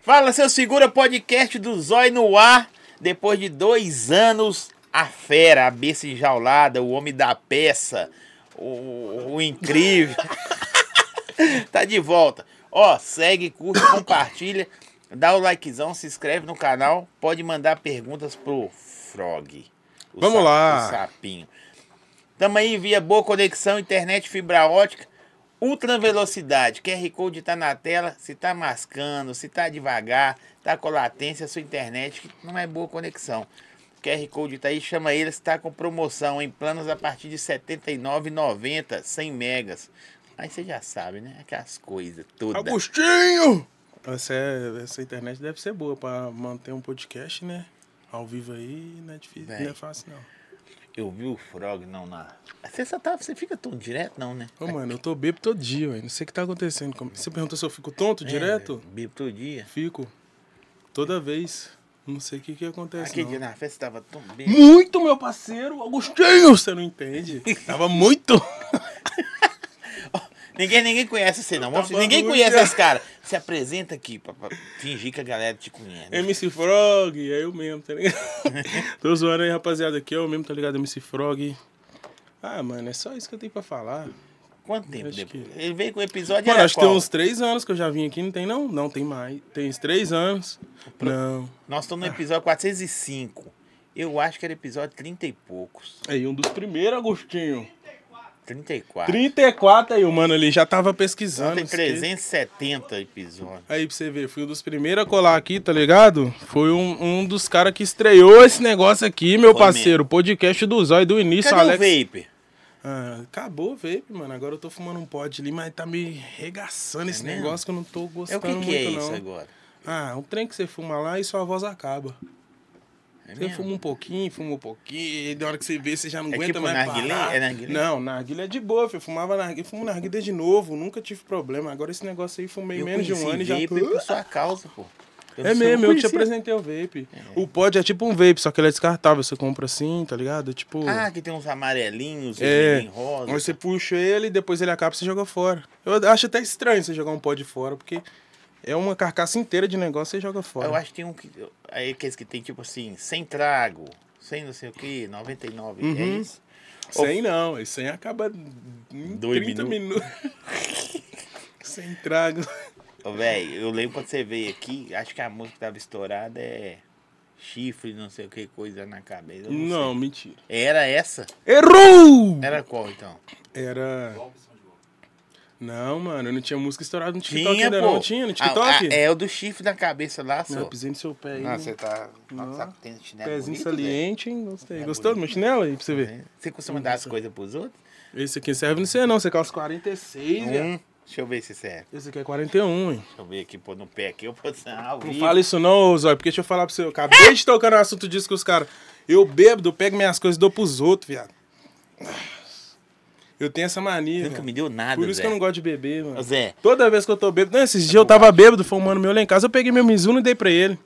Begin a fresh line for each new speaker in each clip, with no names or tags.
Fala, seu segura podcast do Zói no ar. Depois de dois anos, a fera, a besta enjaulada, o homem da peça, o, o incrível. tá de volta. Ó, segue, curte, compartilha, dá o likezão, se inscreve no canal, pode mandar perguntas pro Frog. o
Vamos
sa-
lá.
O sapinho. Tamo aí via boa conexão, internet fibra ótica, ultra velocidade. QR Code tá na tela, se tá mascando, se tá devagar, tá com latência, sua internet que não é boa conexão. QR Code tá aí, chama ele, está com promoção em planos a partir de R$ 79,90, 100 megas. Aí você já sabe, né? Aquelas coisas todas.
Agostinho! Essa, é- essa internet deve ser boa pra manter um podcast, né? Ao vivo aí não é difícil,
Bem.
não é fácil não.
Eu vi o Frog, não, na. Você só tá, você fica tão direto, não, né?
Ô, mano, eu tô bêbado todo dia, velho. Não sei o que tá acontecendo. comigo. Você perguntou se eu fico tonto direto?
É, bebo todo dia.
Fico. Toda vez. Não sei o que que acontece,
Aquele
não.
dia na festa tava tão bem.
Muito, meu parceiro! Agostinho! Você não entende? Tava muito...
Ninguém, ninguém conhece você, não. Mostra-
tava
ninguém
muito
conhece
dia-
esse cara. Se apresenta aqui pra, pra fingir que a galera te conhece.
MC Frog, é eu mesmo, tá ligado? Tô zoando aí, rapaziada, aqui é eu mesmo, tá ligado? MC Frog. Ah, mano, é só isso que eu tenho pra falar.
Quanto tempo
Acho
depois?
que-
Ele veio com o episódio
Mano,
era
acho que
qual?
tem uns três anos que eu já vim aqui, não tem não? Não, tem mais. Tem uns três anos. Não.
Nós estamos no episódio 405. Eu acho que era episódio 30 e poucos.
Aí, um dos primeiros, Agostinho.
34.
34 aí, o mano ali já tava
Então
pesquisando.
tem
isso aqui.
370 episódios.
Aí, pra você ver, fui um dos primeiros a colar aqui, tá ligado? Foi um, um dos caras que estreou esse negócio aqui, meu
Foi
parceiro. Podcast do Zói do início,
Cadê
Alex.
o vape?
Ah, acabou o vape, mano. Agora eu tô fumando um pote ali, mas tá me regaçando esse
mesmo?
negócio que eu não tô
É o
gostando
que,
tá muito,
que é
não.
isso agora?
Ah, um trem que você fuma lá e sua voz acaba.
É
Você
mesmo?
fuma um pouquinho, fuma um pouquinho, e da hora que você vê, você já não
É
aguenta
tipo
mais
narguilé?
parar.
É narguilé?
Não, narguilé é de boa, filho. eu fumava narguilé, fumo narguilé de novo, nunca tive problema. Agora esse negócio aí, fumei
Eu
menos de um
conheci
ano e já...
vape por sua causa, pô. Eu
É
não um
mesmo, eu te
conhecia.
apresentei o vape. O pod é tipo um vape, só que ele é descartável, você compra assim, tá ligado? Tipo...
Ah, que tem uns amarelinhos,
É.
é. rosa.
Aí você puxa ele, depois ele acaba e você joga fora. Eu acho até estranho você jogar um pod fora, porque é uma carcaça inteira de negócio e você joga fora.
Eu acho que tem um que. Aí aqueles que tem tipo assim, sem trago, sem não sei o que, 99. É
Uhum.
isso?
Sem não, esse sem acaba em
Dois
30 minutos. sem trago.
Ô, Véi, eu lembro quando você veio aqui, acho que a música que tava estourada é. Chifre, não sei o que, coisa na cabeça. eu Não.
Não, mentira.
sei. Era essa?
Errou!
Era qual então?
Era. Não, mano, eu não tinha música estourada no TikTok
Tinha,
ainda
pô.
não. Tinha no
Ah,
TikTok?
ah, é o do chifre na cabeça lá,
Não,
só.
eu pisei no seu pé aí.
Nossa, você tá. Nossa,
Não.
tá com tênis de chinelo
Pezinho
bonito, velho. É
saliente, hein? Gostei. Gostou do meu chinelo aí pra você ver?
Você costuma dar as coisas pros outros?
Esse aqui serve não sei não, você calça 46, velho.
Hum, deixa eu ver se serve.
Esse aqui é 41, hein?
Deixa eu ver aqui, pô, no pé aqui, eu vou ah, ao
Não
vivo.
fala isso não, Zóio, porque deixa eu falar pra você. Eu acabei de tocar no assunto disso com os caras. Eu bebo, pego minhas coisas e dou pros outros, viado. Eu tenho essa mania,
Nunca
velho.
me deu nada,
Por isso
Zé.
que eu não gosto de beber, mano.
Zé,
Toda vez que eu tô bêbado... Não, esses dias eu tava bêbado, foi um mano meu lá em casa. Eu peguei meu Mizuno e dei pra ele.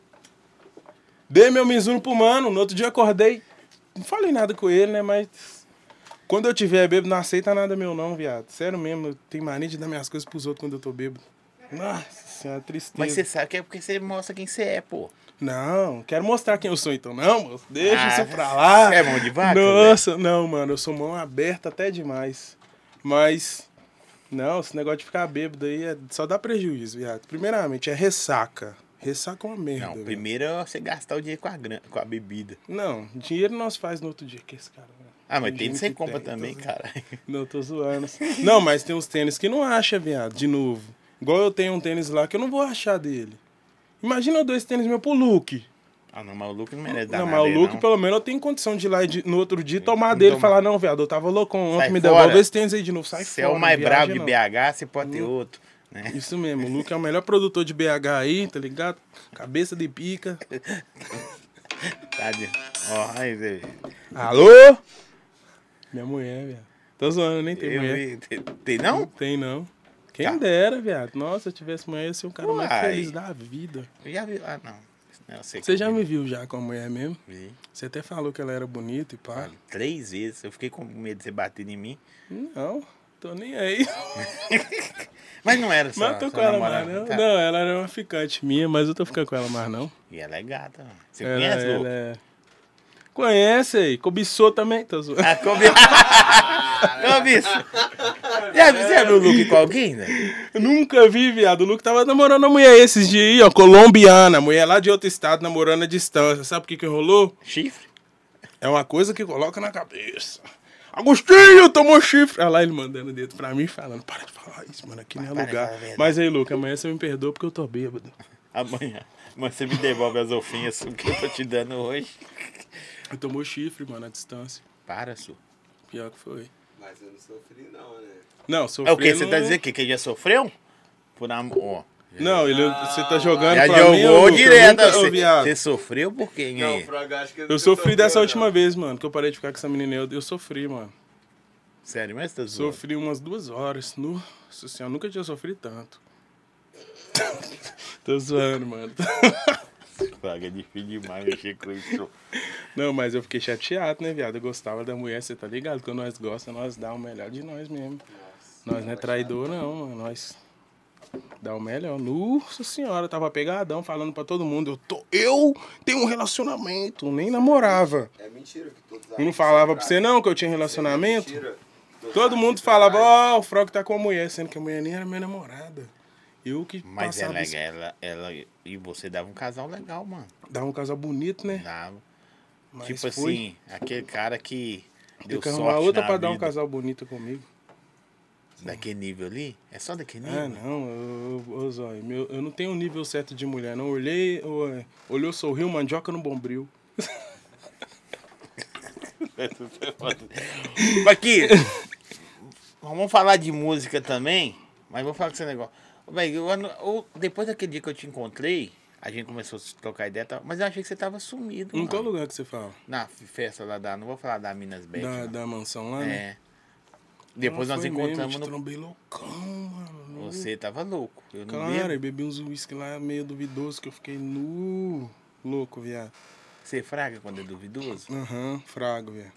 Dei meu Mizuno pro mano. No outro dia eu acordei. Não falei nada com ele, né? Mas... Quando eu tiver bêbado, não aceita nada meu não, viado. Sério mesmo, eu tenho mania de dar minhas coisas pros outros quando eu tô bêbado. Nossa senhora, tristeza.
mas você sabe que é porque você mostra quem você é, pô.
Não, quero mostrar quem eu sou então. Não, moço, deixa
Ah,
isso pra lá.
você é mão de vaca,
Nossa, não, mano, eu sou mão aberta até demais. Mas, não, esse negócio de ficar bêbado aí é- só dá prejuízo, viado. Primeiramente, é ressaca. Ressaca é uma merda.
Não,
velho.
primeiro é você gastar o dinheiro com a, gran... com a bebida.
Não, dinheiro nós faz no outro dia que esse cara. né?
Ah, mas tem
gente
você
que
compra
tem, então, né?
também,
tô zoando.
cara.
Não, tô zoando. Não, mas tem uns tênis que não acha, viado, de novo. Igual eu tenho um tênis lá que eu não vou achar dele. Imagina eu dou esse tênis meu pro Luke.
Ah, não, mas o Luke não merece dar
Não,
nada.
mas o
ele,
Luke,
não.
pelo menos, eu tenho condição de ir lá e de- no outro dia tomar
Não
dele e
toma.
falar, não, viado, eu tava louco ontem,
Sai
me
fora.
devolve esse tênis aí de novo, sai
Você é
fora.
o mais
não Hum.
brabo de
viaja,
BH, você pode ter outro. Né?
não. Isso mesmo, o Luke é o melhor produtor de BH aí, tá ligado? Cabeça de pica.
Tá de... Ó, aí, Zé.
Alô? Minha mulher, viado. Tô zoando, nem tem
Eu
mulher. Hum?
vi. Tem, tem
Não
não?
tem, não. Quem
Tá.
dera, viado. Nossa, se eu tivesse mulher, eu ia ser o cara mais
Uai.
feliz da vida.
Eu já vi. Ah, não. Isso não é você
Você
que
já
eu
me viu já com a mulher mesmo?
vi.
Você até falou que ela era bonita e pá.
Olha, Três vezes. Eu fiquei com medo de você bater em mim.
Não. Tô nem aí.
Mas não era só.
Mas eu tô com ela mais, não.
Tá.
Não, ela era uma ficante minha, mas eu tô ficando com ela mais, não.
E ela é gata. mano. Você
Ela,
conhece, louco?
ela é... Conhece aí. Cobiçou também. Tô zoando.
Ah, come... Ô, bicho. Já, já viu o é Luke com alguém, né?
Eu Nunca vi, viado. O Luke tava namorando a mulher esses dias aí, ó. Colombiana. Mulher lá de outro estado, namorando à distância. Sabe o que que rolou?
Chifre?
É uma coisa que coloca na cabeça. Agostinho, tomou chifre. Olha lá ele mandando o dedo pra mim, falando: Para de falar isso, mano, aqui não é
Para de
lugar.
falar a verdade.
Mas aí, Luca, amanhã você me perdoa porque eu tô bêbado.
Amanhã. Mas você me devolve as ofinhas que eu tô te dando hoje.
Eu tomou chifre, mano, à distância.
Para, Su.
Pior que foi.
Mas eu não sofri não, né?
Não,
É
sofreu. um
o que? Você
não-
tá dizendo o quê? Que ele já sofreu? Por amor.
Não, ele, você tá jogando
Já
pra mim, ô,
jogou
Luca, eu
direto.
nunca- ô,
Você,
viado.
você sofreu por quem?
Não,
hein?
Fraga, acho que ele
Eu
não
sofri
sofreu,
dessa
não.
última vez, mano, que eu parei de ficar com essa menina. Eu, eu sofri, mano.
Sério, mas tá zoando.
Sofri umas duas horas. Nossa senhora, nunca tinha sofrido tanto. Tô zoando, mano.
Fraga, é difícil demais mexer com isso.
Não, mas eu fiquei chateado, né, viado? Eu gostava da mulher, você tá ligado? Quando nós gostamos, nós dá o melhor de nós mesmo. nós não é traidor, não, mano. Nós dá o melhor. Nossa senhora, eu tava pegadão, falando pra todo mundo. Eu, tô, eu tenho um relacionamento, nem namorava.
É mentira que todos
Eu não
amigos
falava
são
pra
fracos.
você, não, que eu tinha
É
relacionamento.
mentira que todos
Todo
amigos
mundo
são
falava,
fracos.
ó, o Frog tá com a mulher, sendo que a mulher nem era minha namorada. Eu que
Mas
passava
ela, é
isso.
ela, ela. E você dava um casal legal, mano.
Dava um casal bonito, né?
Dava.
Mas
tipo
foi.
assim, aquele cara que.
Tem
Deu
que
sorte
arrumar outra
na
pra dar um
vida.
casal bonito comigo.
Daquele nível ali? É só daquele nível?
Ah, não, eu, eu, ô, Zóio, meu- eu não tenho um nível certo de mulher, não. Olhei, eu, é, olhou, sorriu, mandioca no bombril.
Aqui, vamos falar de música também, mas vou falar com esse negócio. Ô, Véi, eu ando- eu- depois daquele dia que eu te encontrei, a gente começou a trocar ideia, e tal, mas eu achei que você tava sumido.
Em qual
mano.
lugar que você fala?
Na festa lá da. Não vou falar da Minas Bet.
Da,
É, não.
da mansão lá,
É.
né?
Depois
Ah,
nós
foi mesmo,
encontramos
te
no.
trombei loucão, mano.
Você tava louco. Eu não
Cara,
lembro.
e bebi uns uísque lá meio duvidoso que eu fiquei nu. Louco, viado.
Você fraga quando é duvidoso?
Aham, frago, velho.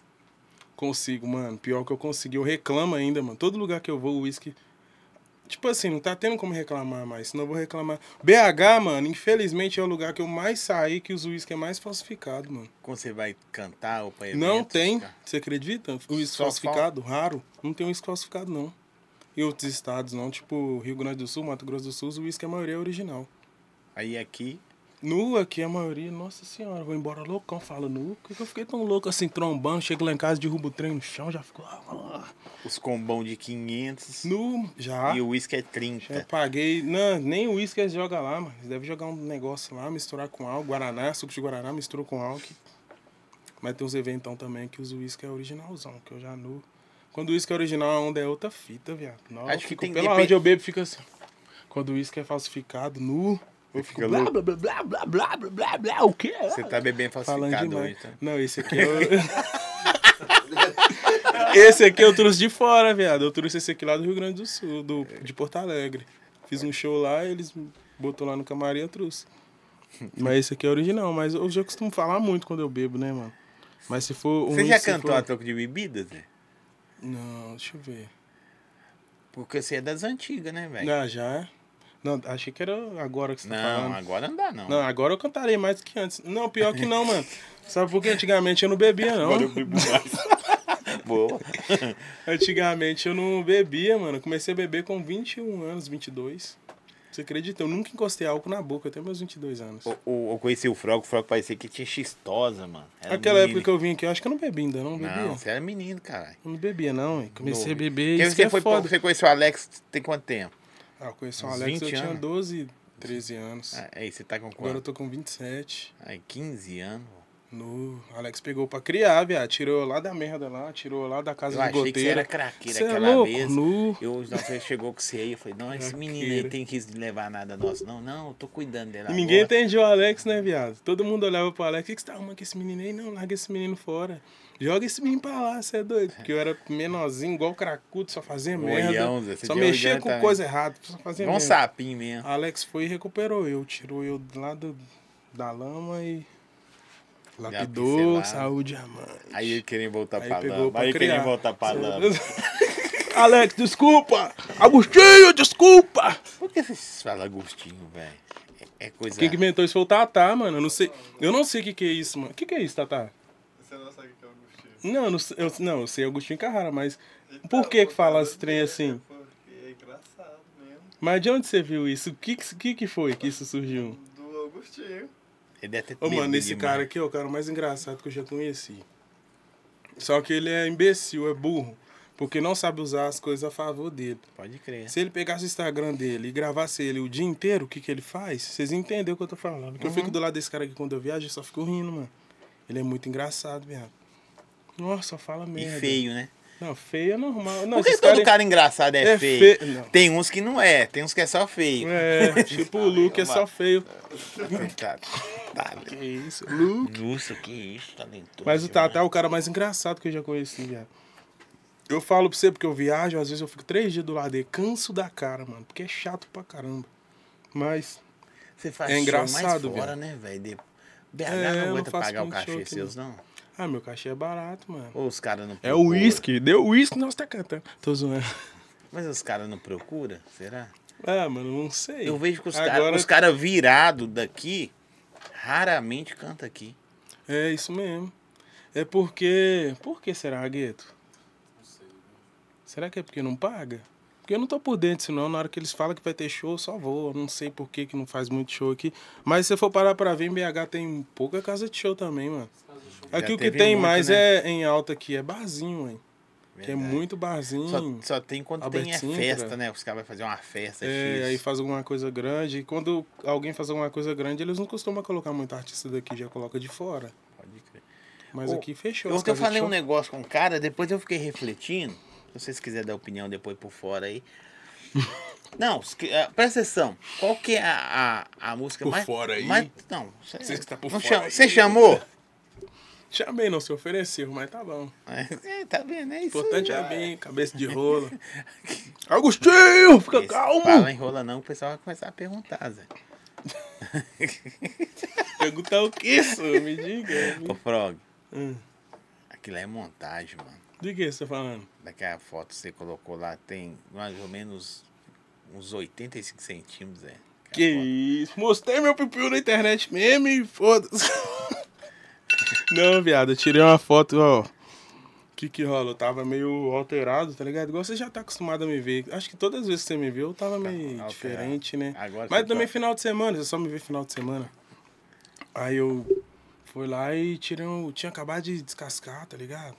Consigo, mano. Pior que eu consegui. Eu reclamo ainda, mano. Todo lugar que eu vou, o uísque. Tipo assim, não tá tendo como reclamar mais, senão eu vou reclamar. BH, mano, infelizmente é o lugar que eu mais saí que os uísque é mais falsificado, mano.
Quando você vai cantar ou pra
não
eventos,
tem,
cara?
você acredita? Uísque
É Só
falsificado, raro. Não tem uísque falsificado, não. E outros estados, não. Tipo, Rio Grande do Sul, Mato Grosso do Sul, o uísque a maioria é original.
Aí aqui.
Nu aqui, a maioria, nossa senhora, vou embora loucão, falo nu. Por que que eu fiquei tão louco assim, trombando? Chego lá em casa, derrubo o trem no chão, já fico. Ah, ah, ah.
Os combão de 500
Nu, já.
e o uísque é
Já
30.
paguei. Não, nem o uísque eles jogam lá, mano. Eles devem jogar um negócio lá, misturar com álcool. Guaraná, suco de Guaraná, mistura com álcool. Mas tem uns eventão também que os uísque é originalzão, que eu já nu. Quando o uísque é original, a onda é outra fita, viado. Nossa,
Acho que
fico,
tem-
pela
depende-
hora onde eu bebo, fica assim. Quando o uísque é falsificado, nu. Eu fico
Fica
blá,
louco.
blá, blá, blá, blá, blá, blá, blá, blá, o quê?
Você tá bebendo
Falando
falsificado
demais.
hoje, tá?
Não, esse aqui é o... esse aqui eu trouxe de fora, viado. Eu trouxe esse aqui lá do Rio Grande do Sul, do, de Porto Alegre. Fiz um show lá, eles botou lá no camarim e eu trouxe. Mas esse aqui é original, mas hoje eu costumo falar muito quando eu bebo, né, mano? Mas se for um.
Você já
se
cantou
for-
a troco de bebidas, né?
Não, deixa eu ver.
Porque você é das antigas, né, velho?
Não, já. Não, achei que era agora que você tá
Não,
falando.
agora não dá, não.
Não, agora eu cantarei mais do que antes. Não, pior que não, mano. Sabe por que antigamente eu não bebia, não?
Agora eu bebo mais. Boa.
Antigamente eu não bebia, mano. Eu Comecei a beber com 21 anos, 22. Você acredita? Eu nunca encostei álcool na boca até meus 22 anos.
O- o- eu conheci o Frog, o Frog parecia que tinha xistosa, mano. Era um
Aquela
menino.
época que eu vim aqui, eu acho que eu não bebi ainda, não bebia.
é Não, você era menino, caralho.
Eu não bebia, não. hein? Comecei a
Novo.
beber
Porque
isso que
você,
é
foi, pra-
foda.
você conheceu o Alex tem quanto tempo?
Ah, eu conheci o
Uns
Alex,
20
eu tinha
anos.
12, 13 anos.
Ah, Aí, você tá com
Agora eu
quanto?
tô com 27.
Aí, 15 anos.
No, Alex pegou pra criar, viado. Tirou lá da merda lá, tirou lá da casa
Eu
de
achei que você
goteira.
era craqueira
Cê um é
aquela
louco,
vez.
nu.
Eu, não, você chegou com você aí, eu falei, não, esse menino aí
Craqueira.
tem que levar nada nosso. Não, não, eu tô cuidando dele
E Ninguém
agora.
entendia o Alex, né, viado? Todo mundo olhava pro Alex, o que, que você tá arrumando com esse menino aí? Não, larga esse menino fora. Joga esse menino pra lá, você é doido. Porque eu era menorzinho, igual cracudo, só fazia merda.
Olhão, Zé, você
só
deu
mexia
olhão
com
também.
coisa errada, só fazia
Igual um
merda.
sapinho mesmo.
Alex foi e recuperou eu, tirou eu lá do, da lama e lapidou,
pincelada.
saúde a mãe.
Aí ele querem voltar
Aí
pra
pegou
lama.
pra
Aí querem
criar.
voltar pra
Cê é
lama.
doido? Alex, desculpa! Agostinho, desculpa!
Por que vocês falam Agostinho, velho? É, é coisa.
Quem que inventou isso foi o Tatá, mano. Eu não sei. Eu não sei o que, que é isso, mano. O que, que é isso, Tatá?
Você não sabe o que é o Agostinho.
Não, eu não, sei- eu, não, eu sei Agostinho Carrara, mas por que que fala esse trem assim?
Porque é engraçado mesmo.
Mas de onde você viu isso? O que, que, que que foi que isso surgiu?
Do Agostinho.
Ele deve ter
Ô,
medo
mano,
de
esse
mim.
cara aqui é o cara mais engraçado que eu já conheci. Só que ele é imbecil, é burro. Porque não sabe usar as coisas a favor dele.
Pode crer.
Se ele pegasse o Instagram dele e gravasse ele o dia inteiro, o que, que ele faz? Vocês entenderam o que eu tô falando. Porque eu
Uhum.
fico do lado desse cara aqui quando eu viajo, eu só fico rindo, mano. Ele é muito engraçado, viado. Nossa, só fala
E
merda.
feio, né?
Não, feio é normal. Não,
Por que
esses
todo
caras-
cara engraçado é,
é
feio?
feio- não.
Tem uns que não é, tem uns que é só feio.
É, tipo o Luke é só feio.
Coitado. Tá,
Que isso, Luke.
Nossa, que isso, talentoso. né?
Mas
demais.
o Tatá é o cara mais engraçado que eu já conheci, viado. Eu falo pra você porque eu viajo, às vezes eu fico três dias do lado dele, canso da cara, mano, porque é chato pra caramba. Mas,
Você faz
É
show mais
engraçado,
fora, né, velho? De- BH
É, eu
não
não
aguenta
faço
pagar o
muito show
cachê
aqui,
seus, não?
ah, meu cachê é barato, mano.
Ou os caras não
É o
procuram?
uísque, deu uísque, nós tá cantando. Tô zoando.
Mas os caras não procuram, será?
Ah, mano, não sei.
Eu vejo que os
Agora-
caras cara virados daqui raramente canta aqui.
É isso mesmo. É porque. Por que será, Gueto? Será que é porque não paga? Porque eu não tô por dentro, senão na hora que eles falam que vai ter show, eu só vou. Eu não sei por que, que não faz muito show aqui. Mas se você for parar pra ver, em BH tem pouca casa de show também, mano. Aqui o que
teve
tem
muito,
mais
né?
é em alta aqui, é barzinho, hein? Que é
Verdade.
muito barzinho.
Só, só tem quando tem é
Albert Sintra.
festa, né? Os caras vão fazer uma festa
É,
X.
aí faz alguma coisa grande. E quando alguém faz alguma coisa grande, eles não costumam colocar muito artista daqui, já coloca de fora.
Pode crer.
Mas
Ô,
aqui fechou. as
Ontem eu
casas de
falei um
show.
negócio com o cara, depois eu fiquei refletindo. Se vocês quiserem dar opinião depois por fora aí. Não, os que- ah, presta atenção. Qual que é a, a, a música
Por
mais.
fora aí?
mais- não, você
Você que tá por
não
fora
chama-
aí.
Você chamou?
Chamei, não se ofereceu, mas tá bom.
É, tá vendo? É isso.
Importante é bem, cabeça de rolo. Agostinho, fica
Esse Fala,
calmo.
enrola não, o pessoal vai começar a perguntar, Zé.
Perguntar o que isso? Me diga.
Ô, Frog,
Hum,
aquilo é montagem, mano.
De que você tá falando?
Daquela foto que você colocou lá tem mais ou menos uns 85 centímetros, Zé. Aquela
Que
foto.
isso? Mostrei meu pipiu na internet mesmo e foda-se. Não, viado, eu tirei uma foto, ó. O que que rola? Eu tava meio alterado, tá ligado? Igual você já tá acostumado a me ver. Acho que todas as vezes que você me viu, eu tava meio
alterado.
diferente, né?
Agora
Mas
você
também
tá-
final de semana, você só me vê final de semana. Aí eu fui lá e tirei um... Tinha acabado de descascar, tá ligado?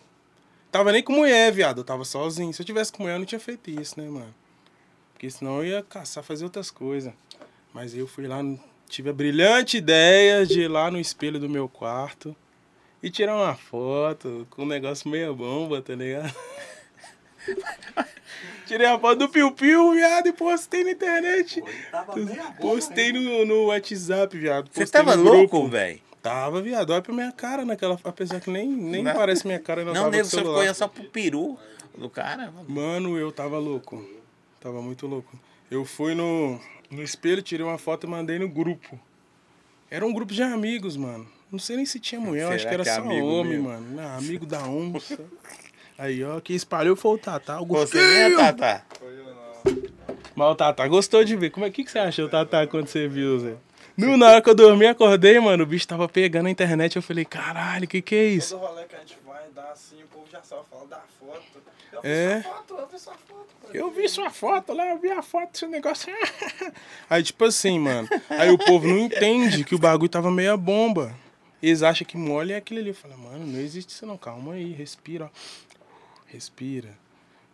Tava nem com mulher, viado. Eu tava sozinho. Se eu tivesse com mulher, eu não tinha feito isso, né, mano? Porque senão eu ia caçar, fazer outras coisas. Mas eu fui lá, tive a brilhante ideia de ir lá no espelho do meu quarto e tirar uma foto com um negócio meia bomba, tá ligado? Tirei a foto do Piu Piu, viado, e postei na internet. Postei no, no WhatsApp, viado.
Você
Postei
tava
no grupo.
louco, velho?
Tava, viado. Olha pra minha cara naquela. Apesar que nem, nem
Não.
parece minha cara, eu não,
Não,
tava com
nego, você
celular.
ficou olhando só pro peru do cara.
Mano, eu tava louco. Tava muito louco. Eu fui no, no espelho, tirei uma foto e mandei no grupo. Era um grupo de amigos, mano. Não sei nem se tinha mulher, eu
Será
acho que era
que é
só
amigo
homem,
meu?
mano. Não, amigo da onça. Aí, ó, quem espalhou foi o Tatá. O
Você é tá, vê,
Gostinho.
Tata?
Foi eu não.
Mas o Tatá gostou de ver. Como é que, que você achou, Tatá, quando você viu, Zé? No, na hora que eu dormi, acordei, mano. O bicho tava pegando a internet. Eu falei, caralho, que que é isso?
Todo rolê que a gente vai dar assim, o povo já só fala da foto. Eu vi
É.
sua foto, eu vi sua foto. mano.
Eu vi sua foto lá, eu vi a foto desse negócio. Aí, tipo assim, mano. Aí o povo não entende que o bagulho tava meia bomba. Eles acham que mole é aquilo ali. Eu falo, mano, não existe isso não. Calma aí, respira. ó. Respira.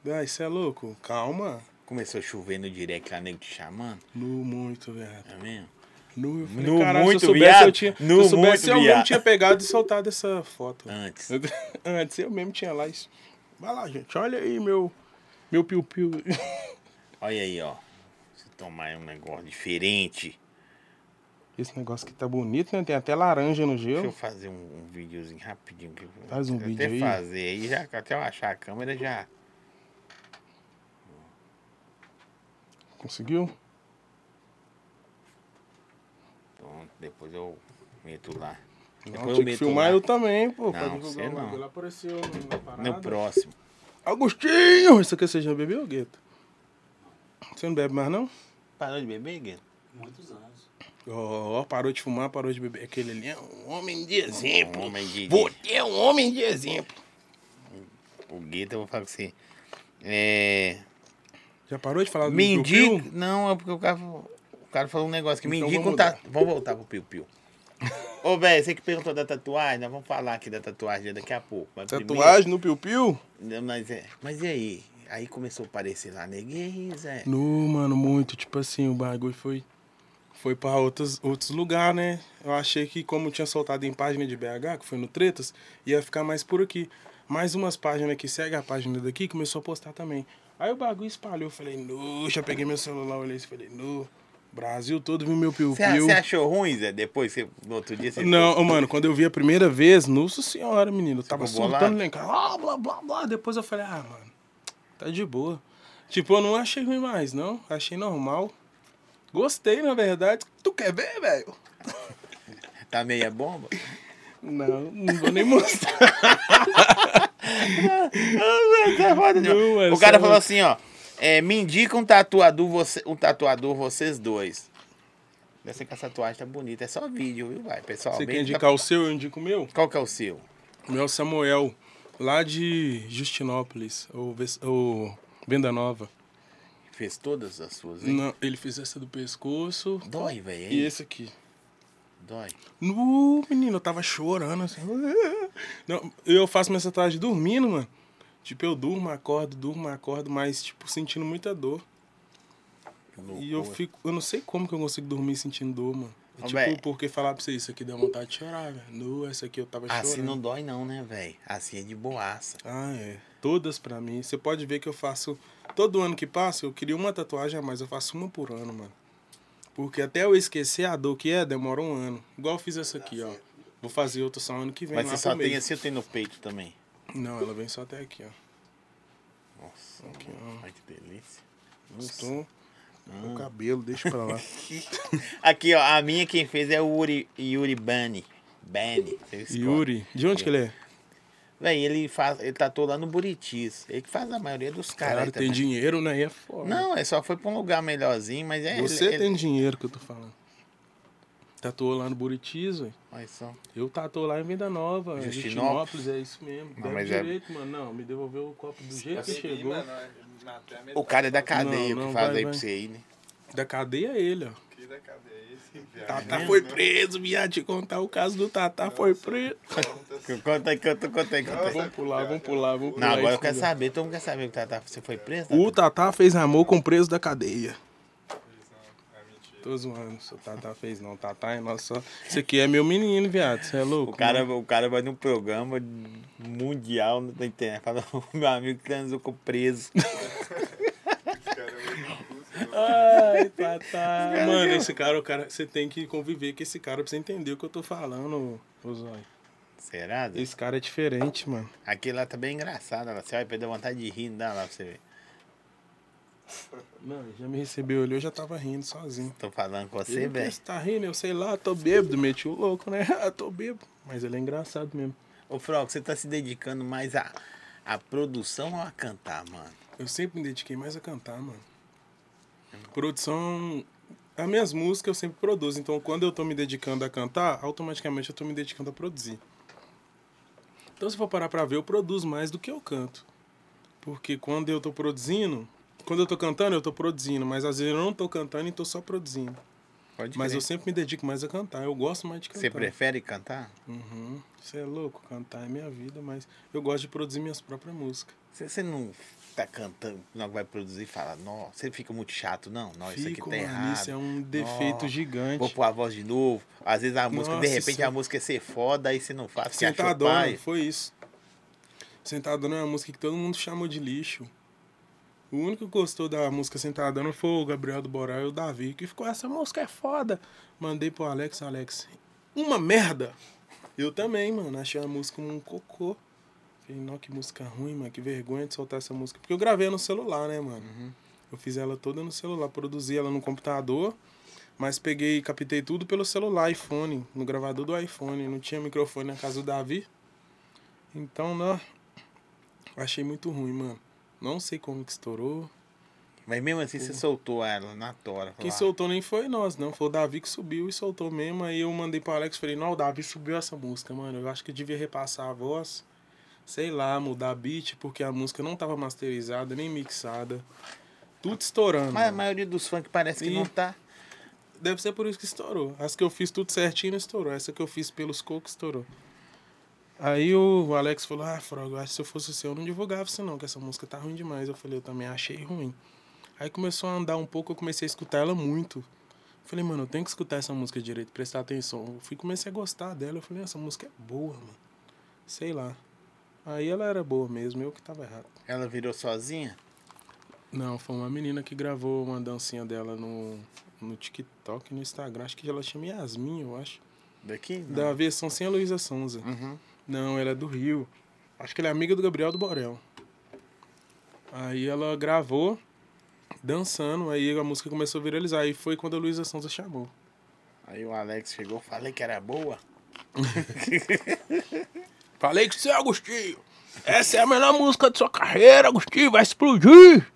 Ah, isso é louco? Calma.
Começou a chover no direct lá, nego te chamando.
Nu muito, velho.
É mesmo?
Nu, eu falei,
Nu
caralho,
muito,
se eu soubesse,
viado.
eu tinha.
Nu
se eu
muito,
soubesse, eu
viado. Ah.
mesmo tinha pegado e soltado essa foto.
Antes.
Antes eu mesmo tinha lá isso. Vai lá, gente. Olha aí, meu. Meu piu-piu.
Olha aí, ó. Se tomar um negócio diferente.
Esse negócio aqui tá bonito, né? Tem até laranja no
Deixa eu
gelo.
fazer um, um videozinho rapidinho. Que eu vou
Faz um
até
vídeo aí.
fazer aí, já, até eu achar a câmera já.
Conseguiu?
Pronto, depois eu meto lá.
Não,
Depois eu
tinha que
meto
filmar
lá
eu também, pô. pra
né? Não,
divulgar
você
o bagulho.
não.
Ela apareceu na parada.
no próximo.
Agostinho! Isso aqui você já bebeu, Gueto? Você não bebe mais, não?
Parou de beber, Gueto?
Muitos anos.
Ó, ó, parou de fumar, parou de beber. Aquele ali é um homem de exemplo.
Homem de-
Você é um homem de exemplo.
O Gueto, eu vou falar com você. É.
Já parou de falar do
Me
Piu
indica.
Piu?
Não, é porque o cara, falou- o cara falou um negócio que me
Então
indica
vamos
um ta... Vamos voltar pro Piu Piu. Ô, velho, você que perguntou da tatuagem, nós vamos falar aqui da tatuagem daqui a pouco. Mas primeiro-
Tatuagem no Piu Piu?
Não, Mas, é... mas e aí? Aí começou a aparecer lá, neguinho, Zé.
No, mano, muito. Tipo assim, o bagulho foi. Foi pra outros, outros lugares, né? Eu achei que, como tinha soltado em página de BH, que foi no Tretas, ia ficar mais por aqui. Mais umas páginas que segue a página daqui, começou a postar também. Aí o bagulho espalhou. eu Falei, no, já peguei meu celular, olhei isso, falei, no. Brasil todo viu meu piu-piu.
Você você achou ruim, Zé? Depois, você... no outro dia, você.
Não, ô, mano, quando eu vi a primeira vez, nossa senhora, menino, eu tava
ficou
surtando
bolado?
lá em casa, blá, blá, blá, blá. Depois eu falei, ah, mano, tá de boa. Tipo, eu não achei ruim mais, não. Achei normal. Gostei, na verdade. Tu quer ver, velho?
Tá meia bomba?
Não, não vou nem mostrar. Não, mano,
é o cara
só-
falou assim, ó. é, me indica um tatuador, você, um tatuador vocês dois. Eu sei que essa tatuagem tá bonita. É só vídeo, viu, vai, pessoal?
Você quer
Bem-
indicar o seu, eu indico o meu?
Qual que é o seu?
O meu é o Samuel, lá de Justinópolis, ou, Ves- ou Venda Nova.
Fez todas as suas, hein?
Não, ele fez essa do pescoço.
Dói, velho.
E
hein?
esse aqui.
Dói.
No, uh, menino, eu tava chorando assim. Não, eu faço minha tatuagem dormindo, mano. Tipo, eu durmo, acordo, durmo, acordo, mas, tipo, sentindo muita dor.
Loucura.
E eu fico. Eu não sei como que eu consigo dormir sentindo dor, mano.
Ô,
tipo,
véi.
porque falar pra você isso aqui dá vontade de chorar, velho. No, essa aqui eu tava
Assim
chorando.
não dói não, né, velho? Assim é de boaça.
Ah, é. Todas pra mim. Você pode ver que eu faço. Todo ano que passa, eu queria uma tatuagem a mais. Eu faço uma por ano, mano. Porque até eu esquecer a dor que é, demora um ano. Igual eu fiz essa aqui, ó. Vou fazer outra só ano que vem.
Mas
lá
você
pro
só
meio.
tem assim, eu tenho no peito também.
Não, ela vem só até aqui, ó.
Nossa,
Aqui,
mano, ai, que delícia. Nossa.
Estou... O cabelo, deixa pra lá.
Aqui, ó, a minha quem fez é o Uri, Yuri Bani. Bani. você escolhe.
Yuri, de onde que ele é?
Véi, ele, faz, ele tatuou lá no Buritis. Ele que faz a maioria dos caras.
Claro,
aí
tem
também.
dinheiro, né? E é foda.
tá Não, é só foi pra um lugar melhorzinho, mas é.
Você
ele-
tem
ele-
dinheiro que eu tô falando. Tatuou lá no Buritis, velho.
Olha só.
Eu tatuou lá em Venda Nova, em
Justinópolis.
Justinópolis, é isso mesmo. Deve
mas é-
direito, mano. Não, me devolveu o copo do jeito que
Peguei,
chegou.
mano, matei a metade.
O cara é da cadeia,
Não,
o
não,
que faz
vai,
aí
vai.
pra você aí, né?
Da cadeia é ele, ó.
Aqui da cadeia, esse
Tá
viado.
Tatá foi preso, viado, te contar o caso do Tatá foi preso.
Conta aí, conta, conta aí, conta aí.
Vamos pular, vamos pular, vamos pular.
Não, agora eu
isso,
quero
né?
saber. Todo mundo quer saber que tá, tá, você foi preso?
O
Tatá?
Tatá fez amor com o preso da cadeia.
É mentira.
Tô zoando, o Tatá fez não. Tatá é nosso. Isso aqui é meu menino, viado. Você é louco?
O cara, o cara vai num programa mundial na internet. Fala, "O meu amigo transou com o preso.
Esse cara é muito curso, mano.
Ai, Tatá.
é
Mano, esse cara, o cara, você tem que conviver com esse cara pra você entender o que eu tô falando, ô Zóio.
Será? Zé?
Esse cara é diferente, mano.
Aquele lá tá bem engraçado. Lá. Você vai perder vontade de rir, não dá lá pra você ver.
Não, ele já me recebeu ali, eu já tava rindo sozinho.
Tô falando com
Ele,
você,
"Por que
velho.
Você tá rindo, eu sei lá, tô bêbado, meti o louco, né? Ah, tô bêbado. Mas ele é engraçado mesmo.
Ô, Froco, você tá se dedicando mais à à produção ou a cantar, mano?
Eu sempre me dediquei mais a cantar, mano. Produção. As minhas músicas eu sempre produzo, então quando eu tô me dedicando a cantar, automaticamente eu tô me dedicando a produzir. Então se for parar pra ver, eu produzo mais do que eu canto. Porque quando eu tô produzindo, quando eu tô cantando, eu tô produzindo, mas às vezes eu não tô cantando e tô só produzindo.
Pode
Mas eu sempre me dedico mais a cantar, eu gosto mais de cantar.
Você prefere cantar?
Uhum. Você é louco, cantar é minha vida, mas eu gosto de produzir minhas próprias músicas.
Você, você não tá cantando, não vai produzir e fala, nossa, você fica muito chato, não? Não, isso aqui
Fico,
tá
mano,
errado.
isso é um defeito
Nossa,
gigante.
Vou pôr a voz de novo. Às vezes a música,
Nossa,
de repente
isso- é tá
a música ia ser foda, aí você não faz, porque achou
Sentadona,
pai.
foi isso. Sentadona é uma música que todo mundo chamou de lixo. O único que gostou da música Sentadona foi o Gabriel do Boral e o Davi, que ficou, essa música é foda. Mandei pro Alex, Alex, uma merda. Eu também, mano, achei a música um cocô. Falei, não, que música ruim, mano, que vergonha de soltar essa música. Porque eu gravei no celular, né, mano? Eu fiz ela toda no celular, produzi ela no computador, mas peguei, captei tudo pelo celular, iPhone, no gravador do iPhone. Não tinha microfone na casa do Davi. Então, né, Achei muito ruim, mano. Não sei como que estourou.
Mas mesmo assim, você soltou ela na tora. "Ah,
Quem
lá.
soltou nem foi nós, não. Foi o Davi que subiu e soltou mesmo. Aí eu mandei pro Alex e falei, não, o Davi subiu essa música, mano. Eu acho que eu devia repassar a voz. Sei lá, mudar a beat, porque a música não tava masterizada, nem mixada. Tudo estourando.
Mas a
mano.
maioria dos funk parece que
Ih.
não tá.
Deve ser por isso que estourou. As que eu fiz tudo certinho não estourou. Essa que eu fiz pelos cocos estourou. Aí o Alex falou: Ah, Frog, eu acho que se eu fosse seu, eu não divulgava isso não, que essa música tá ruim demais. Eu falei: Eu também achei ruim. Aí começou a andar um pouco, eu comecei a escutar ela muito. Falei, mano, eu tenho que escutar essa música direito, prestar atenção. Eu fui comecei a gostar dela. Eu falei, essa música é boa, mano. Sei lá. Aí ela era boa mesmo, eu que tava errado.
Ela virou sozinha?
Não, foi uma menina que gravou uma dancinha dela no, no TikTok e no Instagram. Acho que ela chama Yasmin, eu acho.
Daqui? Não.
Da versão sem a Luísa Sonza.
Uhum.
Não, ela é do Rio. Acho que ela é amiga do Gabriel do Borel. Aí ela gravou, dançando, aí a música começou a viralizar. Aí foi quando a Luísa Sonza chamou.
Aí o Alex chegou, falei que era boa.
Falei que você é Agostinho. Essa é a melhor música de sua carreira, Agostinho, vai explodir.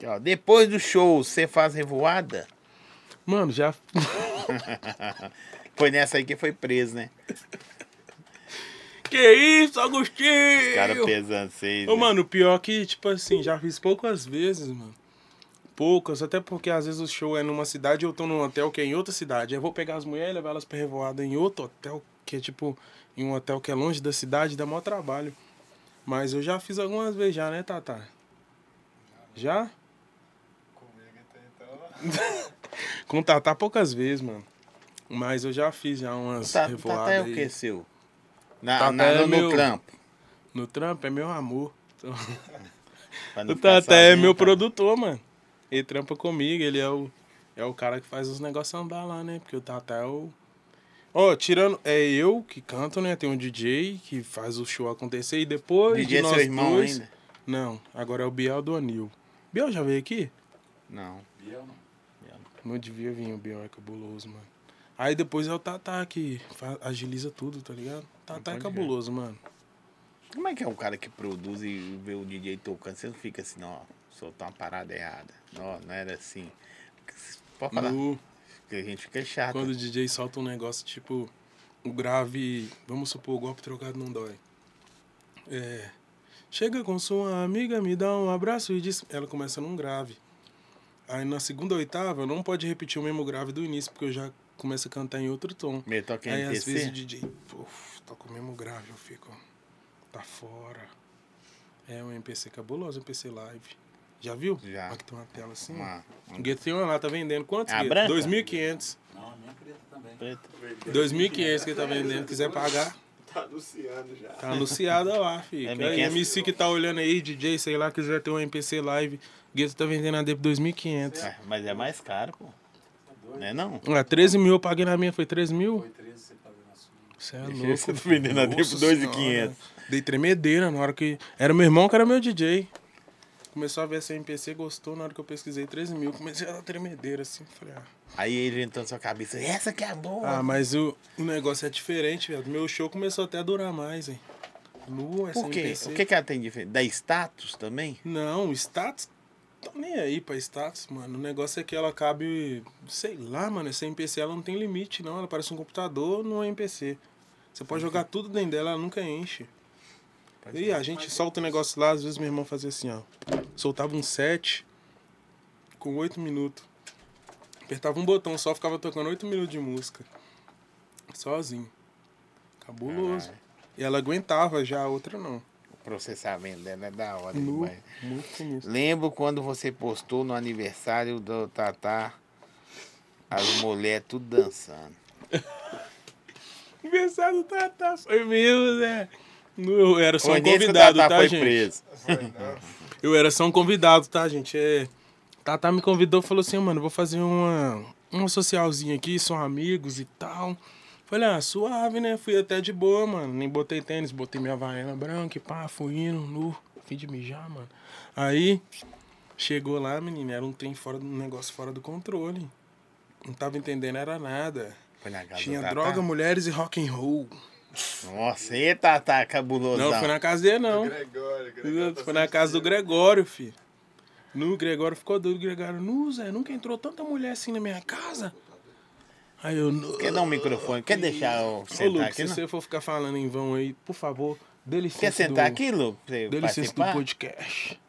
E, ó, depois do show, você faz revoada?
Mano, já.
Foi nessa aí que foi preso, né?
que isso, Agostinho?
Cara pesando seis.
Ô,
né?
mano, o pior que, tipo assim, já fiz poucas vezes, mano. Poucas, até porque às vezes o show é numa cidade e eu tô num hotel que é em outra cidade. Eu vou pegar as mulheres e levar elas pra revoada em outro hotel, que é tipo, em um hotel que é longe da cidade, dá maior trabalho. Mas eu já fiz algumas vezes já, né, Tata? Já?
Comigo até então, lá.
Com o Tatá poucas vezes, mano. Mas eu já fiz já umas
Tá, tá,
revoadas
tá é
aí.
o que seu? Na,
Tá,
na-
tá é
no, no
meu-
trampo.
No trampo é meu amor. Então...
pra não
O
ficar
Tata é
sozinho,
meu
tá?
produtor, mano. Ele trampa comigo, ele é o, é o cara que faz os negócios andar lá, né? Porque o Tata é o. Ó, tirando. É eu que canto, né? Tem um DJ que faz o show acontecer e depois.
DJ é
de nós
seu irmão
dois...
ainda?
Não, agora é o Biel do Anil. Biel já veio aqui?
Não.
Não devia vir, o Biel é cabuloso, mano. Aí depois é o Tata que fa- agiliza tudo, tá ligado? Tata é
pode crer.
cabuloso, mano.
Como é que é um cara que produz e vê o DJ tocando? Você não fica assim, não, ó, soltar uma parada errada. Não, não era assim. Pode falar,
No-
porque a gente fica chato.
Quando o DJ solta um negócio tipo o grave, vamos supor, o golpe trocado não dói. É. Chega com sua amiga, me dá um abraço e diz. Ela começa num grave. Aí na segunda oitava, não pode repetir o mesmo grave do início, porque eu já começo a cantar em outro tom.
Meio toque
Aí às vezes o
NTC.
DJ, uf, toca o mesmo grave, eu fico. Tá fora. É um MPC cabuloso, MPC Live. Já viu?
Já.
Aqui tem uma tela assim. ó.
Uma, uma
Gueto uma lá, tá vendendo quantos?
Ah,
Gueto?
branca?
2.500.
Não, a minha preta também.
preta.
2.500 que ele tá vendendo, quiser pagar,
Tá anunciando já.
tá anunciada lá, filho.
É
Aí,
1.500.
MC que tá olhando aí, DJ, sei lá, quiser ter um MPC live, Gueto tá vendendo a dele por 2.500.
Ah, Mas é mais caro, pô. Não é não?
Ah, 13 mil eu paguei na minha, foi 3 mil?
Foi 13 você pagou na sua.
Você é
Deixa
louco.
você tá vendendo a dele por
Nossa
2.500.
Senhora. Dei tremedeira na hora que... Era meu irmão que era meu DJ. Começou a ver essa MPC, gostou, na hora que eu pesquisei 13 mil, comecei a dar tremedeira assim, falei, ah...
Aí ele entrou na sua cabeça, essa que é a boa.
Ah, mas o, o negócio é diferente, velho. Meu show começou até a durar mais, hein. Nu, essa
Por quê?
MPC.
O que, que ela tem de diferente? Dá status também?
Não, status. Tô nem aí pra status, mano. O negócio é que ela cabe. Sei lá, mano. Essa MPC ela não tem limite, não. Ela parece um computador numa MPC. Você pode jogar tudo dentro dela, ela nunca enche. E a gente solta o negócio lá, às vezes meu irmão fazia assim, ó. Soltava um set com oito minutos. Apertava um botão só, ficava tocando oito minutos de música. Sozinho. Cabuloso.
Caralho.
E ela aguentava já, a outra não.
O processamento dela é da hora
Nu,
demais.
muito sinistro.
Lembro quando você postou no aniversário do Tatá as mulheres tudo dançando.
Aniversário do Tatá foi meu, né? Eu era só
Foi
um
nesse que o
convidado,
Tatá
tá,
foi
gente?
preso.
Foi, não.
Eu era só um convidado, tá, gente? É... Tatá me convidou, falou assim, mano, vou fazer uma, uma socialzinha aqui, são amigos e tal. Falei, ah, suave, né? Fui até de boa, mano. Nem botei tênis, botei minha vaiana branca e pá, fui indo, nu, fim de mijar, mano. Aí, chegou lá, menina, era um trem fora, do- um negócio fora do controle. Não tava entendendo, era nada.
Foi na casa
Tinha
do Tatá.
droga, mulheres e rock and roll.
Nossa, e tá, tá cabulosão.
Não, foi na casa dele, não.
Gregório, Gregório.
Tá
Foi na casa do Gregório, filho. No Gregório ficou doido. Gregório, nu, Zé, nunca entrou tanta mulher assim na minha casa. Aí eu. "Nu."
Quer dar um microfone? Quer deixar eu
Ô,
sentar
Lucas,
aqui?
se
Não?
você é for ficar falando em vão aí, por favor, dê licença.
Quer sentar
do,
aqui, Lucas? pra eu
Dê licença do
participar?
podcast.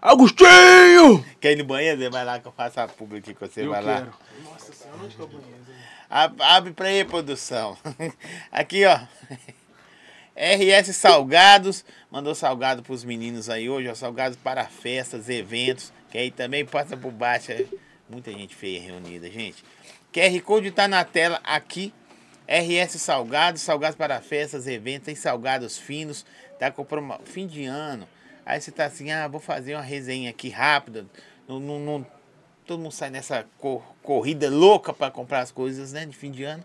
Agostinho!
Quer ir no banheiro? Você Vai lá que eu faço a pública que você
eu
vai
quero.
lá. Ab- Abre pra aí, produção. Aqui, ó. RS Salgados. Mandou salgado pros meninos aí hoje, ó. Salgado para festas, eventos. Que aí também passa por baixo. é Muita gente feia reunida, gente. QR Code tá na tela aqui. RS Salgados, salgados para festas, eventos, tem salgados finos, tá com promo... fim de ano. Aí você tá assim, ah, vou fazer uma resenha aqui rápida. Não, não, não- Todo mundo sai nessa cor- corrida louca para comprar as coisas, né? De fim de ano.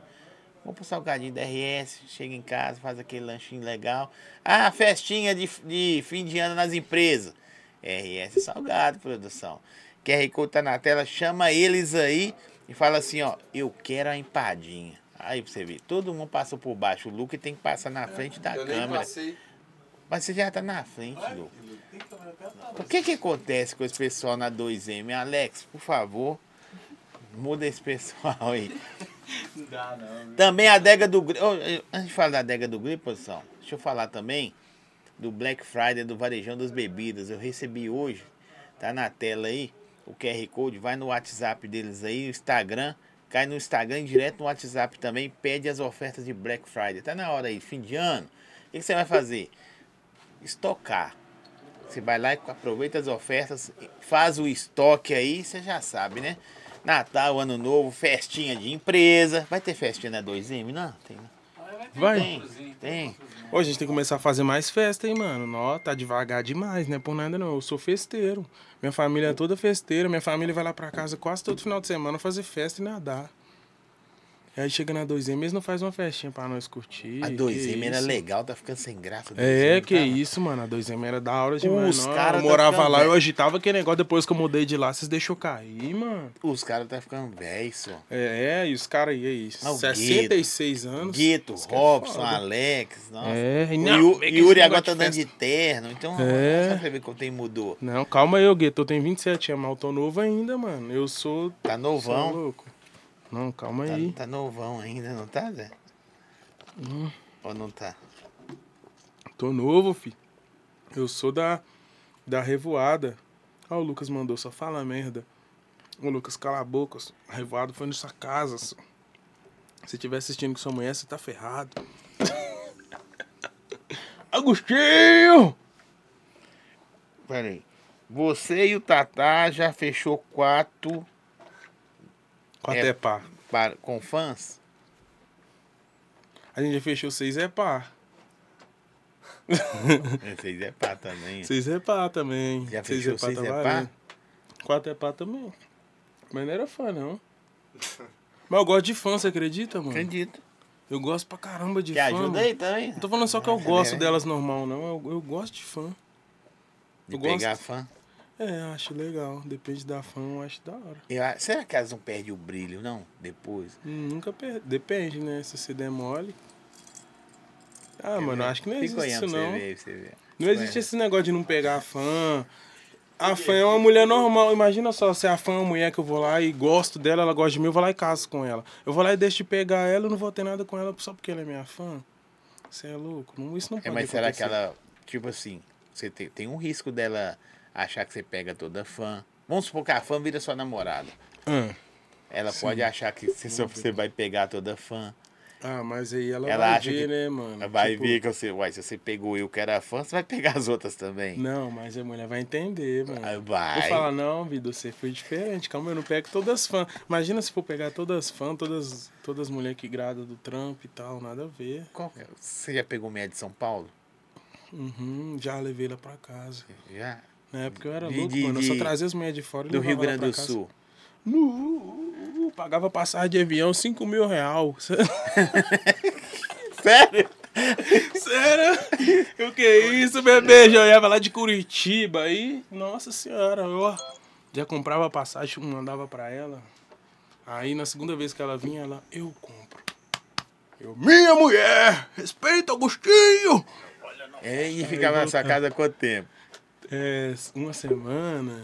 Vou pro salgadinho da RS, chega em casa, faz aquele lanchinho legal. Ah, festinha de, de fim de ano nas empresas. RS Salgado, produção. QR Code tá na tela, chama eles aí e fala assim, ó, eu quero a empadinha. Aí pra você ver, todo mundo passou por baixo. O Luke tem que passar na frente da
Eu nem
câmera.
passei.
Mas você já tá na frente, Luke.
Tem que trabalhar até a tarde.
O que que acontece com esse pessoal na 2M? Alex, por favor, muda esse pessoal aí.
Não dá,
né?
não.
Também a adega do Grilo. Antes de falar da adega do Grilo, produção, deixa eu falar também do Black Friday do Varejão das Bebidas. Eu recebi hoje, tá na tela aí, o QR Code, vai no WhatsApp deles aí, o Instagram, cai no Instagram e direto no WhatsApp também, pede as ofertas de Black Friday. Tá na hora aí, fim de ano. O que que você vai fazer? Estocar. Você vai lá e aproveita as ofertas, faz o estoque aí, você já sabe, né? Natal, Ano Novo, festinha de empresa. Vai ter festinha na 2M? Não, tem. não.
Vai.
Tem, tem.
Ô, a gente tem que começar a fazer mais festa, hein, mano? Nó, tá devagar demais, né? Por nada não. Eu sou festeiro. Minha família é toda festeira. Minha família vai lá pra casa quase todo final de semana fazer festa e nadar. E aí chega na 2M, eles não fazem uma festinha pra nós curtir.
A
que
2M era
isso.
legal, tá ficando sem graça. 2M,
É, que
tá?
isso, mano. A 2M era da hora demais.
Os
Nó,
cara
eu
tá
morava
ficando
lá, eu
velho.
agitava aquele negócio. Depois que eu mudei de lá, vocês deixou cair, mano.
Os caras tá ficando velhos, só.
É, é, e os caras aí, aí
Ah, o
66 anos.
Gueto,
Os caras é
Robson,
foda.
Alex, nossa.
É, e
O
não,
Yu-
como é
Yuri
que esse
agora tá
negócio de
andando
festa?
de terno, então
É.
só pra ver como tem mudou.
Não, calma aí, ô Gueto. Eu tenho 27 anos, mas eu tô novo ainda, mano. Eu sou.
Tá
sou
novão.
louco. Não, calma
Tá,
aí. Hum.
tá novão ainda, não tá, Zé? Ou não tá?
Tô novo, fi. Eu sou da. Da revoada. Ah, o Lucas mandou, só fala merda. Ô, Lucas, cala a boca. só. A revoada foi na sua casa. só. Se tiver assistindo com sua mulher, você tá ferrado. Agostinho!
Peraí. Você e o Tatá já fechou quatro
Quatro
É.
é, par.
para, com fãs?
A gente já fechou seis é par.
Vocês é pá também.
Seis é par também.
Já fechou seis é pá?
tá valendo. Quatro é pá também. Mas não era fã, não. Mas eu gosto de fã, você acredita, mano?
Acredito.
Eu gosto pra caramba de
Te
fã.
ajuda
mano.
aí também?
Não tô falando só que eu
Ah,
gosto
é.
delas normal, não. Eu, eu gosto de fã.
De
eu
pegar
gosto.
fã.
É, eu acho legal. Depende da fã, eu acho da hora.
Eu a- será que elas não perdem o brilho, não? Depois.
Hum, Nunca perde. Depende, né? Se você der mole. Ah,
Quer
mano,
ver?
eu acho que não
Fica
existe
olhando
isso,
pra
não.
Você ver, pra você ver.
Não existe
Ué.
esse negócio de não pegar a fã. A fã é uma mulher normal. Imagina só, se a fã é uma mulher que eu vou lá e gosto dela, ela gosta de mim, eu vou lá e caso com ela. Eu vou lá e deixo de pegar ela, eu não vou ter nada com ela só porque ela é minha fã. Você é louco? Não, isso não
É,
pode
mas será que
acontecer.
ela, tipo assim, você tem, tem um risco dela achar que você pega toda fã. Vamos supor que a fã vira sua namorada.
Ah,
Ela pode achar que você, só- você vai pegar toda fã.
Ah, mas aí ela,
Ela
vai
acha
ver,
que-
né, mano?
Vai
Tipo,
ver que você, uai, se você pegou eu que era fã, você vai pegar as outras também.
Não, mas a mulher vai entender, mano.
Ah,
Vou
Vai.
falar, né? não, vida, você foi diferente. Calma, eu não pego todas as fãs. Imagina se for pegar todas as fãs, todas, todas as mulheres que grada do Trump e tal, nada a ver.
Qual que é? Você já pegou meia de São Paulo?
Uhum, já levei ela pra casa.
Já?
Na época eu era
De-
louco,
de-
mano. Eu só
de-
trazia as mulheres de fora e
Do Rio
levava ela
Grande do
pra casa. uh,
Sul.
Nu, pagava passagem de avião 5 mil real.
Sério?
Sério? O que é isso, bebê? Já ia lá de Curitiba aí. Nossa senhora, ó. Já comprava passagem, mandava pra ela. Aí na segunda vez que ela vinha, ela, eu compro. Eu, minha mulher, respeita Agostinho!
É, E ficava na sua casa quanto tempo?
É, uma semana.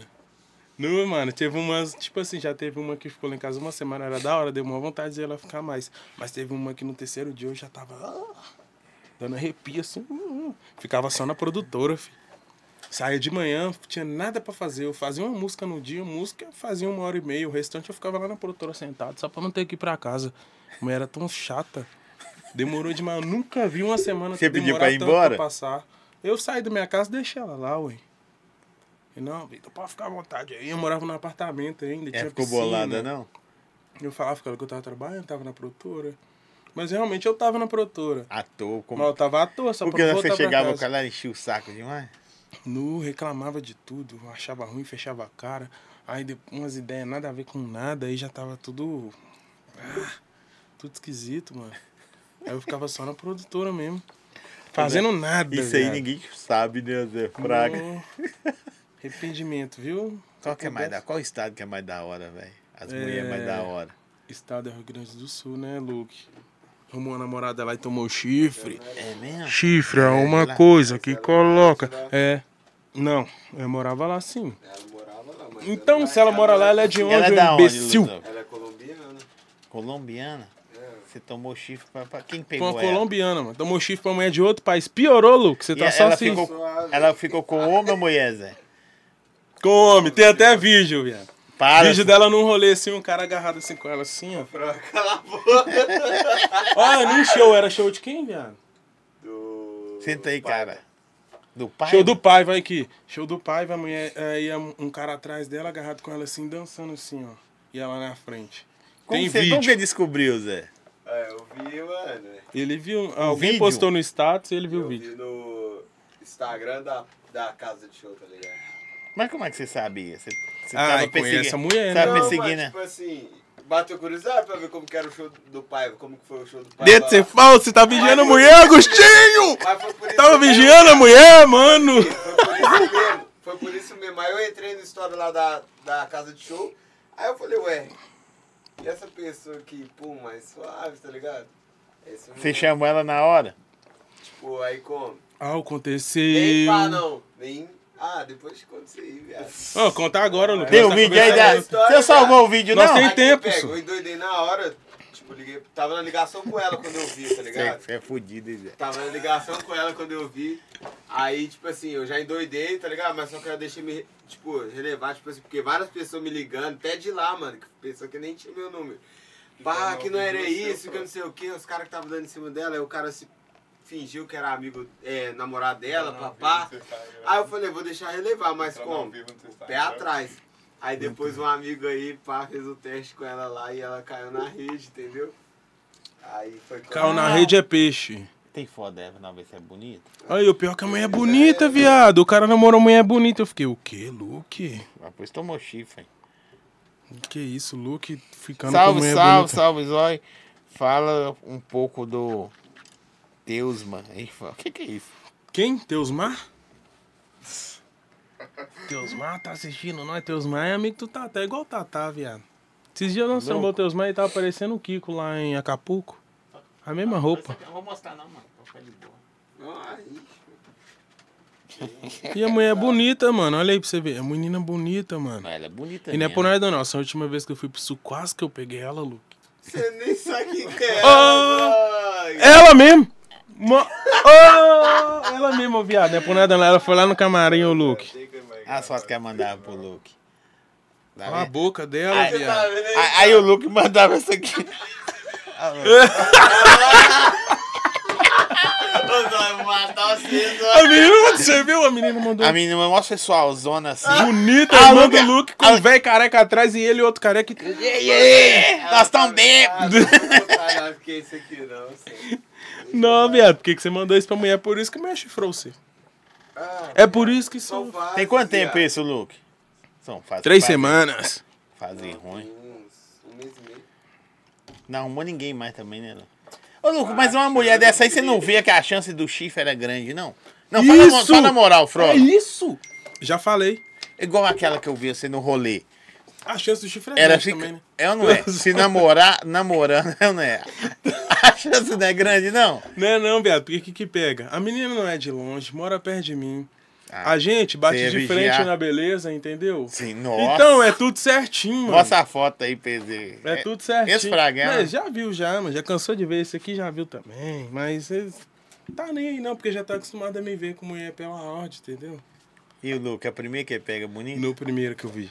Não, mano, teve umas, tipo assim, já teve uma que ficou lá em casa uma semana, era da hora, deu uma vontade de ela ficar mais. Mas teve uma que no terceiro dia eu já tava ah, dando arrepio, assim. hum, hum. Ficava só na produtora, filho. Saía de manhã, tinha nada pra fazer. Eu fazia uma música no dia, música fazia uma hora e meia. O restante eu ficava lá na produtora sentado, só pra não ter que ir pra casa. A mulher era tão chata. Demorou demais. Eu nunca vi uma semana
Você pediu
demorar
pra ir
tanto
embora?
passar. Eu saí da minha casa e deixei ela lá, ué. E não, Vitor, pode ficar à vontade aí. Eu morava num apartamento ainda.
É,
tinha
ficou
piscina.
bolada, não?
Eu falava com ela que eu tava trabalhando, tava na produtora. Mas realmente eu tava na produtora.
À toa, como...
Mas eu tava à toa, só
Porque
pra
você
voltar pra
chegava, o
casa.
cara enchia o saco demais.
Nu, reclamava de tudo, achava ruim, fechava a cara. Aí de- umas ideias nada a ver com nada, aí já tava tudo. Ah, tudo esquisito, mano. Aí eu ficava só na produtora mesmo. Fazendo nada.
é. Isso aí
viado.
ninguém sabe, né, Zé Fraga?
Nu, Arrependimento, viu?
Qual, que é mais da... Qual estado que é mais da hora, velho? As
É.
mulheres mais da hora.
Estado é Rio Grande do Sul, né, Luke? Arrumou uma namorada lá e tomou chifre.
É mesmo?
Chifre é uma
lá.
coisa que coloca. É. Não, eu morava lá sim.
Ela morava lá, mas.
Então, se ela mora lá, ela é de onde,
Ela é
ô
da onde,
imbecil?
Lutão?
Ela é colombiana.
Colombiana? Você tomou chifre pra, pra quem
Foi
pegou
uma
ela?
colombiana, mano. Tomou chifre pra mulher de outro país. Piorou, Luke. Você
E
tá
ela,
só assim.
ficou,
Suave.
ela ficou com homem ou mulher, Zé?
Come, tem até vídeo, viado.
Para.
Vídeo dela num rolê assim, um cara agarrado assim com ela, assim, ó.
Fraca, cala a boca.
Ah, num show, era show de quem, viado?
Do.
Senta aí, cara. Do pai?
Show do pai, vai aqui. Show do pai, vai a mulher. Aí um um cara atrás dela, agarrado com ela assim, dançando assim, ó. E ela na frente.
Como
tem
você,
vídeo.
Como você descobriu, Zé?
É, eu vi, mano.
Ele viu. Alguém
vídeo?
postou no status e ele viu
Eu
o vídeo.
vi no Instagram da, da casa de show, tá ligado?
Mas como é que você sabia? Você, você
Ah,
tava
e conhece
perseguindo.
a mulher,
tava
né?
mas,
perseguindo.
tipo assim, bateu curiosidade pra ver como que era o show do pai, como que foi o show do pai.
Dentro
lá.
de ser falso, você tá vigiando a mulher, Agostinho!
Mas foi por isso
Tava
mesmo,
vigiando a mulher, mano!
Foi por isso mesmo. Foi por isso mesmo. Aí eu entrei no história lá da, da casa de show. Aí eu falei, ué, e essa pessoa aqui, pô, mais suave, tá ligado? É isso mesmo.
Você chamou ela na hora?
Tipo, aí como?
Ao
Nem
acontecer.
pá, não. Nem. Ah, depois de quando você ir, viado.
Ô, conta agora, Lucas.
Tem o
Tá
vídeo aí,
conversando
Zé?
da- história,
Você salvou
cara.
o vídeo,
Nós
não?
tem
Aí que
tempo,
eu pego,
senhor.
Eu endoidei na hora, tipo, liguei. Tava na ligação com ela quando eu vi, tá ligado?
Você é fudido, hein, Zé?
Tava na ligação com ela quando eu vi. Aí, tipo assim, eu já endoidei, tá ligado? Mas só que eu deixei me, tipo, relevar, tipo assim, porque várias pessoas me ligando, até de lá, mano, que pessoa que nem tinha meu número. Pá, que não era isso, que eu não sei o que, os caras que estavam dando em cima dela, aí o cara se fingiu que era amigo, é, namorado dela, papá. Aí eu falei, vou deixar relevar, mas como? Pé atrás. Aí depois um amigo aí, pá, fez o teste com ela lá e ela caiu na rede, entendeu? Aí foi quando-
Caiu na rede é peixe.
Tem foto dela pra ver se é bonito?
Aí, o pior que a mulher é bonita, viado. O cara namorou a mulher bonita. Eu fiquei, o quê, Luke?
Mas Depois tomou chifre, hein?
Que é isso, Luke ficando com
salve,
a mulher
salve,
bonita.
salve, Zói. Fala um pouco do Deusman. aí, fala. O que, que é isso?
Quem? Teusmar? Teusmar tá assistindo nós. Teusmar é amigo do Tatá, é igual o Tatá, viado. Esses dias nós trombamos o Teusmar e tava parecendo o Kiko lá em Acapulco. A mesma roupa.
Não vou mostrar, não, mano. Vou ficar de boa.
Ai.
E a mulher é bonita, mano. Olha aí pra você ver. É uma menina bonita, mano.
Mas ela é bonita,
E não é
mesmo.
por nada, não. Essa última vez que eu fui pro sul, quase que eu peguei ela, Luke.
Você nem sabe quem que é.
Ah!
Ai,
Ela mesmo! Mo- Oh, ela mesmo, viado. Não é por nada, não. Ela foi lá no camarim, o Luke.
As fotos que ela mandava pro Luke. Tá
Olha a
vendo?
boca dela,
Você tá
viado.
vendo aí?
Aí, aí o Luke mandava isso aqui.
Ô, Zóio, vou matar você,
A
Zóio.
menina, você viu? A menina mandou.
A menina é mó sensualzona assim.
Bonita,
A
irmã
Luca-
do Luke, com o velho careca atrás e ele e outro careca.
é, Nós estamos bem.
Ah, não vou botar nada que é isso aqui, não. assim.
Não, viado, por que que você mandou isso pra mulher? É por isso que a mulher chifrou você.
Ah,
É por isso que
são
são.
vários,
Tem quanto
viado.
tempo isso, Luke? São faz-
Três
faz- É
semanas.
Fazer ruim.
Uns- Um mês e meio.
Não arrumou ninguém mais também, né, Luke? Ô, Luke, mas uma mulher dessa aí, você não vê que a chance do chifre era grande, não? Não, fala, mo-
Isso!
fala a moral,
É
Frog.
isso! Já falei.
Igual aquela que eu vi você no rolê.
A chance do chifre é
Era assim
grande
fica...
também, né?
É ou não é? Se namorar, namorando, é ou não é? A chance não é grande, não?
Não é não, viado, porque o que que pega? A menina não é de longe, mora perto de mim.
Ah,
a gente bate
você ia
de
vigiar.
frente na beleza, entendeu?
Sim, nossa.
Então, é tudo certinho, mano.
Mostra a foto aí, PZ.
É tudo certinho.
Esse né? fraguinho.
Mas já viu já, mano. Já cansou de ver esse aqui, já viu também. Mas eles- tá nem aí não, porque já tá acostumado a me ver com mulher pela ordem, entendeu?
E o Luke, a primeira que pega é bonita?
No primeiro que eu vi.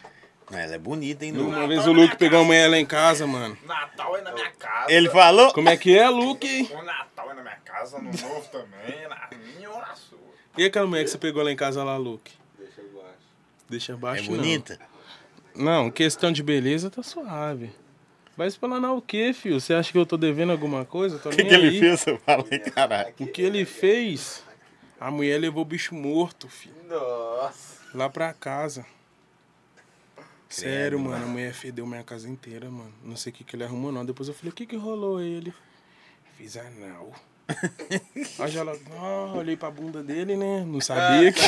Não, ela é bonita, hein, Luke?
Uma vez o Luke pegou a mulher lá em casa, mano.
Natal é na minha casa.
Ele falou?
Como é que é, Luke?
O Natal é na minha casa, no novo também, na minha ou na sua.
E aquela mulher que você pegou lá em casa lá, Luke?
Deixa eu baixo.
Deixa
É
abaixo, não.
bonita?
Não, questão de beleza tá suave. Vai explanar o quê, filho? Você acha que eu tô devendo alguma coisa?
O
Tô
que,
nem
que ele
aí.
fez? Eu falei, caralho.
O que ele fez? A mulher levou o bicho morto, filho.
Nossa.
Lá pra casa. Sério,
Credo,
mano, a mulher fedeu minha casa inteira, mano. Não sei o que, que ele arrumou, não. Depois eu falei, o que, que rolou aí? Ele. Fiz anal. Aí já logo, "Nó", olhei pra bunda dele, né? Não sabia que.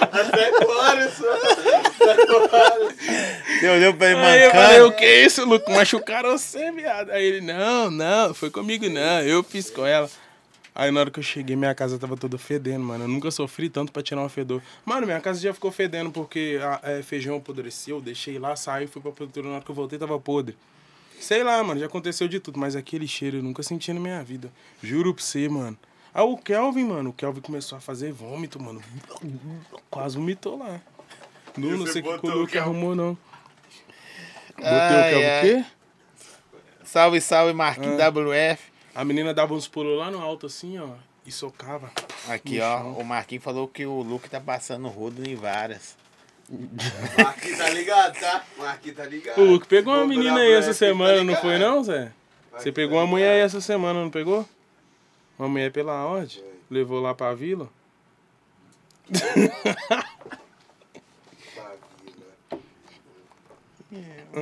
Até agora, só. Até agora.
Você olhou pra ele
Aí eu falei, o
mancando?
que é isso, Luco? Machucaram você, viado. Aí ele, não, não, foi comigo não, eu fiz com ela. Aí na hora que eu cheguei, minha casa tava toda fedendo, mano. Eu nunca sofri tanto pra tirar um fedor. Mano, minha casa já ficou fedendo porque a- é, feijão apodreceu, deixei lá, saí, fui pra produtora. Na hora que eu voltei, tava podre. Sei lá, mano, já aconteceu de tudo, mas aquele cheiro eu nunca senti na minha vida. Juro pra você, mano. Aí o Kelvin, mano, o Kelvin começou a fazer vômito, mano. Quase vomitou lá. Não, não
você
sei o que que
botou
o
o
Luke
Kelvin?
arrumou, não. Botei o
Ai,
Kelvin o
ai.
quê?
Salve, salve, Marquinhos
Ah.
WF.
A menina dava uns pulos lá no alto assim, ó, e socava.
Aqui,
No
ó.
chão.
O Marquinhos falou que o Luke tá passando rodo em varas.
Marquinhos tá ligado, tá? Marquinhos tá ligado.
O Luke pegou uma
Comprou
menina
na
aí essa
Black,
semana,
tá
não foi
ligado?
não, Zé? Você
Marquinhos
pegou
tá
uma mulher aí
ligado.
essa semana, não pegou? Uma mulher pela ordem, levou lá pra vila.
Maravilha.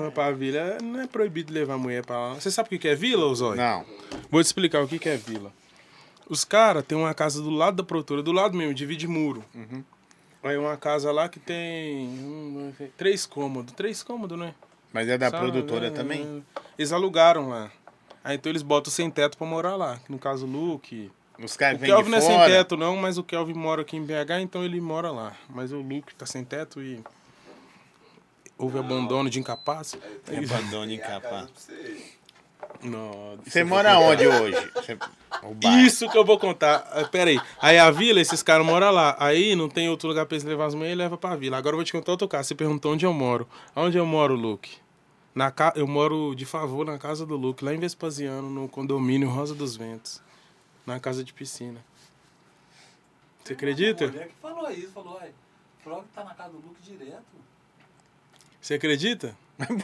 Ah, Pra vila não é proibido levar mulher pra lá. Você sabe o que que é vila, ô Zóio?
Não.
Vou te explicar o que, que é vila. Os caras têm uma casa do lado da produtora, do lado mesmo, divide muro.
Uhum.
Aí uma casa lá que tem um, dois, três- três cômodos. Três cômodos, né?
Mas é da
Só-
produtora
é,
também?
é. Eles alugaram lá. Aí então eles botam sem teto pra morar lá. que No caso, o Luke.
Os caras
O
vêm de
Kelvin não é sem
fora.
teto, não, mas o Kelvin mora aqui em BH, então ele mora lá. Mas o Luke tá sem teto e. Houve abandono de incapaz.
Abandono
É
em
a casa
capa.
pra você.
Não, é
Você mora onde hoje? Você- O bar.
Isso que eu vou contar. Ah, Pera aí. Aí a vila, esses caras moram lá. Aí não tem outro lugar pra eles levar as mulheres e leva pra vila. Agora eu vou te contar outro caso. Você perguntou onde eu moro. Onde eu moro, Luke? Na ca... Eu moro de favor na casa do Luke, lá em Vespasiano, no condomínio Rosa dos Ventos. Na casa de piscina. Você
Uma
acredita?
mulher que falou isso, falou, ué, falou que tá na casa do Luke direto.
Você acredita?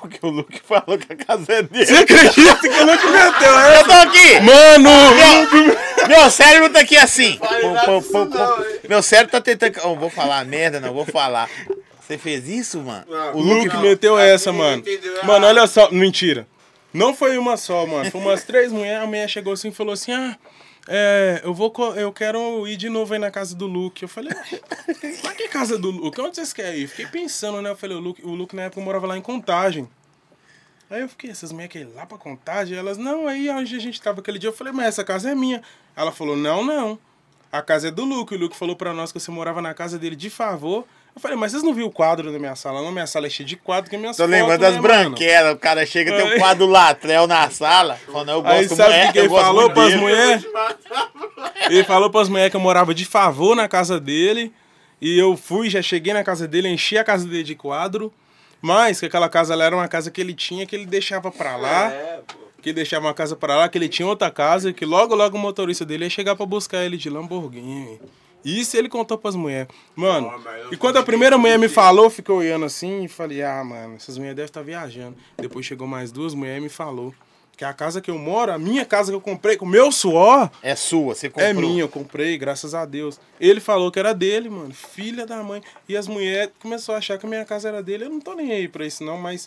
Porque o Luke falou que a casa é dele.
Você acredita que eu não é? cometeu
Eu tô aqui!
Mano!
Meu, meu cérebro tá aqui assim.
Não fale
Pô,
nada
pô,
disso
pô, pô.
não, hein?
Meu cérebro tá tentando. Eu vou falar merda, não vou falar. Você fez isso, mano?
Não,
O Luke
não.
meteu
Ah,
essa,
ninguém
mano.
entendeu.
Mano,
Ah,
olha só. Mentira. Não foi uma só, mano. Foi umas três mulheres. A mulher chegou assim e falou assim: Ah, é, eu, vou, co- eu quero ir de novo aí na casa do Luke. Eu falei: "Ué, Mas que casa do Luke? Onde vocês querem ir? Fiquei pensando, né? Eu falei: O Luke, o Luke na época morava lá em Contagem. Aí eu fiquei, essas mulheres querem ir lá pra Contagem? Elas, não, aí onde a gente tava aquele dia, eu falei, mas essa casa é minha. Ela falou, não, não. A casa é do Luke. O Luke falou pra nós que você morava na casa dele de favor. Eu falei, mas vocês não viram o quadro da minha sala, não? Minha sala é cheia de quadro, que é minha
Tô lembrando das branquelas, o cara chega tem um
Ai.
quadro latrel na sala, falando, eu
Aí
gosto
sabe o
mulher,
que que ele
eu gosto
falou
muito
pras
dele.
mulheres? Ele falou pras mulheres que eu morava de favor na casa dele. E eu fui, já cheguei na casa dele, enchi a casa dele de quadro. Mas que aquela casa lá era uma casa que ele tinha, que ele deixava pra
Ah?
lá.
É, pô.
que deixava uma casa pra lá, que ele tinha outra casa, que logo, logo o motorista dele ia chegar pra buscar ele de Lamborghini. Isso ele contou pras mulheres. Mano,
Ó, Ah, mas eu
e quando a primeira mulher me falou, fiquei olhando assim e falei, ah, mano, essas mulheres devem estar viajando. Depois chegou mais duas mulheres e me falou que a casa que eu moro, a minha casa que eu comprei com o meu suor,
É sua, você comprou.
é minha, eu comprei, graças a Deus. Ele falou que era dele, mano, filha da mãe. E as mulheres começou a achar que a minha casa era dele. Eu não tô nem aí pra isso não, mas...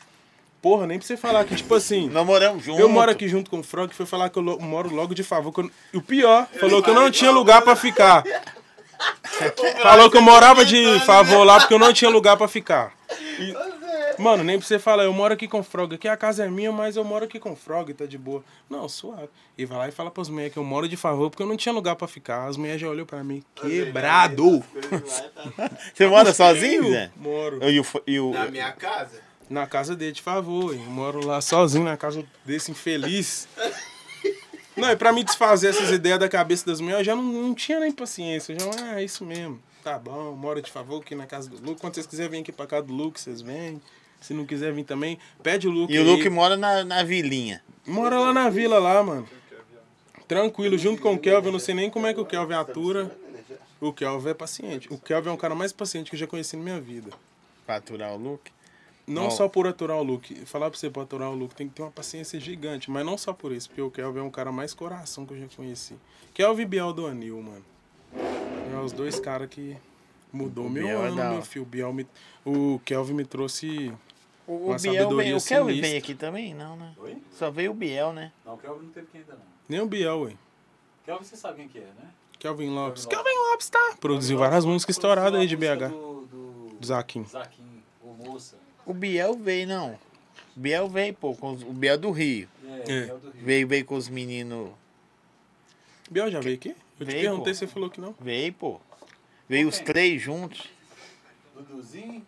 Porra, nem pra você falar que, tipo assim...
Nós moramos juntos.
Eu moro aqui junto com o Frog, foi falar que eu lo- moro logo de favor. que eu- e o pior, falou que eu não
falei,
tinha
não,
lugar pra ficar. Falou que eu morava de favor lá porque eu não tinha lugar pra ficar. E- Mano, nem pra você falar, eu moro aqui com o Frog. Aqui a casa é minha, mas eu moro aqui com o Frog, tá de boa. Não, suave. E vai lá e fala pras mulheres que eu moro de favor, porque eu não tinha lugar pra ficar. As mulheres já olhou pra mim. Quebrado!
Você mora sozinho, Zé?
Moro.
E o, fo- e o,
tá Na minha casa?
Na casa dele, de favor. Eu moro lá sozinho, na casa desse infeliz. Não, e pra me desfazer essas ideias da cabeça das mulheres, eu já não, não tinha nem paciência. Eu já, ah, é isso mesmo. Tá bom, moro de favor aqui na casa do Luke. Quando vocês quiserem vir aqui pra casa do Luke, vocês vêm. Se não quiser vir também, pede o Luke.
e o
aí.
Luke mora na, na vilinha.
Mora lá na vila, lá, mano. Tranquilo, junto com o Kelvin, eu não sei nem como é que o Kelvin atura. O Kelvin é paciente. O Kelvin é um cara mais paciente que eu já conheci na minha vida.
Pra aturar o Luke.
Não
Ó.
só por aturar o Luke. Falar pra você pra aturar o Luke tem que ter uma paciência gigante. Mas não só por isso, porque o Kelvin é um cara mais coração que eu já conheci. Kelvin e Biel do Anil, mano. É os dois caras que mudou meu
Biel é
ano,
da hora.
meu filho. O Biel me... O Kelvin me trouxe.
O,
Uma
Biel
sabedoria
veio. O Kelvin
sinistra.
veio aqui também? Não, né?
Oi?
Só veio o Biel, né?
Não, o Kelvin não teve que ainda não.
Nem o Biel, ué.
Kelvin você sabe quem que é, né?
Kelvin Lopes.
Kelvin
Kelvin Lopes, tá? Produziu várias músicas estouradas aí de
Produziu a
BH.
música Do, do...
Do Zaquim.
Zaquim, ou Moça.
O Biel veio, não. O Biel veio, pô. Com os- o Biel do Rio.
É,
É.
Biel do Rio.
Veio, veio com os meninos.
Biel já veio aqui? Eu te
Veio,
perguntei,
pô.
você falou que não.
Veio, pô. Veio os três juntos.
Duduzinho.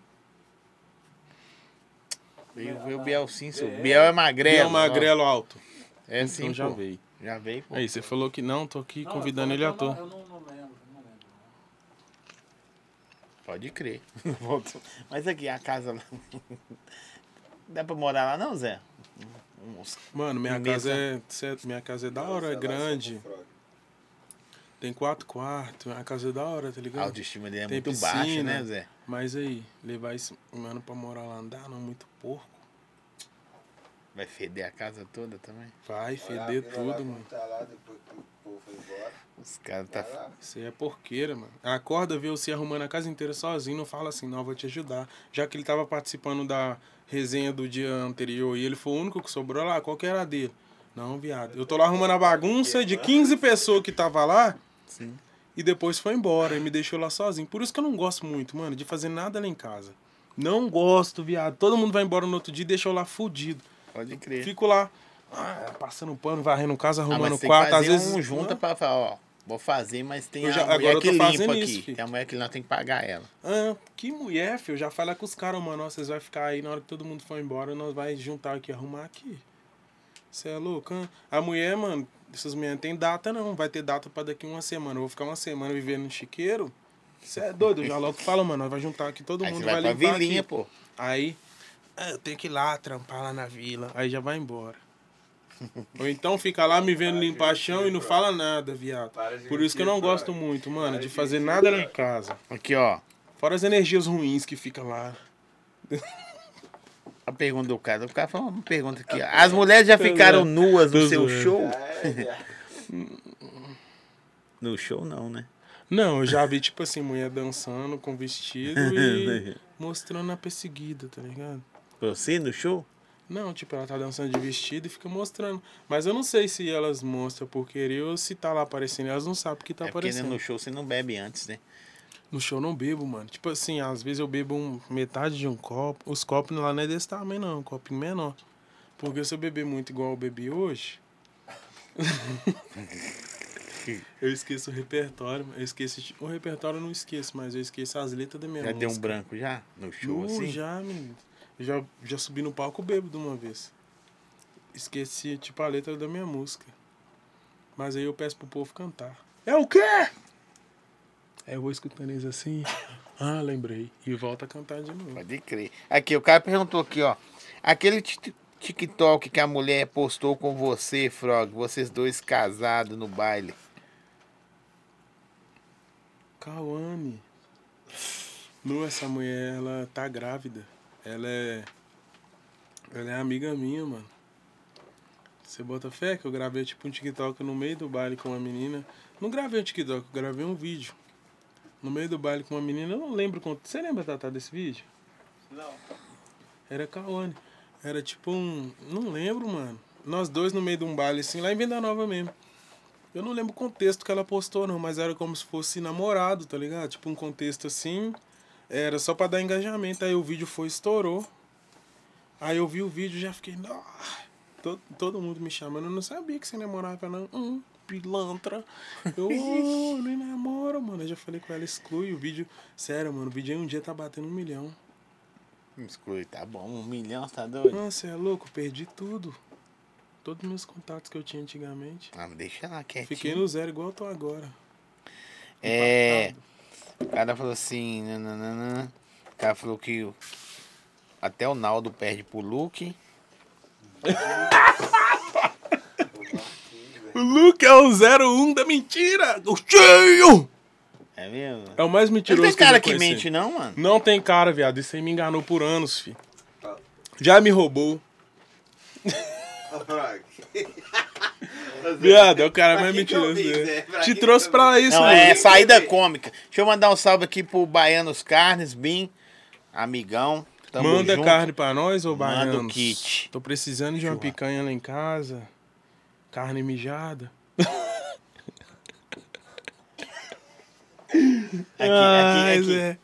Veio, veio o Biel sim, seu.
É.
Biel é magrelo.
Biel Magrelo Alto.
ó. É sim,
Então já
pô.
veio.
Já veio, pô.
Aí, você falou que não, tô aqui
Não,
convidando
eu
ele
tô-
à toa.
Eu não, eu não, não lembro, não lembro.
Pode crer. Voltou. Mas aqui, a casa lá. Dá pra morar lá não, Zé? Uns-
Mano, minha
Mesa.
casa, é, cê- minha casa é da hora, é grande. Tem quatro quartos, minha casa é da hora, tá
A
ligado?
autoestima dele é
Tem
muito
piscina.
baixa, né, Zé?
Mas aí, levar esse mano pra morar lá não dá, não, muito porco.
Vai feder a casa toda também.
Vai feder tudo, mano.
Tá lá depois que o povo foi embora.
Os caras tá.
Você é porqueira, mano. Acorda, vê você arrumando a casa inteira sozinho, não fala assim, não, eu vou te ajudar. Já que ele tava participando da resenha do dia anterior e ele foi o único que sobrou lá, qual que era a dele? Não, viado. Eu tô lá arrumando a bagunça de 15 pessoas que tava lá.
Sim.
E depois foi embora e me deixou lá sozinho. Por isso que eu não gosto muito, mano, de fazer nada lá em casa. Não gosto, viado. Todo mundo vai embora no outro dia e deixa eu lá fudido.
Pode crer.
Fico lá, ah, passando pano, varrendo casa,
É. Ah,
arrumando
mas tem que
quarto. Às
fazer
vezes. né?
um junta pra falar, ó. Vou fazer, mas tem
Eu
a
já-
mulher
agora eu
que
tô
limpa
fazendo
aqui.
isso, filho.
Tem a mulher que nós tem que pagar ela.
Ah, que mulher, filho. Já fala com os caras, mano. ó, Vocês vão ficar aí na hora que todo mundo for embora, nós vai juntar aqui, arrumar aqui. Você é louco, hã? A mulher, mano, essas mulheres não tem data, não. Vai ter data pra daqui uma semana. Eu vou ficar uma semana vivendo no chiqueiro. Você é doido, eu já logo falo, mano. Nós vai juntar aqui todo
Aí
mundo,
você
vai,
vai pra
limpar
vilinha,
aqui.
pô.
Aí, ah, eu tenho que ir lá trampar lá na vila. Aí já vai embora. Ou então fica lá me vendo limpar chão e não fala nada, viado.
Para de
Por isso que eu não
mentir,
gosto
Frog.
muito, mano,
Para
de
de
fazer
mentir,
nada lá
Frog.
em casa.
Aqui, ó.
Fora as energias ruins que fica lá.
A pergunta do cara. O cara falou uma pergunta aqui. ó. As mulheres já ficaram nuas no
É, Tô
seu
zoando.
show? No show não, né?
Não, eu já vi, tipo assim, mulher dançando com vestido e mostrando a perseguida, tá ligado?
Você no show?
Não, tipo, ela tá dançando de vestido e fica mostrando. Mas eu não sei se elas mostram por querer ou se tá lá aparecendo. Elas não sabem que tá
é porque né,
aparecendo.
no show você não bebe antes, né?
No show eu não bebo, mano. Tipo assim, às vezes eu bebo um- metade de um copo. Os copos lá não é desse tamanho, não. Um copinho menor. Porque se eu beber muito igual eu bebi hoje. eu esqueço o repertório. mano. Eu esqueço. de- O repertório eu não esqueço, mas eu esqueço as letras da minha
Já deu um
música.
branco já? No show,
Nu,
assim?
Uh, já, menino. Eu Já, já subi no palco bêbado uma vez. Esqueci, tipo, a letra da minha música. Mas aí eu peço pro povo cantar. É o quê? Aí eu vou escutando eles assim. Ah, lembrei. E volta a cantar de novo.
Pode crer. Aqui, o cara perguntou aqui, ó. Aquele ti- TikTok que a mulher postou com você, Frog, vocês dois casados no baile.
Cauane. Nu, essa mulher, ela tá grávida. Ela é. Ela é amiga minha, mano. Você bota fé que eu gravei tipo um TikTok no meio do baile com uma menina. Não gravei um TikTok, eu gravei um vídeo. No meio do baile com uma menina, eu não lembro quanto. Você lembra, Tatá, desse vídeo?
Não.
Era Cauane. Era tipo um. Não lembro, mano. Nós dois no meio de um baile assim, lá em Venda Nova mesmo. Eu não lembro o contexto que ela postou, não, mas era como se fosse namorado, tá ligado? Tipo um contexto assim. Era só pra dar engajamento. Aí o vídeo foi, estourou. Aí eu vi o vídeo e já fiquei, "Nó". todo, todo mundo me chamando, eu não sabia que você namorava, não. Hum, pilantra. Eu "Ô, nem namoro, mano. Eu já falei com ela, exclui o vídeo. Sério, mano, o vídeo aí um dia tá batendo um milhão.
Me exclui, tá bom. Um milhão, tá doido?
Nossa, é louco, perdi tudo. Todos os meus contatos que eu tinha antigamente.
Ah, mas deixa lá quietinho.
Fiquei no zero igual eu tô agora.
É. O cara falou assim. nananana. O cara falou que o- até o Naldo perde pro Luke.
O Luke é o 01 da mentira! O cheio!
É mesmo?
É o mais
Não
mentiroso
tem
eu
cara
já
que
conheci.
mente, né? não, mano.
Não tem cara, viado. Isso aí me enganou por anos, fi. Já me roubou.
Ô,
Ah,
Frog.
Viado, é o cara
Pra
mais
quem que eu
mentiroso.
fiz,
né?
é? Pra
Te
quem
trouxe
que eu
pra isso,
Não,
mano.
é saída cômica. Deixa eu mandar um salve aqui pro Baianos Carnes, Bim, amigão. Tamo
Manda
junto.
carne pra nós,
Manda
ô
o
baianos.
kit.
Tô precisando de uma
Churrasco.
picanha lá em casa. Carne mijada.
Aqui, aqui,
Ai,
aqui.
Ah, Zé.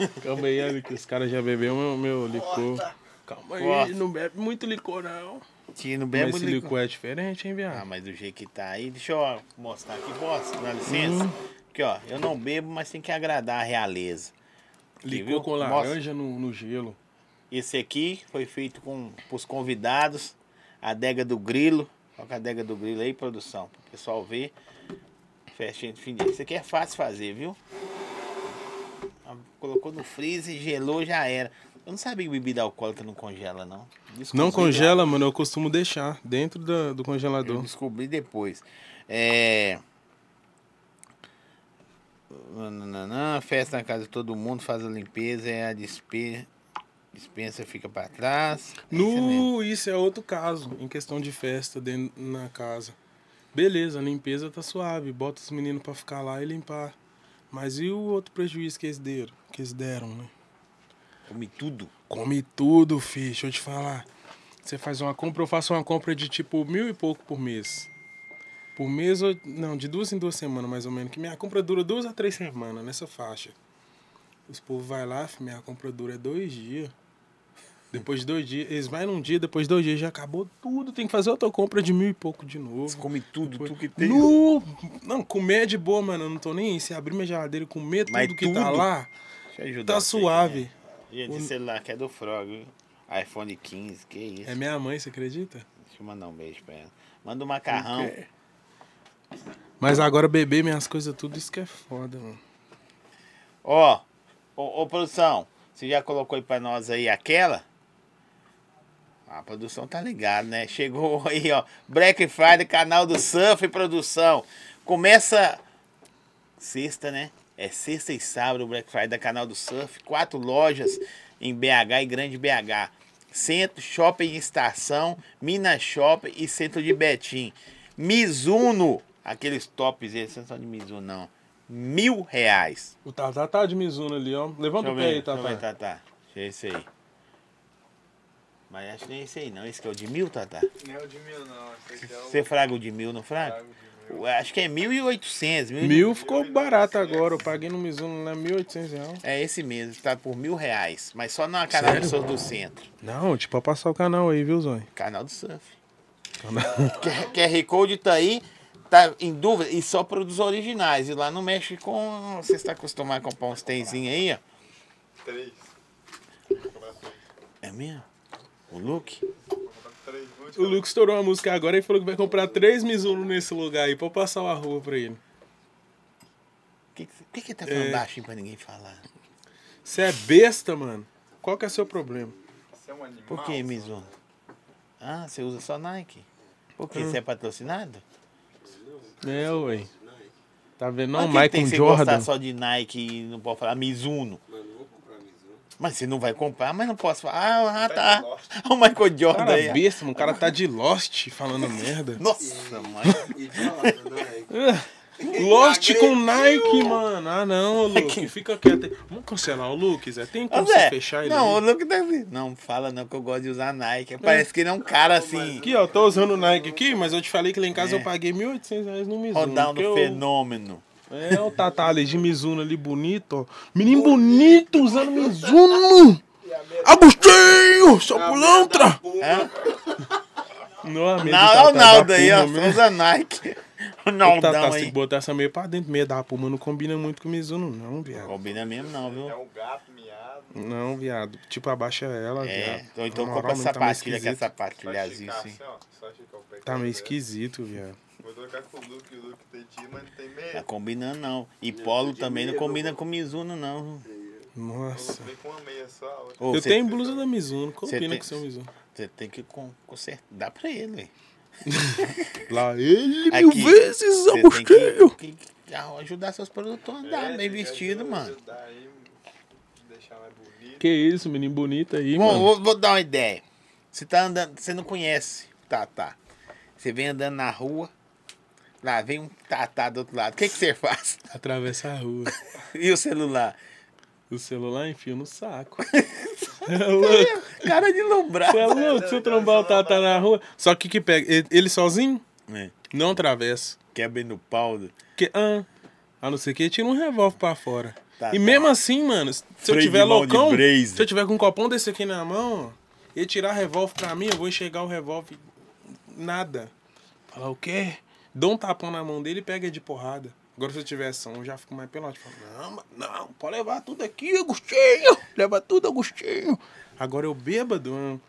é. Calma aí, olha que os caras já beberam meu, meu licor. Calma aí,
Corta.
não bebe muito licor, não.
Tino
Mas
bem
esse
bonito.
licor é diferente, hein,
Ah,
viado?
mas do jeito que tá aí, deixa eu mostrar aqui, posso? Dá licença.
Hum.
Aqui, ó, eu não bebo, mas tem que agradar a realeza. Aqui, viu?
Licor com
Mostra.
laranja no, no gelo.
Esse aqui foi feito com os convidados, a adega do Grilo. Coloca a adega do Grilo aí, produção, pro pessoal ver. Festinha de fim de Isso aqui é fácil fazer, viu? Ah, Colocou no freezer, gelou, já era. Eu não sabia que bebida alcoólica não congela, não. Descobri
Não
lá.
congela, mano, eu costumo deixar dentro da- do
Eu
congelador.
descobri depois. É. Nananã, festa na casa de todo mundo, faz a limpeza, é a despe- dispensa fica pra trás. É isso mesmo.
No, isso é outro caso, em questão de festa dentro, na casa. Beleza, a limpeza tá suave, bota os meninos pra ficar lá e limpar. Mas e o outro prejuízo que eles deram, que eles deram né?
Come tudo.
Come tudo, filho, deixa eu te falar. Você faz uma compra, eu faço uma compra de tipo mil e pouco por mês. Por mês, eu- não, de duas em duas semanas mais ou menos, que minha compra dura duas a três semanas nessa faixa. Os povos vai lá, fi, minha compra dura dois dias. Depois de dois dias, eles vai num dia, depois de dois dias já acabou tudo, tem que fazer outra compra de mil e pouco de
Você
novo.
come tudo,
Depois-
tudo que tem.
Nu! Não, comer é de boa, mano, eu não tô nem aí. Se abrir minha geladeira e comer tudo
Mas
que tá
tudo?
lá,
Deixa eu ajudar
tá
você,
suave.
né? E de
O-
celular que é do Frog, viu? iPhone 15, que isso.
É minha mãe, você acredita?
Deixa eu mandar um beijo pra ela. Manda um macarrão.
Mas agora beber minhas coisas tudo, isso que é foda, mano.
Ó, ô, ô, produção, você já colocou aí pra nós aí aquela? A produção tá ligada, né? Chegou aí, ó. Black Friday, canal do Surf Produção. Começa sexta, né? É sexta e sábado o Black Friday da Canal do Surf. Quatro lojas em BH e Grande BH. Centro, Shopping Estação, Minas Shopping e Centro de Betim. Mizuno, aqueles tops, eles não são de Mizuno, não. Mil reais.
O Tatá tá de Mizuno ali, ó. Levanta o pé aí,
Deixa eu ver,
Tatá.
Tatá. Deixa eu ver esse aí. Mas acho que nem esse aí, não. Esse que é o de mil, Tatá.
Não é o de mil, não. Esse aqui é o
Você fraga o de mil, não fraga?
Thiago de mil.
Eu Acho que é 1.800. mil e-
Mil ficou barato agora, eu paguei no Mizuno né? lá 1.800 reais.
É esse mesmo, tá por mil reais. Mas só na Canal do Surf do Centro.
Não, tipo, pra passar o canal aí, viu, Zói?
Canal do Surf. Q- QR Code tá aí, tá em dúvida, e só produtos originais. E lá não mexe com. Você está acostumado a comprar uns tenzinhos aí, ó.
Três.
É mesmo? O look?
Três. Vou te
O Lucas estourou uma música agora e falou que vai comprar três Mizuno nesse lugar aí, pra passar o rua pra ele.
O que, que, que tá falando
É.
baixinho pra ninguém falar?
Você é besta, mano. Qual que é seu problema?
Você é um animal.
Por que, Mizuno? Ah, você usa só Nike? Por
Hum.
quê? Você é patrocinado?
É, ué. Tá vendo?
Mas
Não,
o que que tem
Michael
que você
Jordan.
gostar só de Nike e não pode falar Mizuno?
Mano, não vou comprar Mizuno.
Mas você não vai comprar, mas não posso falar. Ah, ah, tá. Olha o Michael Jordan
Cara
aí.
besta, mano. O cara tá de Lost falando merda.
Nossa, mãe.
Idiota, né?
Lost com Nike, mano. Ah, não, Luke. Fica quieto. aí. Vamos cancelar o Luke, Zé. Tem como você
André,
fechar ele?
é. não,
aí?
o Luke tá assim. Não fala não que eu gosto de usar Nike. Parece que ele é um cara assim,
Aqui, ó. Tô usando o Nike aqui, mas eu te falei que lá em casa eu paguei 1.800 reais no Mizuno.
rodando
porque eu-
É. fenômeno.
É, o Tatá ali de Mizuno ali, bonito, ó. Menino bonito usando Mizuno. Agostinho, seu
Ah, da
pilantra!
Puma.
É
Hã?
Não,
Não, é o Naldo aí, ó. Usa Nike. O
Não, tá,
Naldão
se
aí.
botar essa meia pra dentro, meia da Puma não combina muito com o Mizuno, não, viado.
Combina mesmo não,
É
viu?
um gato miado.
Não, viado. Tipo, abaixa ela,
É.
viado.
Ou então
Na
compra
moral, não, tá meio
sapatilha, que é
esquisito.
Só
sapatilhazinho
esticar
assim.
assim, ó. Só esticar o pé.
Tá meio esquisito, viado.
Vou trocar com o Luke, o Luke tem dia, mas não tem
Tá
meia.
combinando não. E polo
de
também não
medo,
combina
mano.
com Mizuno, não.
O Luke
Nossa.
vem com uma meia só. a outra-
Tá. Ô,
Eu
cê-
tenho blusa da Mizuno,
Cê
combina
tem-
com o seu Mizuno.
Você tem que con- consertar. Dá pra ele, hein?
Lá ele
Aqui,
mil vezes, é
Você tem
Agostinho!
que, que- que ajudar seus produtores a
Tá
É,
andar
tem
bem
que
vestido,
ajudar
mano.
aí, Deixar mais bonito.
Que isso, menino bonito aí,
Bom,
mano.
vou, vou dar uma ideia. Você tá andando, você não conhece o Tatá. Você vem andando na rua, lá vem um Tatá do outro lado. O que que você faz?
Atravessa a rua.
E o celular?
O celular enfia no saco. É louco.
Cara de
Você é
lombrado.
louco, se eu trombar o Tata tá na rua. Só que que pega? Ele- Ele sozinho?
É,
Não atravessa.
Quebra no pau. do-
Porque, ah, a não ser que ele tira um revólver pra fora.
Tá, tá.
e mesmo assim, mano, se eu
Freio de
tiver
mão de
loucão,
Blaze.
se eu tiver com um copão desse aqui na mão, ele tirar revólver pra mim, eu vou enxergar o revólver. Nada. Falar o quê? Dou um tapão na mão dele e pega ele de porrada. Agora se eu tiver som, eu já fico mais pelado. Tipo, não, mano, não, pode levar tudo aqui, Agostinho. Leva tudo, Agostinho. Agora eu bêbado, um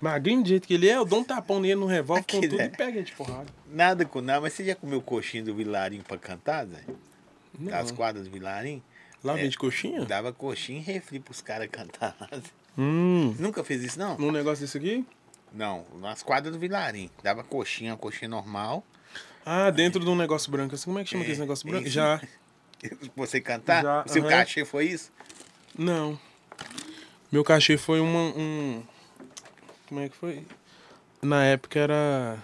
magrinho do jeito que ele é, eu dou um tapão nele no revólver com
Aqui,
tudo
né?
e pega ele de porrada.
Nada com nada, mas você já comeu coxinha do Vilarinho pra cantar, Zé?
Não.
As quadras do Vilarinho?
Lá
É.
vem de coxinha?
Dava coxinha e refri pros caras cantar lá. Zé.
Hum.
Nunca fez isso, não?
Num negócio desse aqui?
Não, nas quadras do Vilarinho. Dava coxinha, coxinha normal.
Ah, dentro de um negócio branco. Assim, como é que chama aquele negócio branco?
isso.
Já.
Você cantar?
Já,
Seu
aham.
cachê foi isso?
Não. Meu cachê foi uma, um. Como é que foi? Na época era.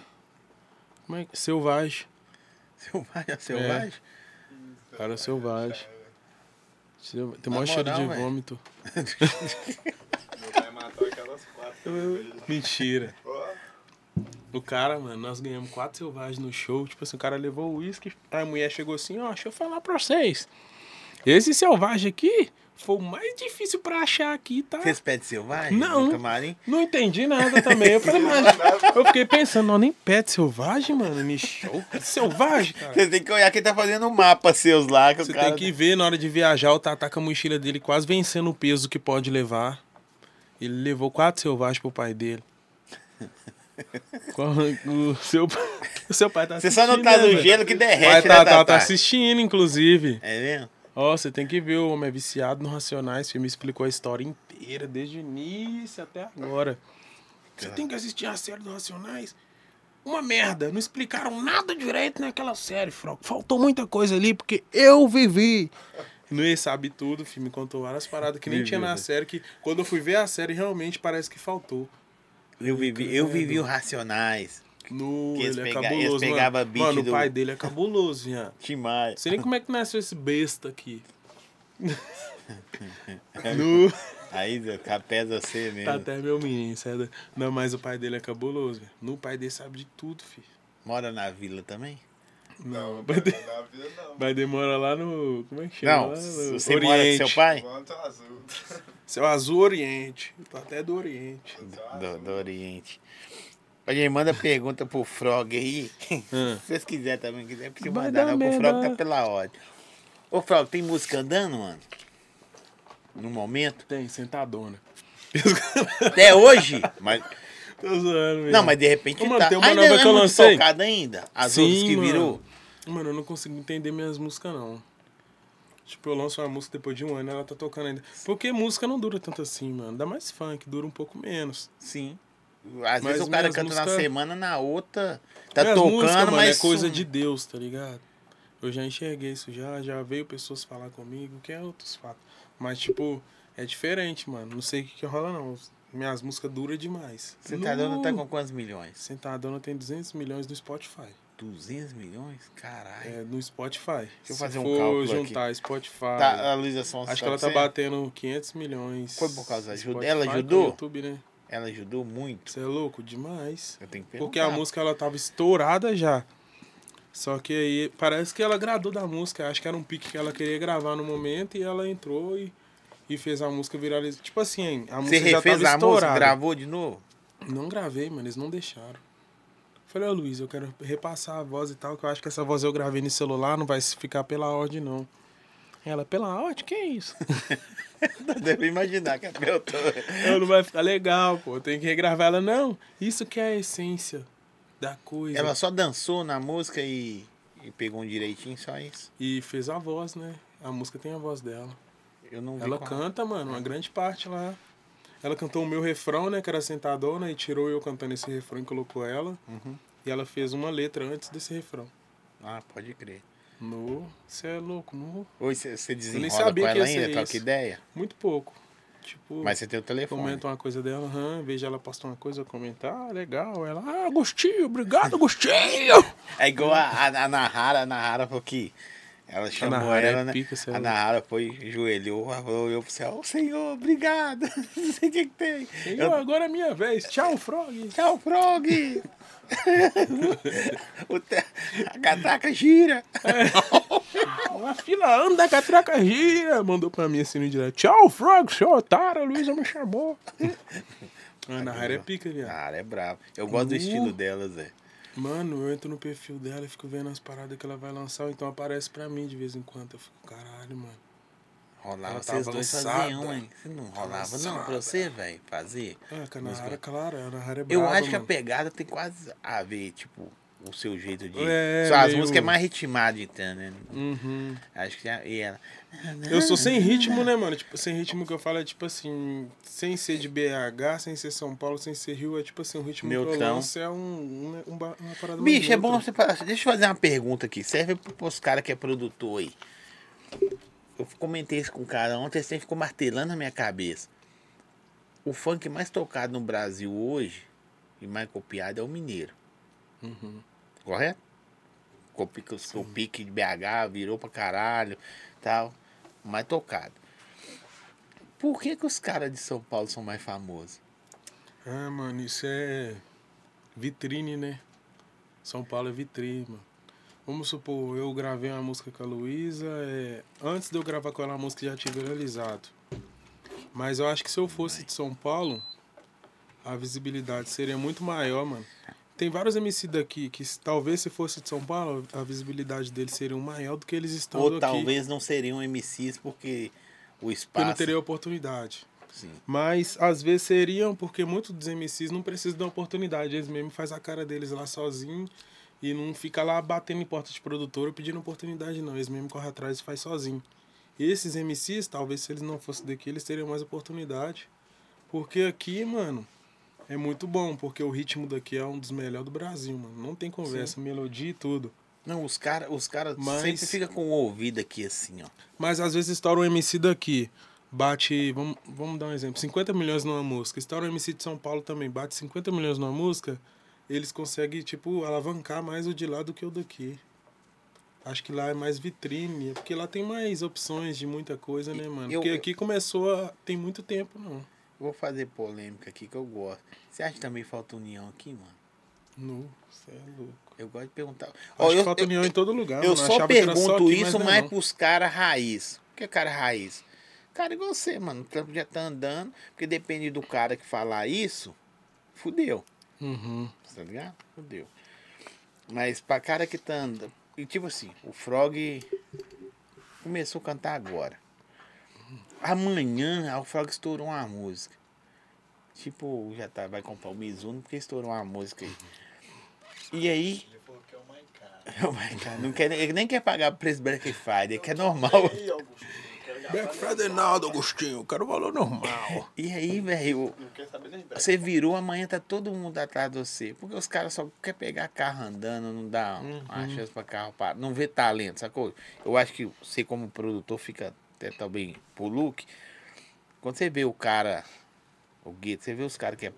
Como é que. Selvagem. É.
Selvagem, selvagem?
Era selvagem. Selva- Tem
Na
maior cheiro
moral,
de
velho.
vômito.
Meu pai matou aquelas quatro.
Mentira.
Ó,
O cara, mano, nós ganhamos quatro selvagens no show. Tipo assim, o cara levou o uísque. Aí a mulher chegou assim: ó, deixa eu falar pra vocês. Esse selvagem aqui foi o mais difícil pra achar aqui, tá?
Vocês pedem selvagem?
Não.
No camarim?
Não entendi nada também. Eu falei, mas eu fiquei pensando, não, nem pet selvagem, mano, me show. Pet selvagem, cara.
Vocês têm que olhar quem tá fazendo o mapa seus lá. Que
Você
o cara... tá-
tem que ver na hora de viajar, o Tatá com a mochila dele quase vencendo o peso que pode levar. Ele levou quatro selvagens pro pai dele. Qual- O seu, pai- o seu pai tá
Você
assistindo.
só não tá
né,
no
velho?
gelo que
O pai
derrete,
tá,
né,
tá,
Tatá?
tá assistindo, inclusive.
É mesmo?
Ó, você tem que ver, o homem é viciado no Racionais, filme explicou a história inteira, desde o início até agora. Você tem que assistir a série do Racionais? Uma merda, não explicaram nada direito naquela série, Froco. Faltou muita coisa ali, porque eu vivi. Não ia sabe tudo, o filme contou várias paradas que nem tinha na série, que quando eu fui ver a série, realmente parece que faltou.
Eu vivi, eu vivi o Racionais.
No,
Que eles
ele é
pega- eles
cabuloso,
pegava
mano.
beat
Mano,
do-
o pai dele é cabuloso, Ian.
Demais.
Sei nem como é que nasceu esse besta aqui. no...
Aí, Zé, tá pesa você mesmo.
Tá até meu menino, sério. Não, mas o pai dele é cabuloso, velho. No pai dele sabe de tudo, filho.
Mora na vila também?
Não, o pai dele,
na vida não.
pai dele mora lá no. Como é que chama?
Não,
lá no
você mora com seu pai?
Quanto azul.
Seu Azul Oriente. Tá até do Oriente.
Do, do Oriente. Olha, manda pergunta pro Frog aí.
Ah.
Se vocês quiserem também, quiser, porque se
Vai
mandar
dar
não pro
merda.
Frog, tá pela ordem. Ô, Frog, tem música andando, mano? No momento?
Tem, sentadona.
Até hoje? Mas,
Tô zoando, velho.
não, mas de repente
Ô, mano,
tá.
tem uma
ainda
nova
é
que eu
muito
lancei.
tocada ainda? As
Sim,
outras que
mano.
virou?
Mano, eu não consigo entender minhas músicas, não. Tipo, eu lanço uma música depois de um ano ela tá tocando ainda. Porque música não dura tanto assim, mano. Ainda mais funk, dura um pouco menos.
Sim. Às
Mas
vezes o cara
minhas
canta na
músicas-
semana, na outra tá
Minhas
tocando,
músicas, mano,
mas
é coisa
sum-
de Deus, tá ligado? Eu já enxerguei isso já, já veio pessoas falar comigo, que é outros fatos. Mas, tipo, é diferente, mano. Não sei o que, que rola, não. Minhas músicas duram demais.
Sentadona
Nu!
tá com quantos milhões?
Sentadona tem 200 milhões no Spotify.
200 milhões? Caralho.
É, no Spotify. Deixa
eu fazer um
for
cálculo aqui.
juntar Spotify...
Tá, a Luísa Sonsa.
Acho que ela tá
sabe você?
batendo 500 milhões.
Foi por causa da ajuda?
Spotify
Ela
com
ajudou?
YouTube, né?
Ela ajudou muito.
Você é louco demais.
Eu tenho que
Porque a
perguntar.
música ela tava estourada já. Só que aí parece que ela agradou da música. Acho que era um pique que ela queria gravar no momento e ela entrou e, e fez a música viralizar. Tipo assim, a
Você
música já
refez
tava
a música,
estourada.
gravou de novo?
Não gravei, mano, eles não deixaram. Falei, ô Luiz, eu quero repassar a voz e tal, que eu acho que essa voz eu gravei no celular, não vai ficar pela ordem, não. Ela, pela ordem? Que isso?
Deve imaginar que a perguntou.
Ela não vai ficar legal, pô, tem que regravar. Ela, não, isso que é a essência da coisa.
Ela só dançou na música e, e pegou um direitinho, só isso.
E fez a voz, né? A música tem a voz dela.
Eu não vi.
Ela
qual- é.
canta, mano, uma grande parte lá. Ela cantou o meu refrão, né? Que era sentadona, e tirou eu cantando esse refrão e colocou ela.
Uhum.
E ela fez uma letra antes desse refrão.
Ah, pode crer.
No. Você é louco, no.
Ou você você desenrola
sabia
com
que
ela
ia ser
ainda, troca
isso.
ideia.
Muito pouco. Tipo,
Mas é você tem o telefone.
comenta uma coisa dela, aham, vejo ela postar uma coisa, eu comento, ah, legal. Ela, ah, Agostinho, obrigado, Agostinho!
É igual a, a, a Nahara, a Nahara falou que ela chamou
Nahara é
ela, né?
pica, você é
a
louco.
Nahara foi, joelhou, falou eu pro céu, ô senhor, obrigado. Não sei o que, que tem.
E
Eu-
eu, agora é minha vez. Tchau, Frog!
Tchau, Frog! O te- a catraca gira!
A fila anda, catraca gira! Mandou pra mim assim no direto. Tchau, Frog, seu otário, a Luísa me chamou. Ana Rara é pica,
A
viado.
Nahara é brava. Eu gosto do
Nu.
estilo dela, Zé.
Mano, eu entro no perfil dela e fico vendo as paradas que ela vai lançar, então aparece pra mim de vez em quando. Eu fico, caralho, mano.
Rolava
Ela
vocês
tava
dois
lançada.
faziam, hein? Você não rolava não pra
lançada.
você, velho, fazer?
Ah, que a Ana
Mas,
Rara,
velho,
claro, a Ana Rara é brava,
Eu acho que a
mano.
pegada tem quase a ver, tipo, o seu jeito de...
É,
Só as
meio-
músicas é mais ritmada, então, né?
Uhum.
Acho que a- e ela... Ah.
Eu sou sem ritmo, né, mano? Tipo, sem ritmo que eu falo é tipo assim, sem ser de BH, sem ser São Paulo, sem ser Rio, é tipo assim, um ritmo que eu
Neutrão.
lanço é um, um- um ba- uma parada mais
Bicho, é bom
neutra.
você falar. Deixa eu fazer uma pergunta aqui. Serve pro- pros caras que é produtor aí. Eu comentei isso com o cara ontem, ele ficou martelando na minha cabeça. O funk mais tocado no Brasil hoje e mais copiado é o mineiro.
Uhum.
Correto? Com o pique- com O pique de BH virou pra caralho tal. Mais tocado. Por que, que os caras de São Paulo são mais famosos?
Ah, mano, isso é vitrine, né? São Paulo é vitrine, mano. Vamos supor, eu gravei uma música com a Luísa, é, antes de eu gravar com ela a música já tinha viralizado. Mas eu acho que se eu fosse de São Paulo, a visibilidade seria muito maior, mano. Tem vários MC daqui que se- talvez se fosse de São Paulo, a visibilidade deles seria maior do que eles estão
Ou
aqui.
talvez não seriam MCs porque o
porque
espaço.
não teria oportunidade.
Sim.
Mas às vezes seriam, porque muitos dos MCs não precisam da oportunidade. Eles mesmo fazem a cara deles lá sozinho e não fica lá batendo em porta de produtora pedindo oportunidade, não. Eles mesmo correm atrás e faz sozinho. E esses MCs, talvez se eles não fossem daqui, eles teriam mais oportunidade. Porque aqui, mano, é muito bom, porque o ritmo daqui é um dos melhores do Brasil, mano. Não tem conversa, melodia e tudo.
Não, os caras os cara
Mas-
sempre ficam com o ouvido aqui assim, ó.
Mas às vezes estoura um MC daqui, bate, vamos, vamos dar um exemplo, 50 milhões numa música. Estoura um MC de São Paulo também, bate 50 milhões numa música, eles conseguem, tipo, alavancar mais o de lá do que o daqui. Acho que lá é mais vitrine, é porque lá tem mais opções de muita coisa, né, mano?
eu-
porque
eu-
aqui começou a... tem muito tempo, não.
Vou fazer polêmica aqui que eu gosto. Você acha que também falta união aqui, mano?
No, cê é louco.
Eu gosto de perguntar. Ó,
Acho que
eu,
falta
eu-
união em todo lugar,
eu
mano.
só
Achava que era
pergunto
aqui, mas
isso
não é
mais
não.
pros caras raiz. O que é cara raiz? Cara igual você, mano. O trampo já tá andando. Porque depende do cara que falar isso, fudeu.
Uhum.
Tá ligado? Fudeu. Mas pra cara que tá andando. E tipo assim, o Frog começou a cantar agora. Amanhã ah, o Frog estourou uma música. Tipo, já tá, vai comprar o Mizuno porque estourou uma música aí. E aí,
Ele falou que é o Minecraft.
vai, cara, não quer, ele nem quer pagar o preço Black Friday, que é normal.
Ei, Augusto, não quero gravar.
Black Friday nada, Agostinho. Eu quero valor normal.
E aí, velho,
Não quero saber nem breve.
Você virou, amanhã tá todo mundo atrás de você. Porque os caras só querem pegar carro andando, não dá uma chance pra carro parar. Não vê talento, sacou? Eu acho que você, como produtor, fica até também pro look. Quando você vê o cara, o gueto, você vê os caras que é-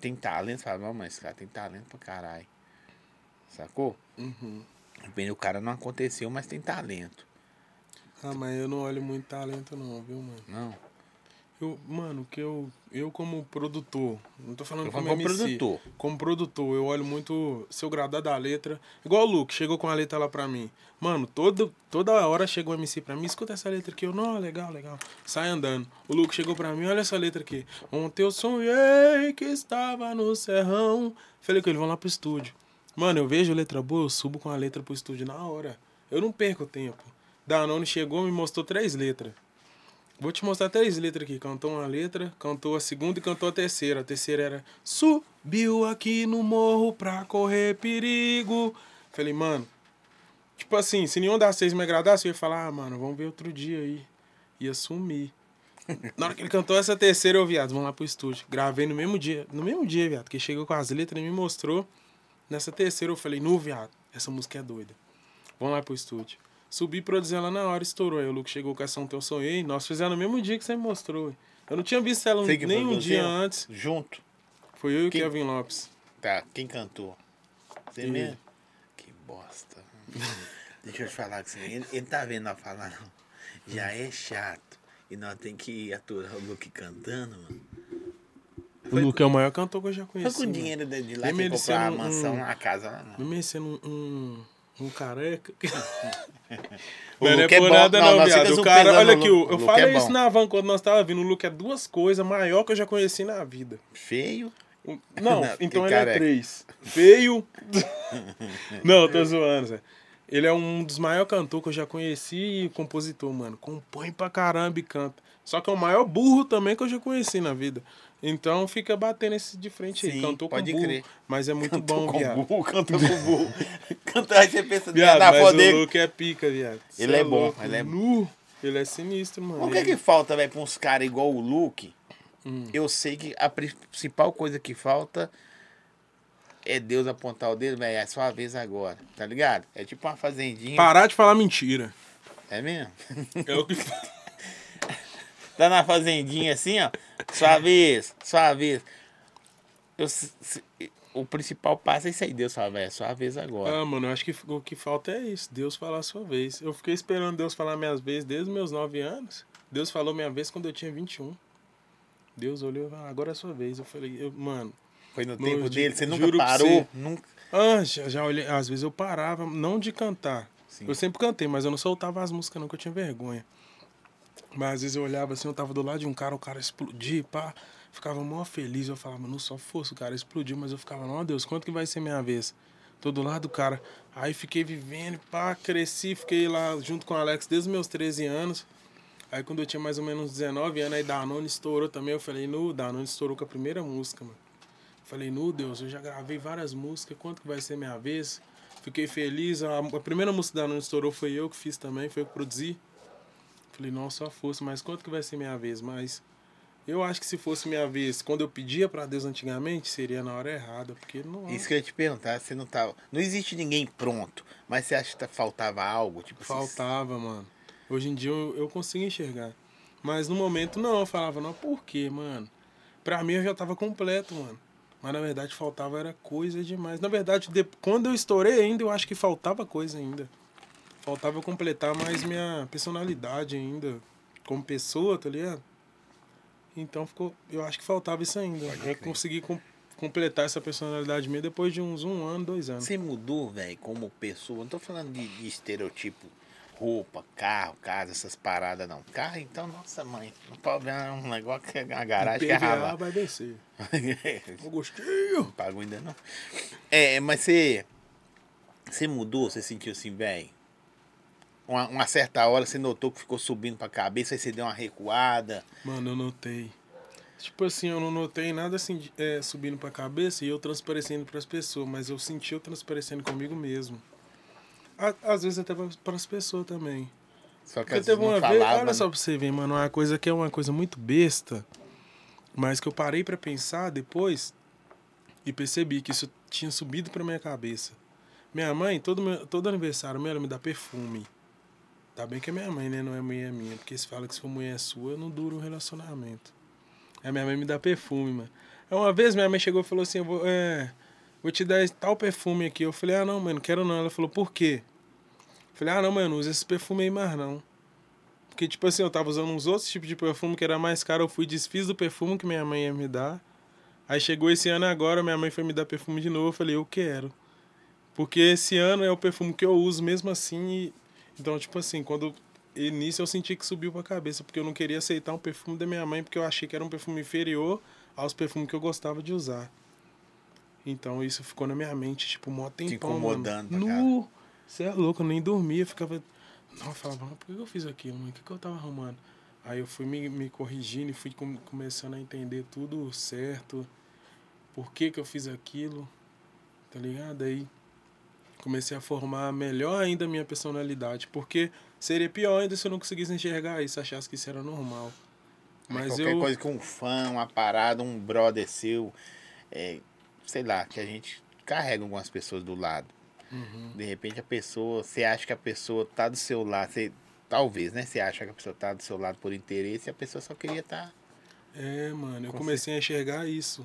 tem talento, você fala, não, mas esse cara tem talento pra caralho. Sacou? Uhum. O cara não aconteceu, mas tem talento.
Ah, mas eu não olho muito talento não, viu, mano?
Não.
Eu, mano, que eu, eu como produtor, não tô falando
Eu
como,
falo como
MC,
produtor.
Como produtor, eu olho muito se eu gradar da letra. Igual o Luke, chegou com a letra lá pra mim. Mano, todo, toda hora chega um MC pra mim, escuta essa letra aqui. Eu, não, legal, legal. Sai andando. O Luke chegou pra mim, olha essa letra aqui. Ontem eu sonhei que estava no serrão. Falei com ele, vamos lá pro estúdio. Mano, eu vejo letra boa, eu subo com a letra pro estúdio na hora. Eu não perco tempo. Danone chegou, me mostrou três letras. Vou te mostrar três letras aqui. Cantou uma letra, cantou a segunda e cantou a terceira. A terceira era Subiu aqui no morro pra correr perigo. Falei, mano, tipo assim, se nenhum das seis me agradasse, eu ia falar, ah, mano, vamos ver outro dia aí. Ia sumir. Na hora que ele cantou essa terceira, eu, viado, vamos lá pro estúdio. Gravei no mesmo dia, no mesmo dia, viado, que chegou com as letras e me mostrou. Nessa terceira, eu falei, nu, viado, essa música é doida. Vamos lá pro estúdio. Subi, produzi ela na hora, estourou. Aí o Luke chegou com essa ontem eu sonhei. Nós fizemos no mesmo dia que você me mostrou. Eu não tinha visto ela
Você que
nem um
produziu?
dia antes.
Junto.
Foi eu e o
Quem-
Kevin Lopes.
Tá, quem cantou? Você
Ele.
mesmo? Que bosta. Deixa eu te falar com você. Ele, ele tá vendo nós falar, não. Já é chato. E nós tem que aturar o Luke cantando, mano.
O Luke é o maior cantor que eu já
Foi
conheci.
Tá com o
mano.
dinheiro de, de lá
Lembra
que
ele
comprou a
sendo um-
mansão, a casa lá, não.
Não me sendo um, um, um careca.
O
Não, não é
Luke é
por
bom.
nada,
Não,
não,
nós
viado.
ficamos
O cara,
pesando
olha
o Luke.
aqui, eu
O Luke
falei
é
isso
bom.
na van quando nós tava vindo. O Luke é duas coisas maior que eu já conheci na vida.
Feio.
Um- Não,
Não,
então
que
ele
careca.
é três. Feio. não, eu tô zoando, Zé. Ele é um dos maiores cantores que eu já conheci e compositor, mano. Compõe pra caramba e canta. Só que é o maior burro também que eu já conheci na vida. Então fica batendo esse de frente aí.
Sim,
Cantor com
pode
burro.
crer.
Mas é muito
Cantou
bom,
com
viado.
burro, cantou com burro. Cantou, aí você pensa
Viado,
na
mas
foto
o
dele.
Luke é pica, viado. Cê
Tá Ele é bom,
louco.
ele é-
Nu, ele é sinistro, mano.
O que que falta, velho, pra uns caras igual o Luke?
Hum.
Eu sei que a principal coisa que falta é Deus apontar o dedo, velho. É a sua vez agora, tá ligado? É tipo uma fazendinha.
Parar de falar mentira.
É mesmo?
É o que
Tá na fazendinha assim, ó. Sua vez, sua vez. Eu s- s- o principal passo é isso aí, Deus fala, velho. É sua vez agora.
Ah, mano, eu acho que o que falta é isso. Deus falar a sua vez. Eu fiquei esperando Deus falar minhas vezes desde os meus 9 anos. Deus falou minha vez quando eu tinha 21. Deus olhou e falou, agora é a sua vez. Eu falei, eu- mano.
Foi no
no-
tempo dele, você nunca
juro pra
parou.
você.
Nunca...
Ah, já, já olhei. Às vezes eu parava, não de cantar.
Sim.
Eu sempre cantei, mas eu não soltava as músicas, não, que eu tinha vergonha. Mas às vezes eu olhava assim, eu tava do lado de um cara, o cara explodir, pá. Ficava mó feliz. Eu falava, não só fosse o cara explodir, mas eu ficava, não, Deus, quanto que vai ser minha vez? Tô do lado do cara. Aí fiquei vivendo, pá, cresci, fiquei lá junto com o Alex desde os meus 13 anos. Aí quando eu tinha mais ou menos 19 anos, aí Danone estourou também. Eu falei, no, Danone estourou com a primeira música, mano. Falei, no Deus, eu já gravei várias músicas, quanto que vai ser minha vez? Fiquei feliz, a, a primeira música da Não Estourou foi eu que fiz também, foi eu que produzi. Falei, não, só fosse, mas quanto que vai ser minha vez? Mas eu acho que se fosse minha vez, quando eu pedia pra Deus antigamente, seria na hora errada, porque não...
Isso que eu ia te perguntar, você não tava. Não existe ninguém pronto, mas você acha que tá- faltava algo? Tipo, assim,
Faltava, mano. Hoje em dia eu, eu consigo enxergar. Mas no momento não, eu falava, não, por quê, mano? Pra mim eu já tava completo, mano. Mas na verdade faltava era coisa demais. Na verdade, de- quando eu estourei ainda, eu acho que faltava coisa ainda. Faltava eu completar mais minha personalidade ainda. Como pessoa, tá ligado? Então ficou. Eu acho que faltava isso ainda. Eu consegui com- completar essa personalidade minha depois de uns um ano, dois anos.
Você mudou, velho, como pessoa. Não tô falando de, de estereotipo, roupa, carro, casa, essas paradas, não. Carro, então, nossa mãe, não pode ver um negócio que é uma garagem que é
PVA
rala.
vai vencer. Augustinho!
não pagou ainda não. É, mas você. Você mudou, você sentiu assim, velho. Uma, uma certa hora você notou que ficou subindo pra cabeça, aí você deu uma recuada.
Mano, eu notei. Tipo assim, eu não notei nada assim de- é, subindo pra cabeça e eu transparecendo pras pessoas, mas eu senti eu transparecendo comigo mesmo. Á- Às vezes até pra- pras pessoas também.
Só que
Porque
às
teve
vezes não
uma vez,
falava.
olha só
né?
pra você ver, mano, uma coisa que é uma coisa muito besta, mas que eu parei pra pensar depois e percebi que isso tinha subido pra minha cabeça. Minha mãe, todo, meu, todo aniversário meu, ela me dá perfume. Tá bem que é minha mãe, né? Não é mulher minha. Porque se fala que se for mulher sua, não dura um relacionamento. Aí minha mãe me dá perfume, mano. Aí uma vez minha mãe chegou e falou assim, eu vou, é, vou te dar esse tal perfume aqui. Eu falei, ah não, mãe, não quero não. Ela falou, por quê? Eu falei, ah não, mãe, não usa esse perfume aí mais não. Porque que, tipo assim, eu tava usando uns outros tipos de perfume que era mais caro. Eu fui e desfiz do perfume que minha mãe ia me dar. Aí chegou esse ano agora, minha mãe foi me dar perfume de novo. Eu falei, eu quero. Porque esse ano é o perfume que eu uso mesmo assim. e- Então, tipo assim, quando. E nisso eu senti que subiu pra cabeça, porque eu não queria aceitar um perfume da minha mãe, porque eu achei que era um perfume inferior aos perfumes que eu gostava de usar. Então isso ficou na minha mente, tipo, mó tempão.
incomodando pra
mano.
caralho.
Nu! Você é louco, eu nem dormia, ficava. Não, eu falava, "Mas por que eu fiz aquilo, mãe? O que, que eu tava arrumando? Aí eu fui me, me corrigindo e fui com- começando a entender tudo certo, por que, que eu fiz aquilo, tá ligado? Aí comecei a formar melhor ainda a minha personalidade, porque seria pior ainda se eu não conseguisse enxergar isso, achasse que isso era normal. Mas
Qualquer
eu.
coisa que um fã, uma parada, um brother seu, é, sei lá, que a gente carrega algumas pessoas do lado.
Uhum.
De repente a pessoa, você acha que a pessoa tá do seu lado, você, talvez, né? Você acha que a pessoa tá do seu lado por interesse e a pessoa só queria tá, estar.
É, mano, eu
Com
comecei a enxergar isso.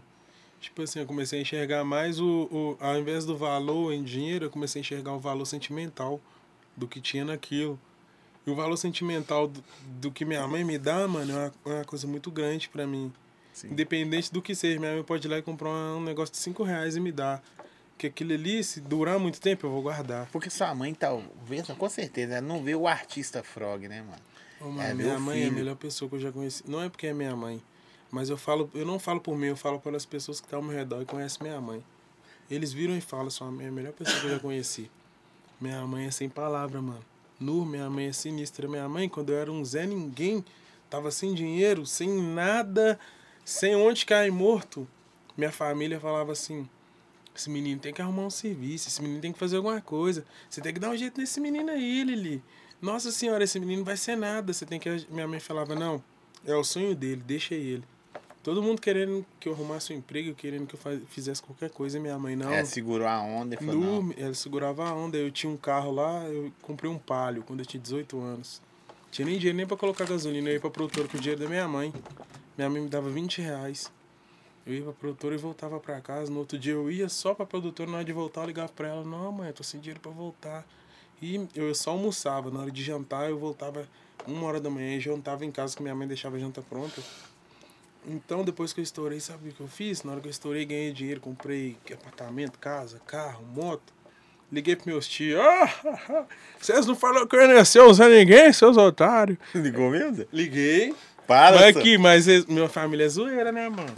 Tipo assim, eu comecei a enxergar mais o, o. Ao invés do valor em dinheiro, eu comecei a enxergar o valor sentimental do que tinha naquilo. E o valor sentimental do, do que minha mãe me dá, mano, é uma, é uma coisa muito grande pra mim. Independente do que seja, minha mãe pode ir lá e comprar um negócio de 5 reais e me dar. Que aquilo ali, se durar muito tempo, eu vou guardar.
Porque sua mãe talvez, com certeza, ela não vê o artista Frog, né, mano?
Ô, mano,
É,
minha
meu
mãe é a
filho.
melhor pessoa que eu já conheci. Não é porque é minha mãe, mas eu falo, eu não falo por mim, eu falo pelas pessoas que estão ao meu redor e conhecem minha mãe. Eles viram e falam, sua mãe é a melhor pessoa que eu já conheci. Minha mãe é sem palavra, mano. Nu, minha mãe é sinistra. Minha mãe, quando eu era um Zé Ninguém, tava sem dinheiro, sem nada, sem onde cair morto. Minha família falava assim: esse menino tem que arrumar um serviço, esse menino tem que fazer alguma coisa. Você tem que dar um jeito nesse menino aí, Lili. Nossa senhora, esse menino vai ser nada. Você tem que. aj-" Minha mãe falava: não, é o sonho dele, deixa ele. Todo mundo querendo que eu arrumasse um emprego, querendo que eu fa- fizesse qualquer coisa, e minha mãe não.
Ela segurou a onda e falou, não,
No, ela segurava a onda. Eu tinha um carro lá, eu comprei um palio quando eu tinha 18 anos. Tinha nem dinheiro nem pra colocar gasolina. Eu ia pra produtora com o dinheiro da minha mãe. Minha mãe me dava 20 reais. Eu ia pra produtora e voltava pra casa. No outro dia eu ia só pra produtora. Na hora de voltar, eu ligava pra ela: Não, mãe, eu tô sem dinheiro pra voltar. E eu só almoçava. Na hora de jantar, eu voltava uma hora da manhã e jantava em casa, que minha mãe deixava a janta pronta. Então, depois que eu estourei, sabe o que eu fiz? Na hora que eu estourei, ganhei dinheiro, comprei apartamento, casa, carro, moto. Liguei pro meus tios. Ah, vocês não falaram que eu ia ser usando ninguém, seus otários.
ligou mesmo?
Liguei.
Para,
Mas
só.
aqui, mas eles- minha família é zoeira, né, mano?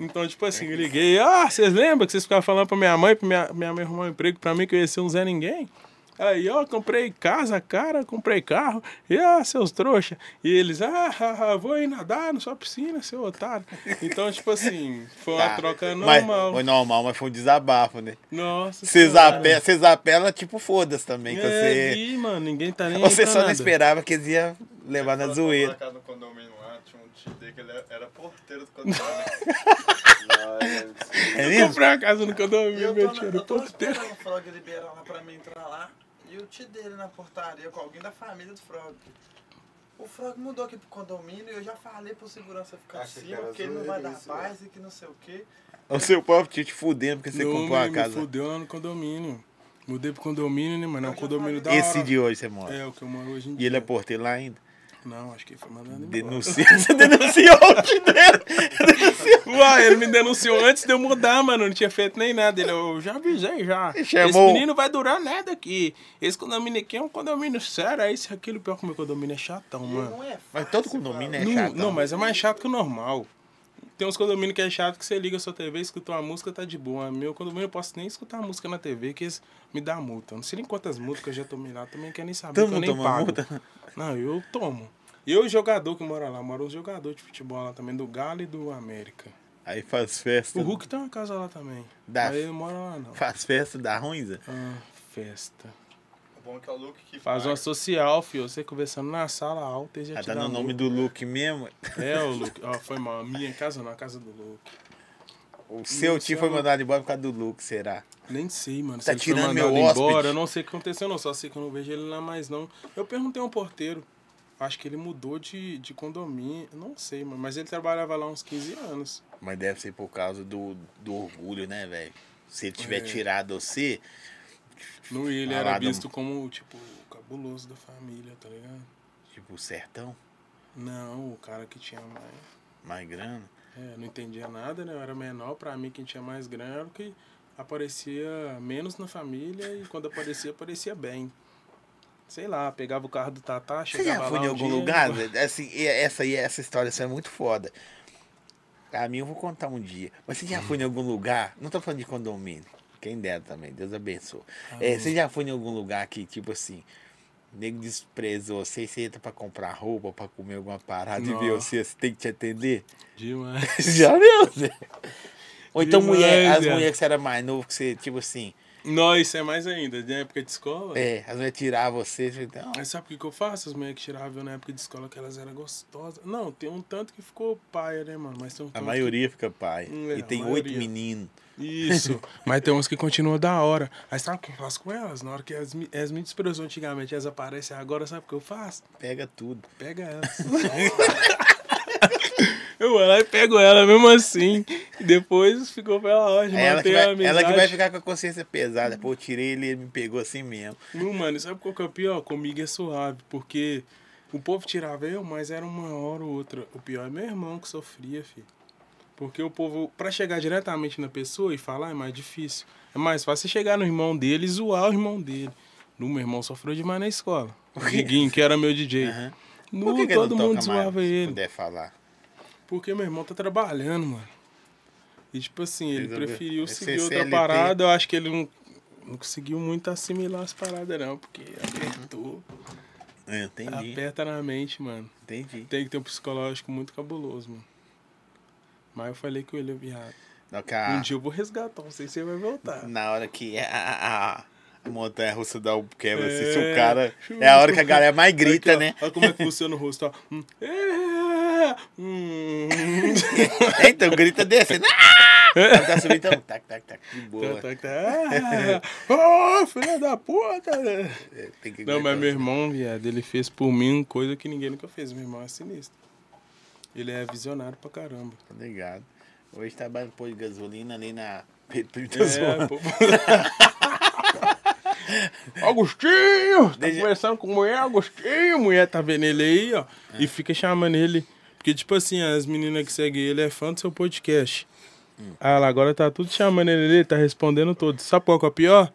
Então, tipo assim, eu liguei. Ah, vocês lembram que vocês ficavam falando pra minha mãe, pra minha, minha mãe arrumar um emprego pra mim, que eu ia ser um Zé Ninguém? Aí, ó, comprei casa, cara, comprei carro. E, ah, seus trouxa. E eles, ah, ah, ah, vou ir nadar na sua piscina, seu otário. Então, tipo assim, foi uma
Tá.
troca
Mas-
normal.
foi normal, mas foi um desabafo, né?
Nossa
Vocês
Senhora.
apelam, vocês apelam tipo, foda-se também, que
É,
você...
vi, mano, ninguém tá nem aí
Você
pra
só não
nada.
esperava que eles iam levar na
Quando eu
zoeira.
morava no condomínio lá, tinha um tio dele que ele
é,
era- era porteiro do condomínio.
É
Eu
mesmo?
comprei uma casa no
E
condomínio,
eu
meu
tô, na,
tio.
eu tô
Puta,
esperando o Frog liberar lá pra mim entrar lá. E o tio dele na portaria com alguém da família do Frog. O Frog mudou aqui pro condomínio e eu já falei pro segurança ficar em
Achei que
cima,
era
porque ele não vai
zoeira
dar
isso, né?
paz e que não sei o quê.
O seu próprio tio te fudendo porque você
Não,
comprou a
me- Me
casa.
fudeu lá no condomínio. Mudei pro condomínio, né, mano? É um
Eu já
condomínio da
falei.
Esse
hora.
de hoje você mora.
É, o que eu moro hoje em
E
dia.
ele é porteiro lá ainda.
Não, acho que ele foi mandado embora.
Denuncia. Você denunciou o tio dele. Denunciou.
Uai, ele me denunciou antes de eu mudar, mano. Não tinha feito nem nada. Ele, eu já avisei, já.
chamou-
Esse menino não vai durar nada aqui. Esse condomínio aqui é um condomínio sério. É isso, aquilo. Pior que o meu condomínio é chatão,
E
mano.
não é
Mas todo
fácil,
condomínio
cara.
é
não,
chato.
não, mas é mais chato que o normal. Tem uns condomínios que é chato que você liga a sua TV, escuta uma música, tá de boa. Meu condomínio eu posso nem escutar a música na TV, que eles me dá multa. Eu Não sei nem quantas multas que eu já tomei lá, também quero nem saber, que
Tamo
eu nem
tomando
pago.
multa?
Não, eu tomo. E eu, jogador que mora lá, mora um jogador de futebol lá também, do Galo e do América.
Aí faz festa.
O Hulk tem uma casa lá também.
Dá.
Mas ele não mora lá, não.
Faz festa da ruim, Zé?
Ah, festa.
O bom é que é o Luke que
Faz
paga.
uma social, filho. Você conversando na sala alta e já
Ah,
te
tá
dá
no nome
multa.
do Luke mesmo.
É, o Luke. Ó, foi mal. A minha casa não, a casa do Luke.
O seu
é
tio foi mandado embora por causa do Luke, será?
Nem sei, mano. Se
Tá
ele foi
tirando
mandado
meu hóspede.
embora, eu não sei o que aconteceu, não. Só sei que eu não vejo ele lá mais, não. Eu perguntei a um porteiro. Acho que ele mudou de, de condomínio. Não sei, mano. Mas ele trabalhava lá uns 15 anos.
Mas deve ser por causa do, do orgulho, né, velho? Se ele tiver
É.
tirado você,
No ele
Ah,
era
lá do-
visto como, tipo, o cabuloso da família, tá ligado?
tipo, o sertão.
Não, o cara que tinha mais.
Mais grana.
É, não entendia nada, né? Eu era menor, pra mim quem tinha mais grana era o que aparecia menos na família e quando aparecia, aparecia bem. Sei lá, pegava o carro do Tatá,
Você
chegava
já foi
lá
em
um
algum
dia-
lugar? Zé? Assim, e essa, aí, essa história sua é muito foda. A minha eu vou contar um dia. Mas você já foi
Hum.
em algum lugar? Não tô falando de condomínio. Quem dera também, Deus abençoe.
Ah,
É, você já foi em algum lugar que, tipo assim, o nego desprezou você, você entra pra comprar roupa, pra comer alguma parada e vê
Nossa.
você, você tem que te atender?
Demais.
já viu, Zé? Ou então
Demais,
mulher, as
Zé.
mulheres que você era mais novo, que você, tipo assim,
Nós, isso é mais ainda, na época de escola.
é, as mulheres tiravam você, você então,
Mas sabe o que, que eu faço? As mulheres que tiravam eu na época de escola, que elas eram gostosas. Não, tem um tanto que ficou paia, né, mano? Mas tem um
a
tanto
maioria fica pai.
Hum, é,
e
a
tem oito
maioria.
meninos.
Isso. Mas tem uns que continuam da hora. Aí sabe o que eu faço com elas? Na hora que elas me, elas me desprezam antigamente, elas aparecem agora, sabe o que eu faço?
Pega tudo.
Pega elas. eu vou lá e pego ela mesmo assim. E depois ficou pra ela, ó, de
É ela que,
manter a
vai,
amizade.
ela que vai ficar com a consciência pesada. Pô, eu tirei ele, ele me pegou assim mesmo.
Não, mano, sabe qual que é o pior? Comigo é suave, porque o povo tirava eu, mas era uma hora ou outra. O pior é meu irmão que sofria, filho. Porque o povo, pra chegar diretamente na pessoa e falar, é mais difícil. É mais fácil você chegar no irmão dele e zoar o irmão dele. No meu irmão sofreu demais na escola. O Diguinho, que era meu DJ.
Aham.
No,
Por que, que ele
todo
não
mundo
toca mais?
zoava
Se
ele.
puder falar.
Porque meu irmão tá trabalhando, mano. E tipo assim, ele
Resolveu.
preferiu
Esse
seguir outra
CLT.
parada. Eu acho que ele não, não conseguiu muito assimilar as paradas, não. Porque apertou.
É, Entendi,
Aperta na mente, mano.
entendi.
Tem que ter um psicológico muito cabuloso, mano. Mas eu falei com ele, viado.
Não, que a-
Um dia eu vou resgatar, não sei se ele vai voltar.
Na hora que é a, a- a- a montanha russa dá o quebra, assim, se
É.
o cara. É a hora que a galera mais grita,
Aqui, ó,
né?
Olha como é que funciona o rosto, ó. Hum. É, hum.
então grita desse. Ah! Ela tá subindo, então. Tac, tac, tac. De boa.
Tá, tá, tá. Ah, filha da puta! né?
É, tem que
Não, mas
aguentar.
meu irmão, viado, ele fez por mim coisa que ninguém nunca fez. Meu irmão é sinistro. Ele é visionário pra caramba.
Tá ligado. Hoje tá mais um pôr de gasolina ali na. Pedro tá
É,
zoando.
pô. Agostinho! Tá
Deixa-
conversando com mulher, Agostinho! Mulher tá vendo ele aí, ó. E fica chamando ele. Porque, tipo assim, as meninas que seguem ele é fã do seu podcast. Ah lá, agora tá tudo chamando ele ali, tá respondendo todos. Sabe qual que é o pior?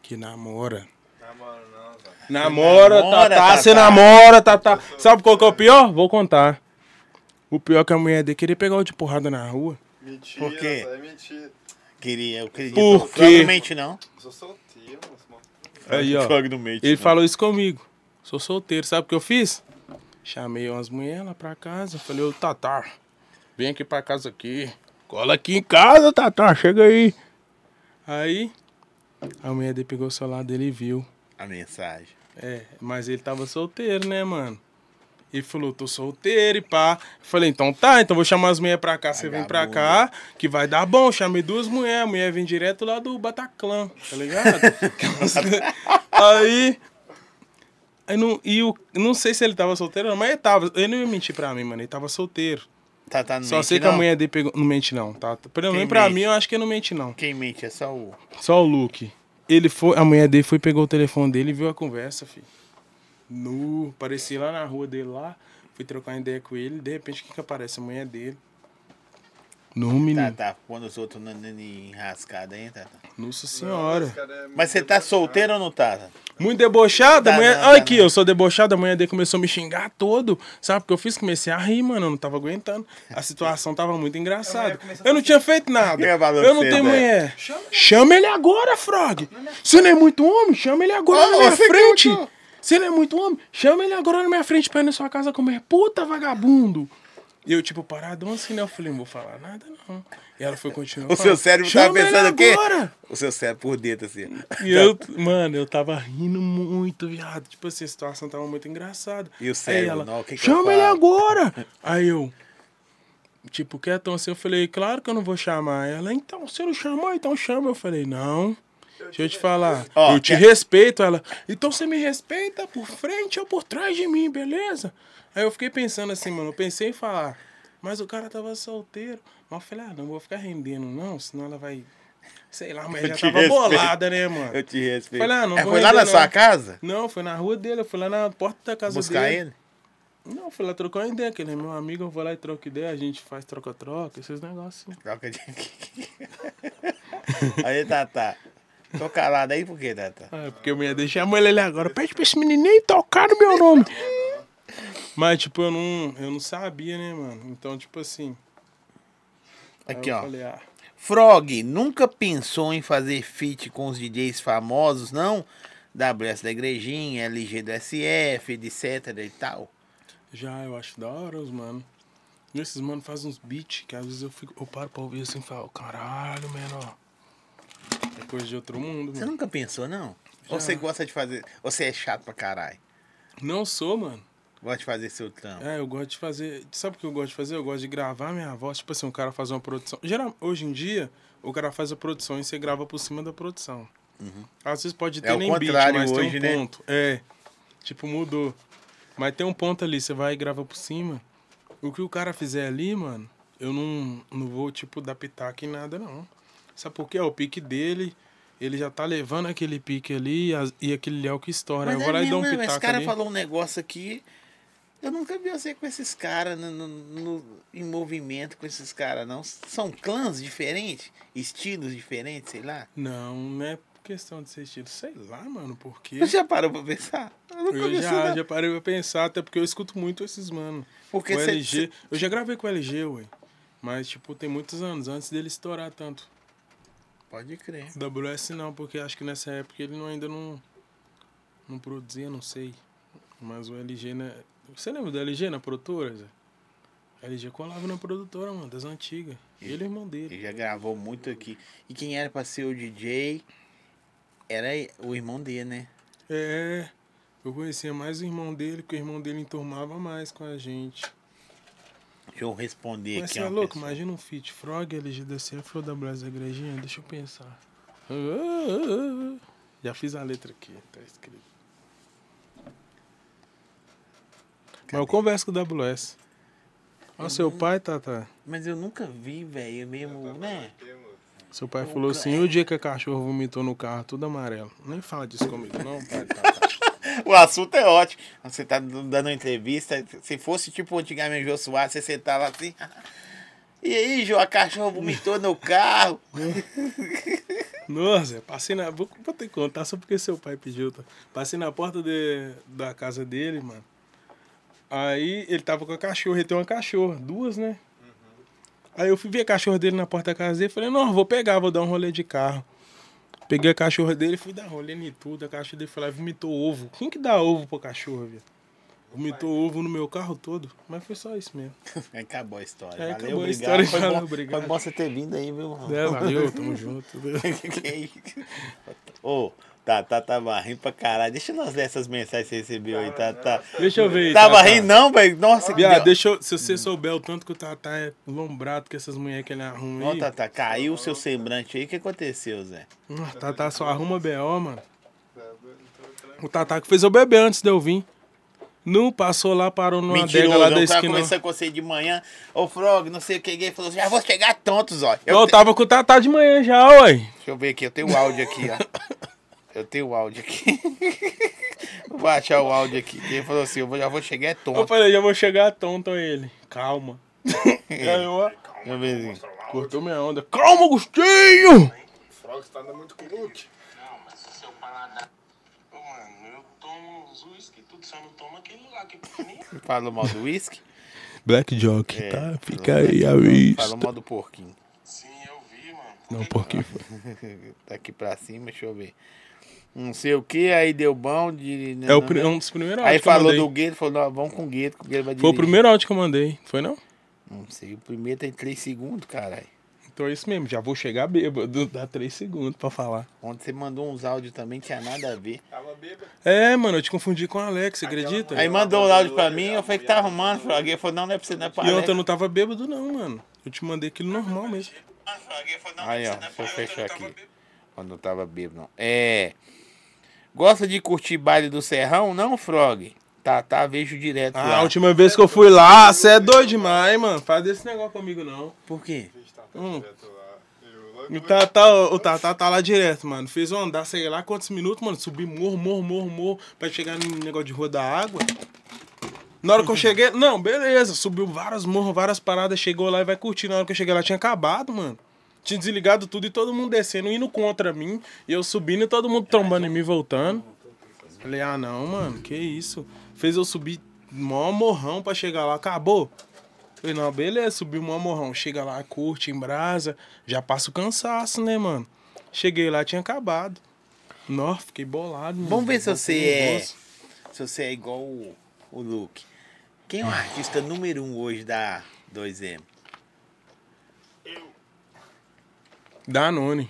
Que namora.
Namoro não, Zé.
Namora,
Namora,
Tatá, você
Tatá.
namora, Tatá. Sabe qual que é o pior? Vou contar. O pior é que a mulher dele queria pegar o de porrada na rua.
Mentira,
Por quê?
Zé, mentira.
Queria, eu acredito.
Por quê?
Provavelmente não.
Eu sou solteiro, mano.
Aí, ó.
Joga no meio,
Ele
não.
falou isso comigo. Sou solteiro, sabe o que eu fiz? Chamei umas mulheres lá pra casa. Falei, ô Tatar, vem aqui pra casa aqui. Cola aqui em casa, Tatar, chega aí. Aí, a mulher dele pegou o celular dele e viu.
a mensagem.
É, mas ele tava solteiro, né, mano? Ele falou, tô solteiro e pá. Eu falei, então tá, então vou chamar as mulheres pra cá, você vem pra cá, que vai dar bom. Chamei duas mulheres, a mulher vem direto lá do Bataclan, tá ligado? aí. Aí não, e eu não sei se ele tava solteiro, ou não, mas ele tava. Ele não ia mentir pra mim, mano. Ele tava solteiro.
Tá, tá no
Só sei que a mulher dele pegou. Não mente, não, tá? Pelo
Quem
menos pra
mente?
mim, eu acho que não mente, não.
Quem mente é só o.
Só o Luke. Ele foi, a mulher dele foi, pegou o telefone dele e viu a conversa, filho. Nu, apareci lá na rua dele lá. Fui trocar uma ideia com ele. De repente, o que que aparece? A mulher dele. No,
Tá,
menino.
tá. Quando os outros não não- não enrascado aí, tá, tá.
Nossa senhora.
É
Mas você tá solteiro ou não tá? Tá?
Muito debochada. a
Tá
mulher...
não,
Olha
tá
aqui,
não.
eu sou debochada. A mulher dele começou a me xingar todo. Sabe o que eu fiz? Comecei a rir, mano. Eu não tava aguentando. A situação tava muito engraçada. Eu não tinha feito nada.
Eu ia né? falar
Eu não
pra você,
tenho
Zé.
mulher. Chama ele agora, Frog. Você não é muito homem? Chama ele agora na minha frente. Você não é muito homem? Chama ele agora na minha frente pra ir na sua casa comer. Puta vagabundo. E eu, tipo, paradão assim, né? Eu falei, não vou falar nada, não. E ela foi continuar.
O seu cérebro
Chama
tava pensando
ele
o quê?
agora.
O seu cérebro por dentro, assim.
E eu, mano, eu tava rindo muito, viado. Tipo assim, a situação tava muito engraçada.
E o
Aí
cérebro,
ela,
não, o que que eu
chama ele
falo?"
agora! Aí eu, tipo, quietão assim, eu falei, claro que eu não vou chamar. Ela, então, você não chamou, então chama. Eu falei, não. Deixa eu te falar,
Ó, é.
eu te
quer-
respeito. Ela, então você me respeita por frente ou por trás de mim, beleza? Aí eu fiquei pensando assim, mano, eu pensei em falar, mas o cara tava solteiro. Mas eu falei, ah, não vou ficar rendendo, não, senão ela vai. Sei lá, mas
Eu
já
te
tava
respeito.
bolada, né, mano?
Eu te respeito.
Falei, ah, não
É,
vou
foi lá na
render,
sua
não.
casa?
Não, foi na rua dele, eu fui lá na porta da casa
buscar
dele.
ele?
Não, fui lá trocar uma ideia, que ele é meu amigo, eu vou lá e troco ideia, a gente faz troca-troca, esses negócios.
Troca de. aí, Tata. tá, Tô calado aí por quê, Tata?
Ah, é porque eu ia deixar a mulher ali agora. Pede pra esse menininho tocar no meu nome. Mas, tipo, eu não, eu não sabia, né, mano? Então, tipo assim. aí
Aqui,
eu
ó.
Falei, ah,
Frog, nunca pensou em fazer feat com os DJs famosos, não? WS da Igrejinha, LG do SF, etc e tal.
já, eu acho da hora os mano. E Esses mano fazem uns beats que às vezes eu, fico, eu paro pra ouvir assim e falo, caralho, menor. É coisa de outro mundo,
Você
mano.
nunca pensou, não? Ou você gosta de fazer... Ou você é chato pra caralho?
Não sou, mano.
Gosta de fazer seu trampo?
É, eu gosto de fazer. Sabe o que eu gosto de fazer? Eu gosto de gravar minha voz. Tipo assim, o cara faz uma produção. Geral, hoje em dia, o cara faz a produção e você grava por cima da produção. Às vezes pode ter
É o
nem beat,
contrário
mas
hoje,
tem
né?
um ponto. É. Tipo, mudou. Mas tem um ponto ali, você vai e grava por cima. O que o cara fizer ali, mano, eu não, não vou, tipo, dar pitaco em nada, não. Sabe por quê? É o pique dele. Ele já tá levando aquele pique ali e as- e aquele léo que estoura. eu vou lá e dou um
é mesmo,
pitaco
esse cara
ali.
falou um negócio aqui... Eu nunca vi você com esses caras no, no- no- em movimento com esses caras, não. São clãs diferentes? Estilos diferentes, sei lá?
Não, não é questão de ser estilo. Sei lá, mano, porque.
Você já parou pra pensar? Eu nunca vi
Eu
isso, não.
já, já parei pra pensar, até porque eu escuto muito esses mano.
Porque
o
cê-
LG. Eu já gravei com o LG, ué. Mas, tipo, tem muitos anos, antes dele estourar tanto.
Pode crer.
WS não, porque acho que nessa época ele não- ainda não. Não produzia, não sei. Mas o LG, né? Você lembra do LG na produtora, Zé? LG colava na produtora, mano, das antigas. Ele é irmão dele.
Ele já gravou muito aqui. E quem era pra ser o DJ era o irmão dele, né?
É, eu conhecia mais o irmão dele, porque o irmão dele enturmava mais com a gente.
Deixa eu responder
Mas
aqui.
você é
uma
louco?
pessoa.
Imagina um feat Frog, LGDCF ou WS da Igrejinha? Deixa eu pensar. Ah, ah, ah. Já fiz a letra aqui, tá escrito. Mas eu converso com o WS. Ó, seu pai, tá, Tata.
Mas eu nunca vi, velho, mesmo, né?
Seu pai falou assim: e o dia que a cachorro vomitou no carro, tudo amarelo. Nem fala disso comigo, não, pai, tá. Tata.
O assunto é ótimo. Você tá dando uma entrevista. Se fosse tipo antigamente o Jô Soares, você sentava assim. E aí, Jô, a cachorro vomitou no carro.
Nossa, passei na. Vou, vou ter que contar só porque seu pai pediu. Tá? Passei na porta de- da casa dele, mano. Aí ele tava com a cachorra, ele tem uma cachorra, duas, né? Aí eu fui ver a cachorra dele na porta da casa dele falei, não, eu vou pegar, vou dar um rolê de carro. Peguei a cachorra dele, fui dar rolê em tudo. A cachorra dele foi lá e vomitou ovo. Quem que dá ovo pra cachorra, velho? Vomitou ovo no meu carro todo, mas foi só isso mesmo.
Aí acabou a história. Valeu,
Aí É, acabou a
obrigado.
história,
foi,
valeu,
bom,
obrigado.
foi bom você ter vindo aí, viu, mano?
É, valeu, tamo junto.
Que isso? Ô, tá, tá, tava rindo pra caralho. Deixa nós ler essas mensagens que você recebeu aí, tá, tá.
Deixa eu ver aí.
Tava
Tata.
rindo não, velho? Nossa, que
Viado,
deu-
deixa eu, se você souber o tanto que o Tatá é lombrado que essas mulheres que ele arruma
Ó,
aí.
Tata, tá, caiu o seu semblante aí. O que aconteceu, Zé?
Hum, O Tatá só arruma B.O., mano. O Tatá que fez eu beber antes de eu vir. Não passou lá, parou numa adega
Mentiroso, é um
lá
eu
da
tava
esquina.
conversando com você de manhã. Ô, Frog, não sei o que, ele falou assim, já vou chegar tontos, ó.
Eu,
te-
tava com o Tatá de manhã já, ué.
Deixa eu ver aqui, eu tenho o áudio aqui, ó. Eu tenho o áudio aqui. vou achar o áudio aqui. que Ele falou assim, eu vou- já vou chegar é
Eu
tonto.
falei, já vou chegar tonto a ele. Calma.
É.
Aí eu, ó,
Deixa eu ver assim.
cortou minha onda. Calma, Agostinho!
Frog, você tá andando muito com o Luke.
Não, mas o seu paladar. Ô, mano, eu tomo uns uísque, e tudo, só não tomo aquele lá que é pequenininho.
Falou mal do uísque?
Black Jock,
É,
tá?
falou
Fica
mal
aí
do-
a
Falou
vista.
mal do porquinho.
Sim, eu vi, mano.
Não, porque foi.
tá aqui pra cima, deixa eu ver. Não sei o que, aí deu bom. De... né,
É o, pri- um dos primeiros
Aí
áudios que eu
falou
mandei.
do Gueto, falou, não, vamos com o Gueto, que o Gueto vai
Foi o
dirigir.
primeiro áudio que eu mandei, foi não?
Não sei, o primeiro tem três segundos, caralho.
Então é isso mesmo, já vou chegar bêbado, dá três segundos pra falar.
Ontem você mandou uns áudios também, que tinha nada a ver.
Tava bêbado.
É, mano, eu te confundi com o Alex, você acredita?
Aí mandou um áudio pra mim, eu falei que tá arrumando, Fraga. Ele falou, não, não é pra você, não é pra
E ontem eu
Alex.
não tava bêbado não, mano. Eu te mandei aquilo normal mesmo.
Aí, ó, deixa é eu fechar aqui. Quando eu tava bêbado, não. É. Gosta de curtir baile do Serrão? Não, Frog? Tá, tá, vejo direto
Ah,
lá.
a última vez que eu fui lá, você é doido demais, mano. Faz esse negócio comigo não.
Por quê?
Hum.
Direto lá. E o Luke
O Tatá, o Tatá tá lá direto, mano. Fez eu andar, sei lá quantos minutos, mano. Subi morro, morro, morro, morro, pra chegar no negócio de rua da água. Na hora que eu cheguei, não, beleza, subiu várias morras, várias paradas, chegou lá e vai curtir. Na hora que eu cheguei lá tinha acabado, mano. Tinha desligado tudo e todo mundo descendo, indo contra mim. E eu subindo e todo mundo trombando em mim, voltando. Falei, ah não, mano, que isso. Fez eu subir mó morrão pra chegar lá, acabou. Falei, não, beleza, subiu mó morrão. Chega lá, curte, em brasa, já passa o cansaço, né, mano? Cheguei lá, tinha acabado. Nossa, fiquei bolado, mano.
Vamos ver se
Fiquei
você é.
nervoso.
Se você é igual o, o Luke. Quem é o artista número um hoje da 2M? é
Danone.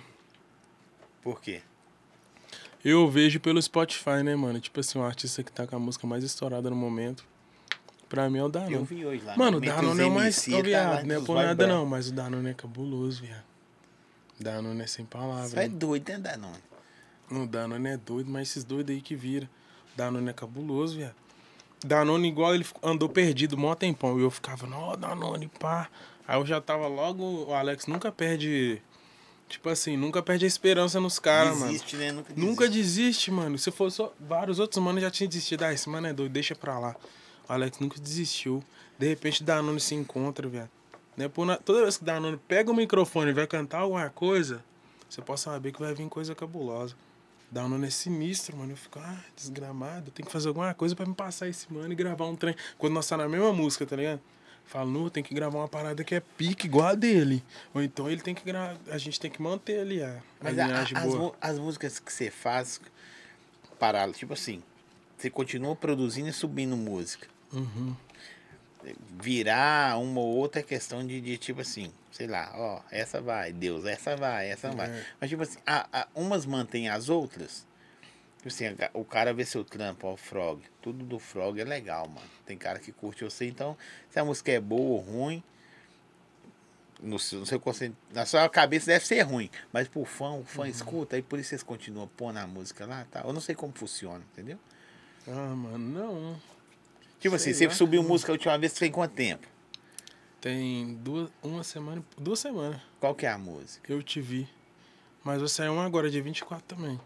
Por quê?
Eu vejo pelo Spotify, né, mano? Tipo assim, o artista que tá com a música mais estourada no momento. Pra mim é o Danone.
Eu vi hoje lá.
Mano, o
Entre os
Danone é o mais.
MC,
Ô,
tá lá
viado,
entre
não é
os
por
mais
nada
bravos.
não, mas o Danone é cabuloso, viado. Danone é sem palavras.
Você é doido, né, Danone?
O Danone é doido, mas esses doidos aí que vira. Danone é cabuloso, viado. Danone, igual ele fico- andou perdido mó tempão. E eu ficava, ó, Danone, pá. Aí eu já tava logo. O Alex nunca perde. Tipo assim, nunca perde a esperança nos caras, mano.
Desiste, né? Nunca desiste.
Nunca desiste, mano. Se fosse só vários outros, mano, já tinha desistido. Ah, esse mano é doido, deixa pra lá. O Alex nunca desistiu. De repente, Danone se encontra, velho. Né? Por na- Toda vez que Danone pega o microfone e vai cantar alguma coisa, você pode saber que vai vir coisa cabulosa. Danone é sinistro, mano. Eu fico, ah, desgramado. Tem que fazer alguma coisa pra me passar esse mano e gravar um trem. Quando nós tá na mesma música, tá ligado? Falo, nu, tem que gravar uma parada que é pique igual a dele. Ou então ele tem que gravar. A gente tem que manter ali a, a
Mas a- a-
linhagem
as,
boa.
mu- as músicas que você faz, parado, tipo assim, você continua produzindo e subindo música.
Uhum.
Virar uma ou outra é questão de, de, tipo assim, sei lá, ó, essa vai, Deus, essa vai, essa
É.
vai. Mas tipo assim, a- a- umas mantêm as outras. Tipo assim, a ga- o cara vê seu trampo, ó, o Frog. Tudo do Frog é legal, mano. Tem cara que curte você, então, se a música é boa ou ruim, no seu, no seu consciente- na sua cabeça deve ser ruim, mas pro fã, o
Uhum.
fã escuta, e por isso vocês continuam pondo a música lá, tá? Eu não sei como funciona, entendeu?
Ah, mano, não.
Tipo
Sei
assim, você
lá.
subiu música a última vez, tem quanto tempo?
Tem duas, uma semana, e- duas semanas
Qual que é a música?
que eu te vi. Mas vai sair uma agora, dia 24 também.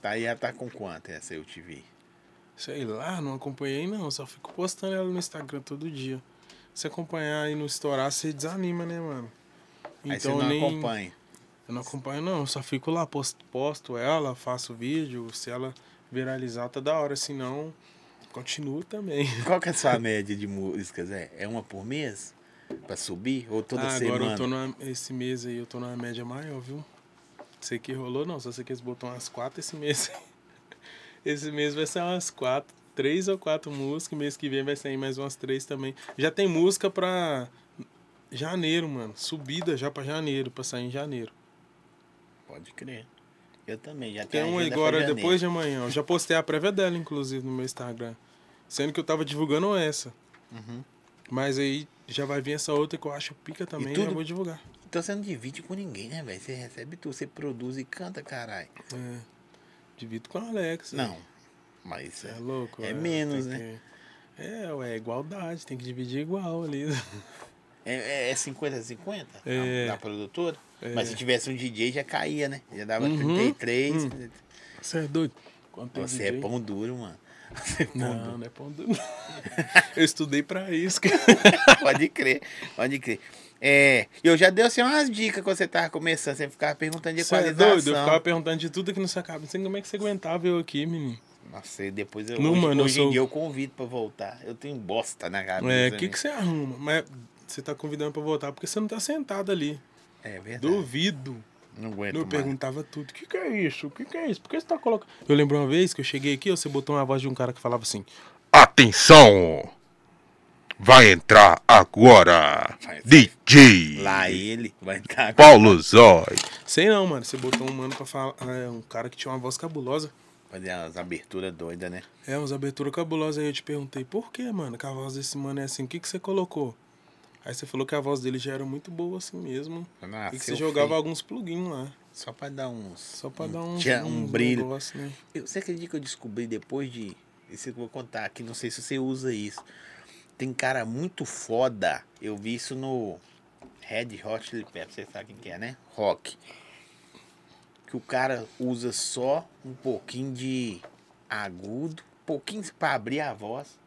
Tá aí, ela tá com quanto essa eu te vi?
Sei lá, não acompanhei não, só fico postando ela no Instagram todo dia. Se acompanhar e não estourar, você desanima, né, mano?
aí
Então
você não acompanha.
Eu não acompanho não, só fico lá, posto, posto ela, faço vídeo, se ela viralizar tá da hora, se não, continuo também.
Qual que é a sua média de músicas? É, é uma por mês? Pra subir? Ou toda
Ah,
semana?
agora eu tô numa, esse mês aí eu tô numa média maior, viu? Sei que rolou não, só sei que eles botam umas quatro esse mês. esse mês vai ser umas quatro, três ou quatro músicas, mês que vem vai sair mais umas três também. Já tem música pra janeiro, mano. Subida já pra janeiro, pra sair em janeiro.
Pode crer. Eu também, já
Tem
tenho
uma
agenda é pra
agora
janeiro.
depois de amanhã. Eu já postei a prévia dela, inclusive, no meu Instagram. Sendo que eu tava divulgando essa.
Uhum.
Mas aí já vai vir essa outra que eu acho pica também e
tudo-
eu vou divulgar.
Então você não divide com ninguém, né, velho? Você recebe tudo, você produz e canta, caralho.
Divido com a Alex. né?
Não, mas...
Cê É louco.
É
ué,
menos,
tem
né?
que- É, ué, igualdade, tem que dividir igual ali.
É, é- é 50 a 50 na-
É.
na, produtora. Mas se tivesse um DJ já caía, né? Já dava 33.
Você é doido? Quando Uhum. tem
Você
DJ?
é pão duro, mano. Você é pão
Não, não é pão duro. Eu estudei pra isso. cara.
duro. Pode crer, pode crer. É, eu já dei assim, umas dicas quando você tava começando. Você ficava perguntando de
Você é
equalização.
doido? Eu ficava perguntando de tudo que não se acaba. Não sei como é que você aguentava eu aqui, menino.
Nossa, e depois eu,
Não,
hoje,
mano, eu
hoje em
sou-
dia eu convido pra voltar. Eu tenho bosta na cabeça.
É, o que,
né?
que você arruma? Mas você tá convidando pra voltar porque você não tá sentado ali.
É verdade. É
Duvido.
Não aguento
Eu
mais.
perguntava tudo. O que, que é isso? O que, que é isso? Por que você tá colocando. Eu lembro uma vez que eu cheguei aqui, ó, você botou uma voz de um cara que falava assim:
Atenção! Vai entrar agora DJ
Lá ele vai entrar.
Paulo Zói.
Sei não, mano. Você botou um mano pra falar. é, um cara que tinha uma voz cabulosa.
Fazer umas aberturas doidas, né?
É, umas aberturas cabulosas. Aí eu te perguntei, por que, mano? Que a voz desse mano é assim. O que, que você colocou? Aí você falou que a voz dele já era muito boa assim mesmo.
Nossa,
e que você
eu
jogava
Ah, feio.
alguns plugins lá.
Só pra dar uns.
Só pra dar um,
tchan, um brilho.
negócio, né?
Eu- Você acredita que eu descobri depois de. Isso eu vou contar aqui, não sei se você usa isso. Tem cara muito foda. Eu vi isso no Red Hot Chili Peppers, você sabe quem que é, né? Rock. Que o cara usa só um pouquinho de agudo, pouquinho pra abrir a voz.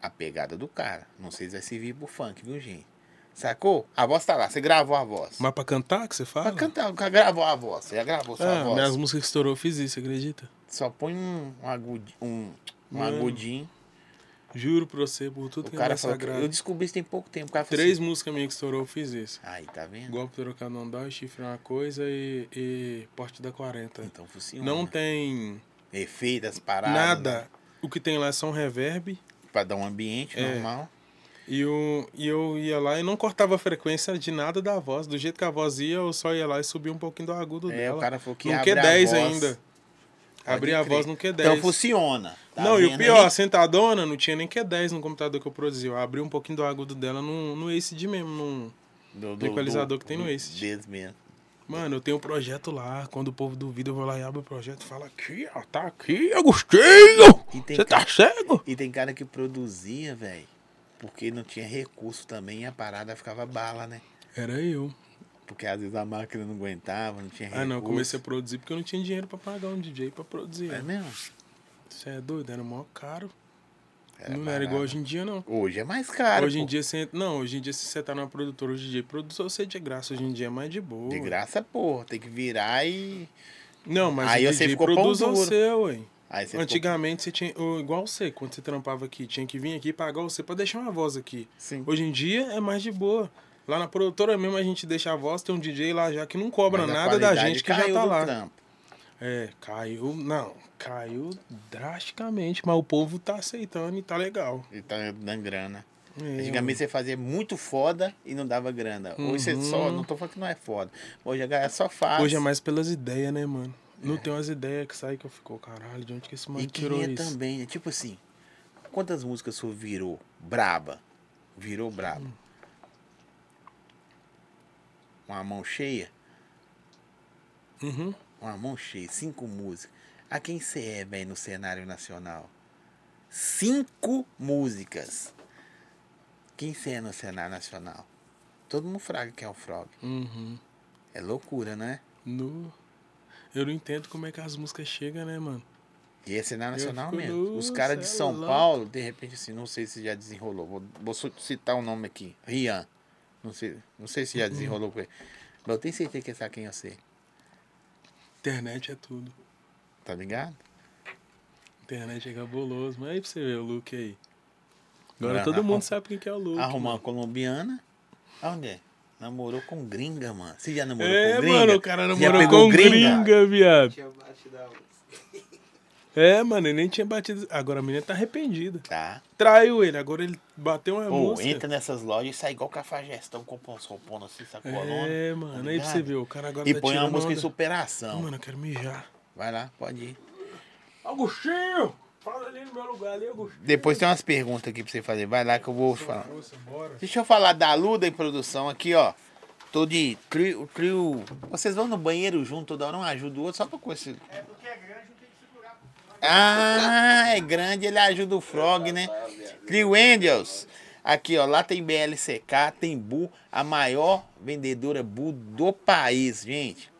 a pegada do cara. Não sei se vai servir pro funk, viu, gente? Sacou? A voz tá lá, você gravou a voz.
Mas pra cantar que você fala?
Pra cantar, o cara gravou a voz, você já gravou sua
Ah,
voz.
minhas músicas que estourou, eu fiz isso, acredita?
Só põe um, um, agudi- um, um
Mano,
agudinho.
Juro pra você, por tudo
O
que
cara
é
falou que
sagrado.
eu descobri isso tem pouco tempo. O cara falou
Três músicas minhas que estourou, eu fiz isso.
assim, Aí, tá vendo?
Golpe trocado não dói, chifre é uma coisa e, e porte da 40.
Então funciona.
Não tem
Efeito, as paradas.
nada.
né?
O que tem lá é só um reverb.
Pra dar um ambiente
É.
normal.
E eu, e eu ia lá e não cortava a frequência de nada da voz. Do jeito que a voz ia, eu só ia lá e subia um pouquinho do agudo
É,
dela.
o cara falou que
no
abre a
Q10
voz.
ainda. Abri a
crer.
voz no Q10.
Então funciona. tá
não, e o
vendo
pior, a
aí?
sentadona não tinha nem Q10 no computador que eu produzi. Eu abri um pouquinho do agudo dela no, no ACD mesmo. num-
do,
equalizador que tem no
do-
Acid.
deles mesmo.
Mano, eu tenho um projeto lá. Quando o povo duvida, eu vou lá e abro o projeto e falo aqui, ó, tá aqui, Agostinho!
E tem
Você tá cego?
E tem cara que produzia, velho, porque não tinha recurso também e a parada ficava bala, né?
Era eu.
Porque às vezes a máquina não aguentava, não tinha recurso.
Ah, não, eu comecei a produzir porque eu não tinha dinheiro pra pagar um DJ pra produzir.
É mesmo?
Você é doido? Era mó caro.
É, Era
não era igual
barato.
hoje em dia, não.
Hoje é mais caro.
hoje em
pô.
dia, você... Não, hoje em dia, se você tá numa produtora, hoje em dia, produtor, você é de graça. Hoje em dia é mais de boa.
De graça, porra, tem que virar e.
Não, mas
Aí
o
você
DJ
ficou pão
produz o
duro.
seu, ué.
Aí você
Antigamente você tinha. ou Igual você, quando você trampava aqui, tinha que vir aqui e pagar você pra deixar uma voz aqui.
Sim.
Hoje em dia é mais de boa. Lá na produtora mesmo a gente deixa a voz, tem um DJ lá já que não cobra
Mas a
nada da
qualidade
gente que já
caiu
tá
do
lá.
trampo.
É, caiu. Não, caiu drasticamente, mas o povo tá aceitando e tá legal.
E tá dando grana.
É,
Antigamente você fazia muito foda e não dava grana. Hoje você só. Não tô falando que não é foda. Hoje a galera só faz.
Uhum. Hoje é mais pelas ideias, né, mano? Não tem umas ideias que saem que eu fico, caralho, de onde que esse mano
É. E
tirou
quem é
isso?
também, né? Tipo assim, quantas músicas sua virou braba? Virou braba. Uma mão cheia?
Uhum.
Uma mão cheia, cinco músicas. A quem você é, velho, no cenário nacional? Cinco músicas. Quem você é no cenário nacional? Todo mundo fraga que é o Frog.
Uhum.
É loucura, né?
No... Eu não entendo como é que as músicas chegam, né, mano?
E é cenário
Eu
nacional
fico
mesmo. Os
nu,
caras de
cê é
São
louco.
Paulo, de repente, assim, não sei se já desenrolou. Vou, vou su- citar o nome aqui. Rian. Não sei, não sei se
Uhum.
já desenrolou com ele. Mas eu tenho certeza que sabe quem eu sei.
Internet é tudo.
Tá ligado?
Internet é cabuloso. Mas aí pra você ver o Luke aí. Agora
Não,
todo
não,
mundo
não.
sabe quem que é o Luke.
Arrumar uma colombiana. Aonde é? Namorou com gringa, mano. Você já namorou
É,
um com gringa?
mano, o cara
Você já
namorou
pegou
com gringa, viado.
Tinha batido a onça.
É, mano, ele nem tinha batido. Agora a menina tá arrependida.
Tá.
Traiu ele, agora ele bateu uma
Ou
música.
entra nessas lojas e sai igual cafajestão com os roupões assim, sacolona.
É,
tá
mano, aí pra
ligado?
você ver, o cara agora
E
tá
põe uma
tirando
música de
onda.
superação.
Mano, eu quero mijar.
Vai lá, pode ir.
Agostinho! Fala ali no meu lugar ali, Agostinho.
Depois tem umas perguntas aqui pra você fazer. Vai lá que eu vou falar.
Nossa, bora.
Deixa eu falar da Luda em produção aqui, ó. Tô de trio, trio. Vocês vão no banheiro junto, toda hora um ajuda o outro só pra conhecer. É porque é grande, tem que segurar. Ah, é grande, ele ajuda o Frog, né? Trio Angels. Aqui, ó, lá tem BLCK, tem Bu, a maior vendedora Bu do país, gente.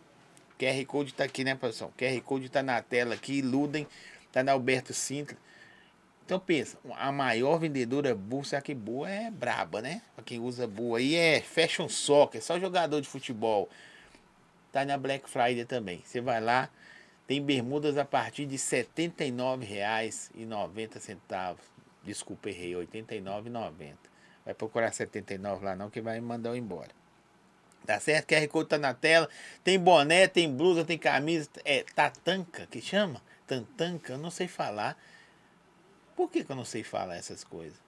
QR Code tá aqui, né, pessoal? QR Code tá na tela aqui, Ludem, tá na Alberto Sintra. Então pensa, a maior vendedora Bull, será que Bull é braba, né? Pra quem usa Bull aí é fashion soccer, só jogador de futebol. Tá na Black Friday também. Você vai lá, tem bermudas a partir de R$ 79,90. Desculpa, errei, R$ 89,90. Vai procurar 79 lá não que vai mandar eu embora. Tá certo? QR Code tá na tela. Tem boné, tem blusa, tem camisa. É tatanca, que chama? Tantanca, eu não sei falar. Por que, que eu não sei falar essas coisas?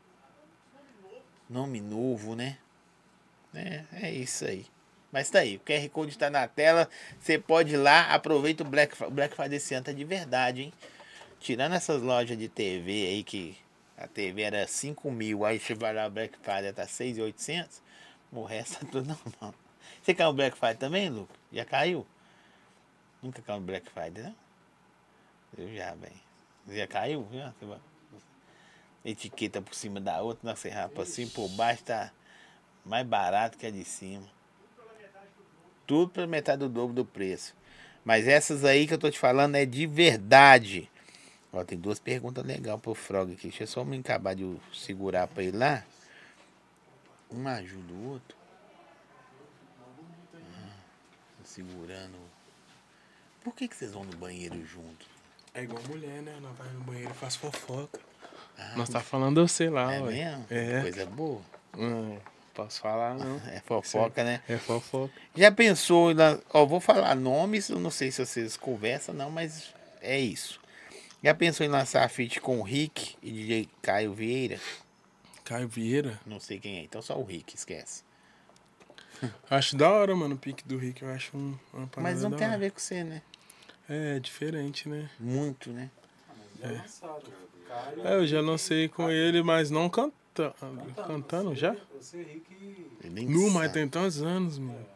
Nome novo, né? É, é isso aí. Mas tá aí, o QR Code tá na tela. Você pode ir lá, aproveita o Black, Fri- Black Friday esse ano, tá de verdade, hein? Tirando essas lojas de TV aí que a TV era 5 mil, aí você vai lá, o Black Friday tá 6,800. O resto tá tudo normal. Você caiu no Black Friday também, Lucas? Já caiu? Nunca caiu no Black Friday, né? Eu já, bem. Já caiu? Já? Você vai- etiqueta por cima da outra, nossa, rapa assim por baixo tá mais barato que a de cima. Tudo pela metade do dobro do preço. Mas essas aí que eu tô te falando é de verdade. Ó, tem duas perguntas legais pro Frog aqui. Deixa eu só me acabar de segurar pra ele lá. Um ajuda o outro. Ah, tô segurando. Por que, que vocês vão no banheiro junto?
É igual mulher, né? Nós vai no banheiro e faz fofoca. Nós tá falando, eu sei lá,
Ah, é
ué.
mesmo?
É.
Coisa boa.
Hum, posso falar, não.
É fofoca, né?
É fofoca.
Já pensou, em lan- ó, vou falar nomes, eu não sei se vocês conversam, não, mas é isso. Já pensou em lançar a feat com o Rick e DJ Caio Vieira?
Caio Vieira.
Não sei quem é, então só o Rick, esquece.
Acho da hora, mano, o pique do Rick. Eu acho um, uma parada
mas não
da
tem a
hora.
ver com você, né?
É, diferente, né?
Muito, né?
Já lançaram. Caio,
É, eu já lancei com ele, mas não cantando. Cantando já?
Você, Rick,
Ele nem
Nu,
sabe.
mas tem tantos anos, mano.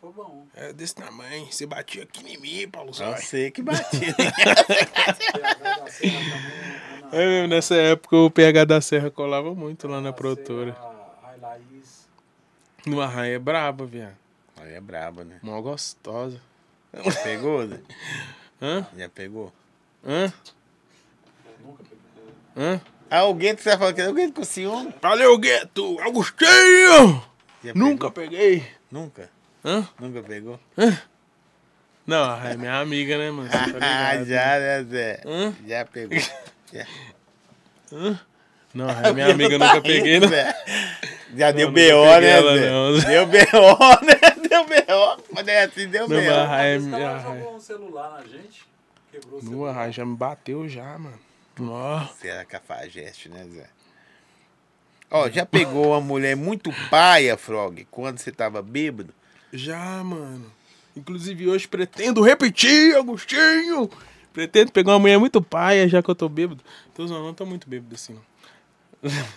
foi bom.
É desse tamanho. Você batia aqui em mim, Paulo
Não
Zóio.
sei que batida.
É mesmo, nessa época o PH da Serra colava muito lá na produtora.
A Laís.
No Arraia é braba, viado.
Olha, é braba, né?
Mó gostosa.
Já pegou, né?
Hã?
Já pegou?
Hã? Hã?
Alguém que você tá falando que alguém com ciúme?
Valeu, Gueto! Agostinho!
Já pegou?
Nunca peguei.
Nunca?
Hã?
Nunca pegou?
Não, a Raia é minha amiga, né, mano? Você tá
Ah,
ligado.
já, né, Zé?
Hã?
Já pegou.
Não, a Raia é minha amiga, eu
tá
nunca peguei, né?
Zé. Já deu
nunca
B.O.,
peguei
né,
ela,
Zé?
não.
Deu B.O., né? Deu B.O. Mas é assim, deu
Não, mas a
B.O.
Raia é
Esse
minha.
cara
a Raia-
jogou um celular na gente. Quebrou o
Nu, a
celular.
Raia já me bateu já, mano. Ó.
Você era cafajeste, né, Zé? Ó, já pegou uma mulher muito paia, Frog, quando você tava bêbado?
Já, mano. Inclusive hoje pretendo repetir, Agostinho. Pretendo pegar uma mulher muito paia, já que eu tô bêbado. Tô zoando, não tô muito bêbado assim, não.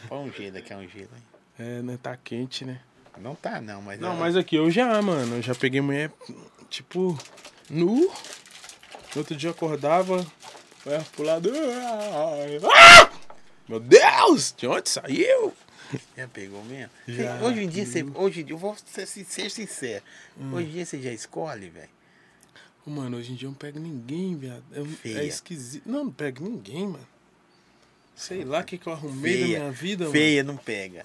Põe um gelo aqui, é um gelo, hein?
É, né, tá quente, né?
Não tá, não, mas...
Não, mas aqui eu já, mano. Eu já peguei mulher, tipo, nu. No outro dia eu acordava, olhava pro lado. ai, ah! Meu Deus! De onde saiu?
Já pegou mesmo?
Já.
Cê- Hoje em dia, você... Hoje em dia, eu vou ser, sin- ser sincero.
Hum.
Hoje em dia, você já escolhe, velho?
Ô, Mano, hoje em dia eu não pego ninguém, viado. É, um-
Feia.
é esquisito. Não, não pego ninguém, mano. Sei lá o que, que eu arrumei da minha vida, mano.
feia não pega.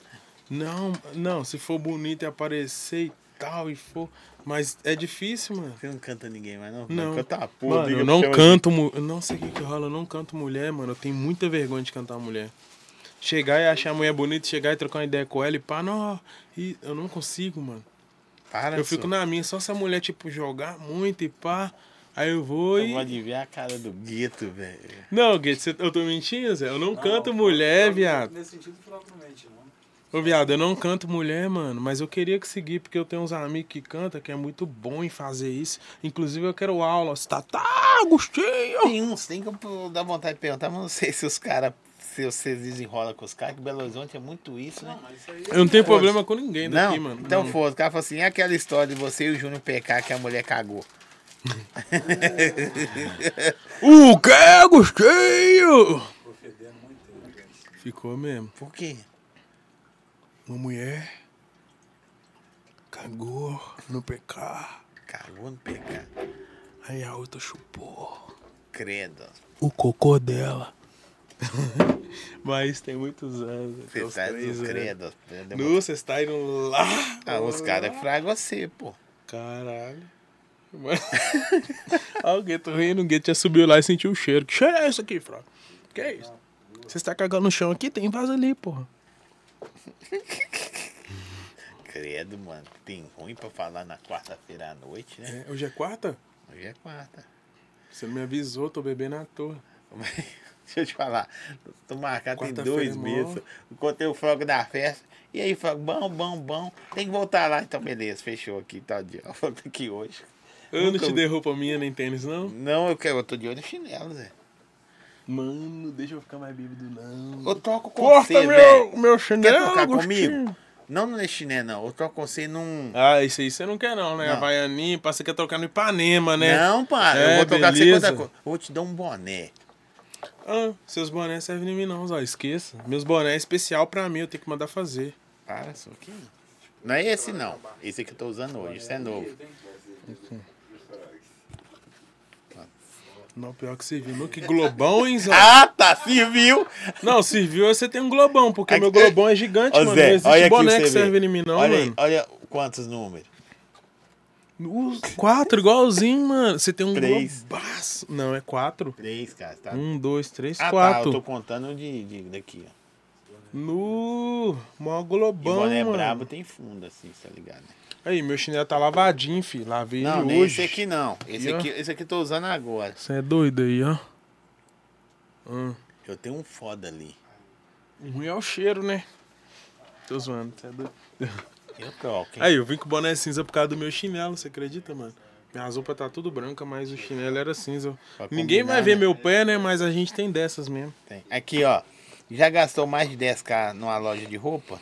Não, não, se for bonito e aparecer e tal, e for. Mas é difícil, mano.
Você não canta ninguém mais, não?
Não.
Canta uma porra.
Mano,
liga
eu
pro
não
é
seu-
canto. mu- Eu não sei o que, que rola, eu não canto mulher, mano. Eu tenho muita vergonha de cantar mulher. Chegar e achar a mulher bonita, chegar e trocar uma ideia com ela e pá, não. E eu não consigo, mano.
Para,
Eu fico
só.
na minha, só se a mulher, tipo, jogar muito e pá. Aí eu
Tá
vou
Eu
e.
vou adivinhar a cara do gueto, velho.
Não, Guedes, cê- eu tô mentindo, Zé. Eu não,
Não,
canto
não,
mulher,
não,
viado.
Nesse sentido, provavelmente não.
Ô, viado, eu não canto mulher, mano. Mas eu queria conseguir, porque eu tenho uns amigos que cantam, que é muito bom em fazer isso. Inclusive, eu quero aulas. Tá, tá, Agostinho!
Tem uns, tem que eu dá vontade de perguntar, mas não sei se os caras, se vocês desenrolam com os caras, que Belo Horizonte é muito isso, né?
Mas isso aí
Eu não tenho problema com ninguém
Não,
daqui, mano.
então
Não.
foda. O cara falou assim: é aquela história de você e o Júnior pecar que a mulher cagou.
O que, Agostinho?
ficou fedendo muito tempo. gente.
Ficou mesmo.
Por quê?
Uma mulher cagou no PK.
Cagou no pecar.
Aí a outra chupou.
Credo.
o cocô dela. Mas tem muitos anos. né? tem
Você
uns
tá
três
no
anos.
credo. né, Deu
Nu, vocês tá indo lá.
uma- Ah, os caras fragam você, pô.
Caralho. Mano. Olha o Gueto rindo. O Gueto já subiu lá e sentiu o cheiro. Que cheiro é isso aqui, Fraga? Que é isso? Você está cagando no chão aqui? Tem vaso ali, porra.
Credo, mano. Tem ruim pra falar na quarta-feira à noite, né?
É, hoje é quarta?
Hoje é quarta.
Você não me avisou, tô bebendo à toa.
Deixa eu te falar. Tu marcar tem
Quarta-feira
dois
é mó.
meses. Encontrei o Franco da festa. E aí, Franco, bom, bom, bom. Tem que voltar lá. Então, beleza, fechou aqui, tal dia. O Franco tá aqui hoje.
Eu não
Nunca
te
vi.
dei roupa minha nem tênis, não?
Não, eu quero. Eu tô de olho no chinelo, Zé.
Mano, deixa eu ficar mais bêbado, não.
Eu troco com
Corta
você,
meu,
velho.
meu chinelo,
Quer trocar
Agostinho.
comigo? Não no chinelo, não. Eu troco com você num.
Ah, isso aí você não quer não, né?
Não.
Havaianinha, pá, você quer trocar no Ipanema, né?
Não, para. eu
É,
vou trocar com você
beleza.
quanta coisa. Eu Vou te dar um boné.
Ah, seus bonés servem em mim não, Zó, esqueça. Meus bonés é especial pra mim, eu tenho que mandar fazer.
Para, só que. Não é esse, não. Esse que eu tô usando hoje. Isso é novo.
Não, pior que serviu. Não, que globão, hein, Zé?
Ah, tá, serviu.
Não, serviu você tem um globão, porque
Aqui-
meu globão é gigante,
Ô,
mano.
Zé,
não existe
olha aqui
boné
pra você
que
ver.
serve em mim, não,
olha
mano.
Aí, olha quantos números.
Os quatro, igualzinho, mano. Você tem um
Três.
globaço. Não, é quatro.
Três, cara. Tá...
Um, dois, três,
ah, tá, eu
quatro.
tô contando de, de- daqui, ó.
No maior
E
globão,
boné
mano.
brabo tem fundo, assim, tá ligado? né?
Aí, meu chinelo tá lavadinho, fi. Lavei
Não,
ele
nem
hoje.
esse aqui não. Esse
E, ó.
aqui, esse aqui eu tô usando agora.
Você é doido aí, ó. Hum.
Eu tenho um foda ali.
O ruim é o cheiro, né? Tô zoando, você é doido.
Eu troco, hein?
Aí, eu vim com o boné cinza por causa do meu chinelo, você acredita, mano? Minha roupa tá tudo branca, mas o chinelo era cinza.
Pra
Ninguém
combinar,
vai ver
né?
meu pé, né? Mas a gente tem dessas mesmo.
Tem. Aqui, ó. Já gastou mais de 10k numa loja de roupa?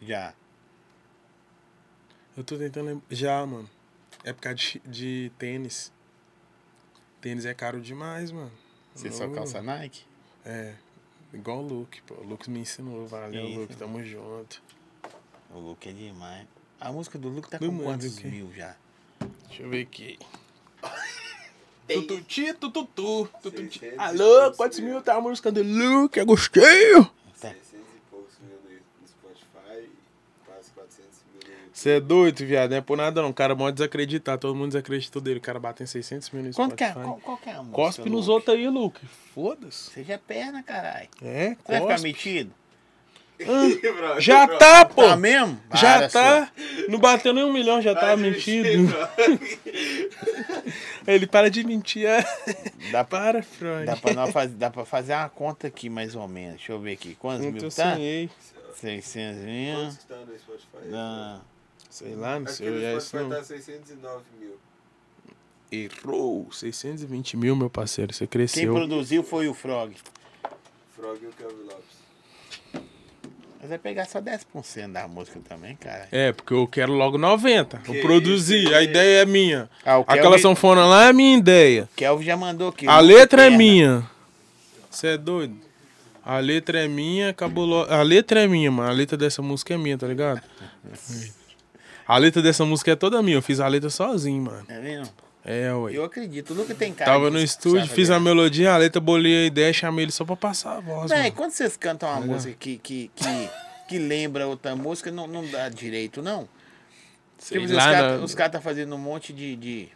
Já.
Eu tô tentando lembrar. Já, mano. É por causa de, chi- de tênis. Tênis é caro demais, mano.
Você só
Não,
calça Nike?
É. Igual o Luke, pô. O Luke me ensinou. Valeu,
Isso.
Luke. Tamo junto.
O Luke é demais. A música do Luke tá
Não
com
manda
quantos
aqui.
mil já?
Deixa eu ver aqui. Tututi, tututu, tututi.
600
Alô,
e
quantos
poucos
mil tá a música do Luke? Eu gostei!
600 e poucos mil no- no Spotify e quase 400 mil no YouTube.
Você é doido, viado. Não é por nada não. O cara pode desacreditar. Todo mundo desacreditou dele. O cara bate em 600 mil no
Quanto que é?
Spotify.
Qual, qual que é a música?
Cospe nos
Luke?
outros aí, Luke. Foda-se.
Seja perna, caralho.
É,
Você vai ficar
cospe.
metido?
Ih, bro,
Já
bro,
tá, pô.
Tá mesmo? Para,
Já tá. Não bateu nem um milhão, já
para
tá
de
mentindo.
mentir, bro.
Ele para de mentir. é.
só. Dá pra,
Para, Freud.
dá, pra nós faz- dá pra fazer uma conta aqui, mais ou menos. Deixa eu ver aqui. Quantos
Ontem eu
mil tá? um.
sonhei.
600
Quantos
mil.
que tá no Spotify?
Ah,
Não.
Sei lá, não
Acho
sei.
é
que no
olhar isso
Spotify
não.
tá 609 mil.
Errou. 620 mil, meu parceiro. Você
Quem
cresceu.
produziu foi o Frog.
Frog e o Kelvin Lopes.
Mas vai pegar só 10% da música também, cara.
É, porque eu quero logo 90.
Que
eu produzi,
isso,
a
que
ideia é minha.
Ah, o
Aquela
Kelvin-
sanfona lá é minha ideia.
Kelvin já mandou aqui.
A
Luke
letra é
Perna.
minha. Você é doido? A letra é minha, acabou logo. A letra é minha, mano. A letra dessa música é minha, tá ligado? A letra dessa música é toda minha. Eu fiz a letra sozinho, mano.
Tá vendo?
É, ué.
Eu acredito. O Luca tem cara.
Tava
de
no
que
estúdio,
sabe
fiz a
fazer.
melodia, a letra, bolei a ideia, chamei ele só pra passar a voz,
Véi,
mano.
quando vocês cantam
É.
uma música que, que, que, que lembra outra música, não, não dá direito, não.
Sei
tipo,
lá, né?
os
na-
caras tá fazendo um monte de, de.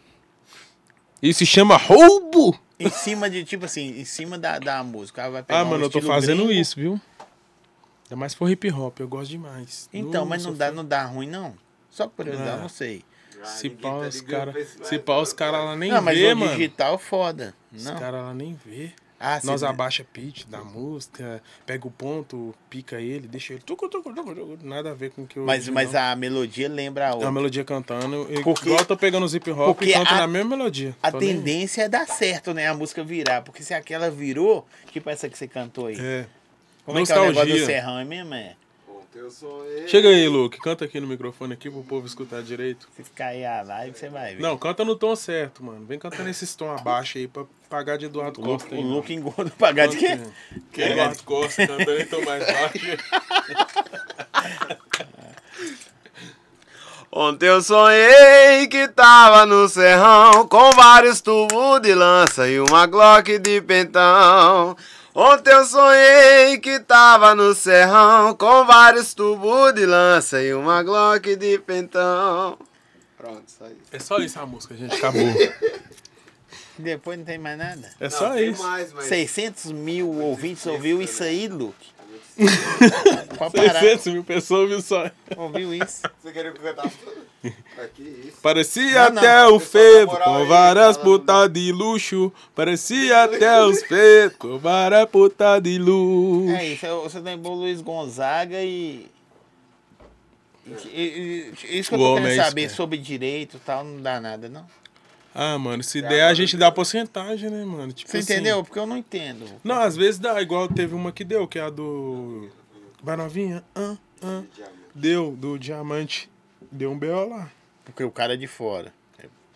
Isso se chama roubo?
Em cima de, tipo assim, em cima da, da música. Ela vai pegar
Ah,
um
mano, eu tô
estilo
fazendo
gringo.
isso, viu? Ainda mais se for hip hop, eu gosto demais.
Então, mas
Nossa,
não dá, não dá ruim, não. Só por eu
Ah.
não sei.
Se
ninguém tá
pá, os
ligando pra
caras
esse
se
lado,
pá,
não,
os cara lá nem
não, mas
vê,
o
mano.
digital é foda.
Os
Não.
caras lá nem vê.
Ah,
Nós
cê-
abaixa pitch da música, pega o ponto, pica ele, deixa ele. tucu, tucu, tucu, tucu, Nada a ver com o que eu.
Mas,
vi,
mas
não.
a melodia lembra a
É uma
outra.
melodia cantando. Eu,
Porque-
igual eu tô pegando os hip hop
porque
e canto
a-
na mesma melodia.
A
Tô nem-
tendência é dar certo, né? A música virar. Porque se aquela virou, tipo essa que você cantou aí.
É.
Como é que é o negócio
Nostalgia.
do Serrão, é mesmo? É?
Ontem eu sonhei.
Chega aí, Luke. Canta aqui no microfone aqui pro povo escutar direito.
Se cair a live, você vai ver.
Não, canta no tom certo, mano. Vem cantando esses tom abaixo aí pra pagar de Eduardo
o Luke,
Costa.
o
aí,
Luke engorda pra cá de quê?
mano. Que Eduardo Costa cantando em tom mais baixo.
Ontem eu sonhei que tava no serrão com vários tubos de lança e uma Glock de pentão. Ontem eu sonhei que tava no serrão com vários tubos de lança e uma Glock de pentão. Pronto, só isso.
É só isso a música, gente. Acabou.
Depois não tem mais nada.
É
Não,
só
tem
isso.
mais, mas
600 mil ouvintes ouviu isso aí, Luke. Pode parar.
600 mil pessoas ouviu só.
Ouviu isso.
Você queria que eu cantasse tudo? Mas que isso.
Parecia
Não, não,
até o
pessoal, na
Fevo
moral
com
aí,
várias
falando-
putas de luxo.
Tá
Parecia até os Fevo com várias putas de luxo.
É isso. eu- Você lembrou o Luiz Gonzaga e... e- e- e- Isso que eu
O
tô
homem é
querendo
isso,
saber
cara.
sobre direito e tal, não dá nada, não.
Ah, mano, se der a gente dá porcentagem, né, mano? Tipo
Você
assim,
entendeu? Porque eu não entendo.
Não, às vezes dá, igual teve uma que deu, que é a do. Vai novinha? Hã? Hã? Deu, do Diamante. Deu um B.O. lá.
Porque o cara é de fora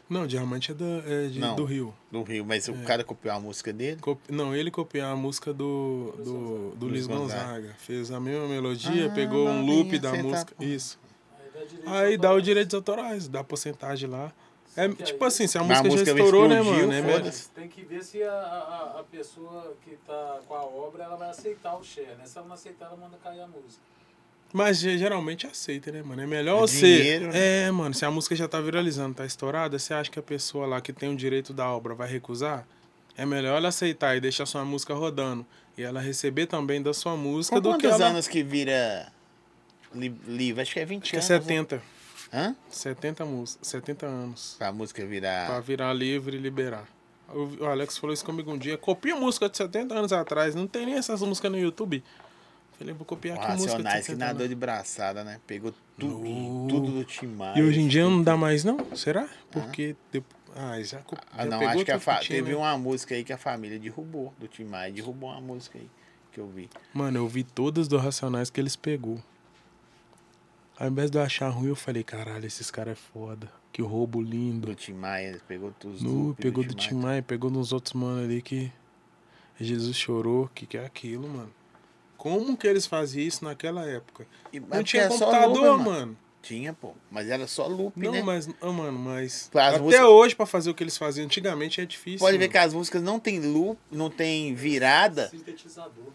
Não, Diamante é, da, é de-
Não.
do Rio.
do Rio, mas
É.
o cara copiou a música dele.
Copi- Não, ele copiou a música do, do, do Luiz
Gonzaga.
Gonzaga. Fez a mesma melodia,
Ah,
pegou um
novinha,
loop da
cê tá-
música. Isso.
é
Aí dá os direitos autorais, dá a porcentagem lá. É, tipo assim, se a
Mas
música,
a música
já estourou, né,
explodiu,
mano? É, melhor-
foda-se.
Tem que ver se a, a, a pessoa que tá com a obra, ela vai aceitar o share, né? Se ela não aceitar, ela manda cair a música.
Mas ge- geralmente aceita, né, mano? É melhor
É
você.
dinheiro, né?
É, mano, se a música já tá viralizando, tá estourada, você acha que a pessoa lá que tem o direito da obra vai recusar? É melhor ela aceitar e deixar sua música rodando. E ela receber também da sua música
Com
do que
quantos
ela.
anos que vira li- livro? Acho que é 20
Que é
anos.
70.
né? Hã?
70 músicas. 70 anos.
Pra música
Pra
virar.
virar livre e liberar. O o Alex falou isso comigo um dia. Copia música de 70 anos atrás. Não tem nem essas músicas no YouTube. Falei, vou copiar
O
aqui música de
Racionais Ah, que
70
nadou
anos.
de braçada, né? Pegou tudo, tudo do Timar.
E hoje em dia não dá mais, não? Será? Porque. depois- Ah, já, co-
Ah,
já
não,
pegou
acho que a
tudo
fa-
tinha,
teve
né?
uma música aí que a família derrubou do Timar. Derrubou uma música aí que eu vi.
Mano, eu vi todas do Racionais que eles pegou. Ao invés de eu achar ruim, eu falei, caralho, esses caras é foda. Que roubo lindo.
Do Timar, ele pegou tudo.
Nu,
tudo
pegou do
Maia.
Timai, pegou nos outros mano ali que Jesus chorou, que que é aquilo, mano? Como que eles faziam isso naquela época?
E- mas
Não
porque
tinha
é só
computador,
loop,
mano.
Tinha, pô. Mas era só loop,
Não,
né?
mas, ah, mano, mas
As
até
músicas-
hoje pra fazer o que eles faziam antigamente é difícil.
Pode ver
mano.
que as músicas não tem loop, não tem virada.
Sintetizador.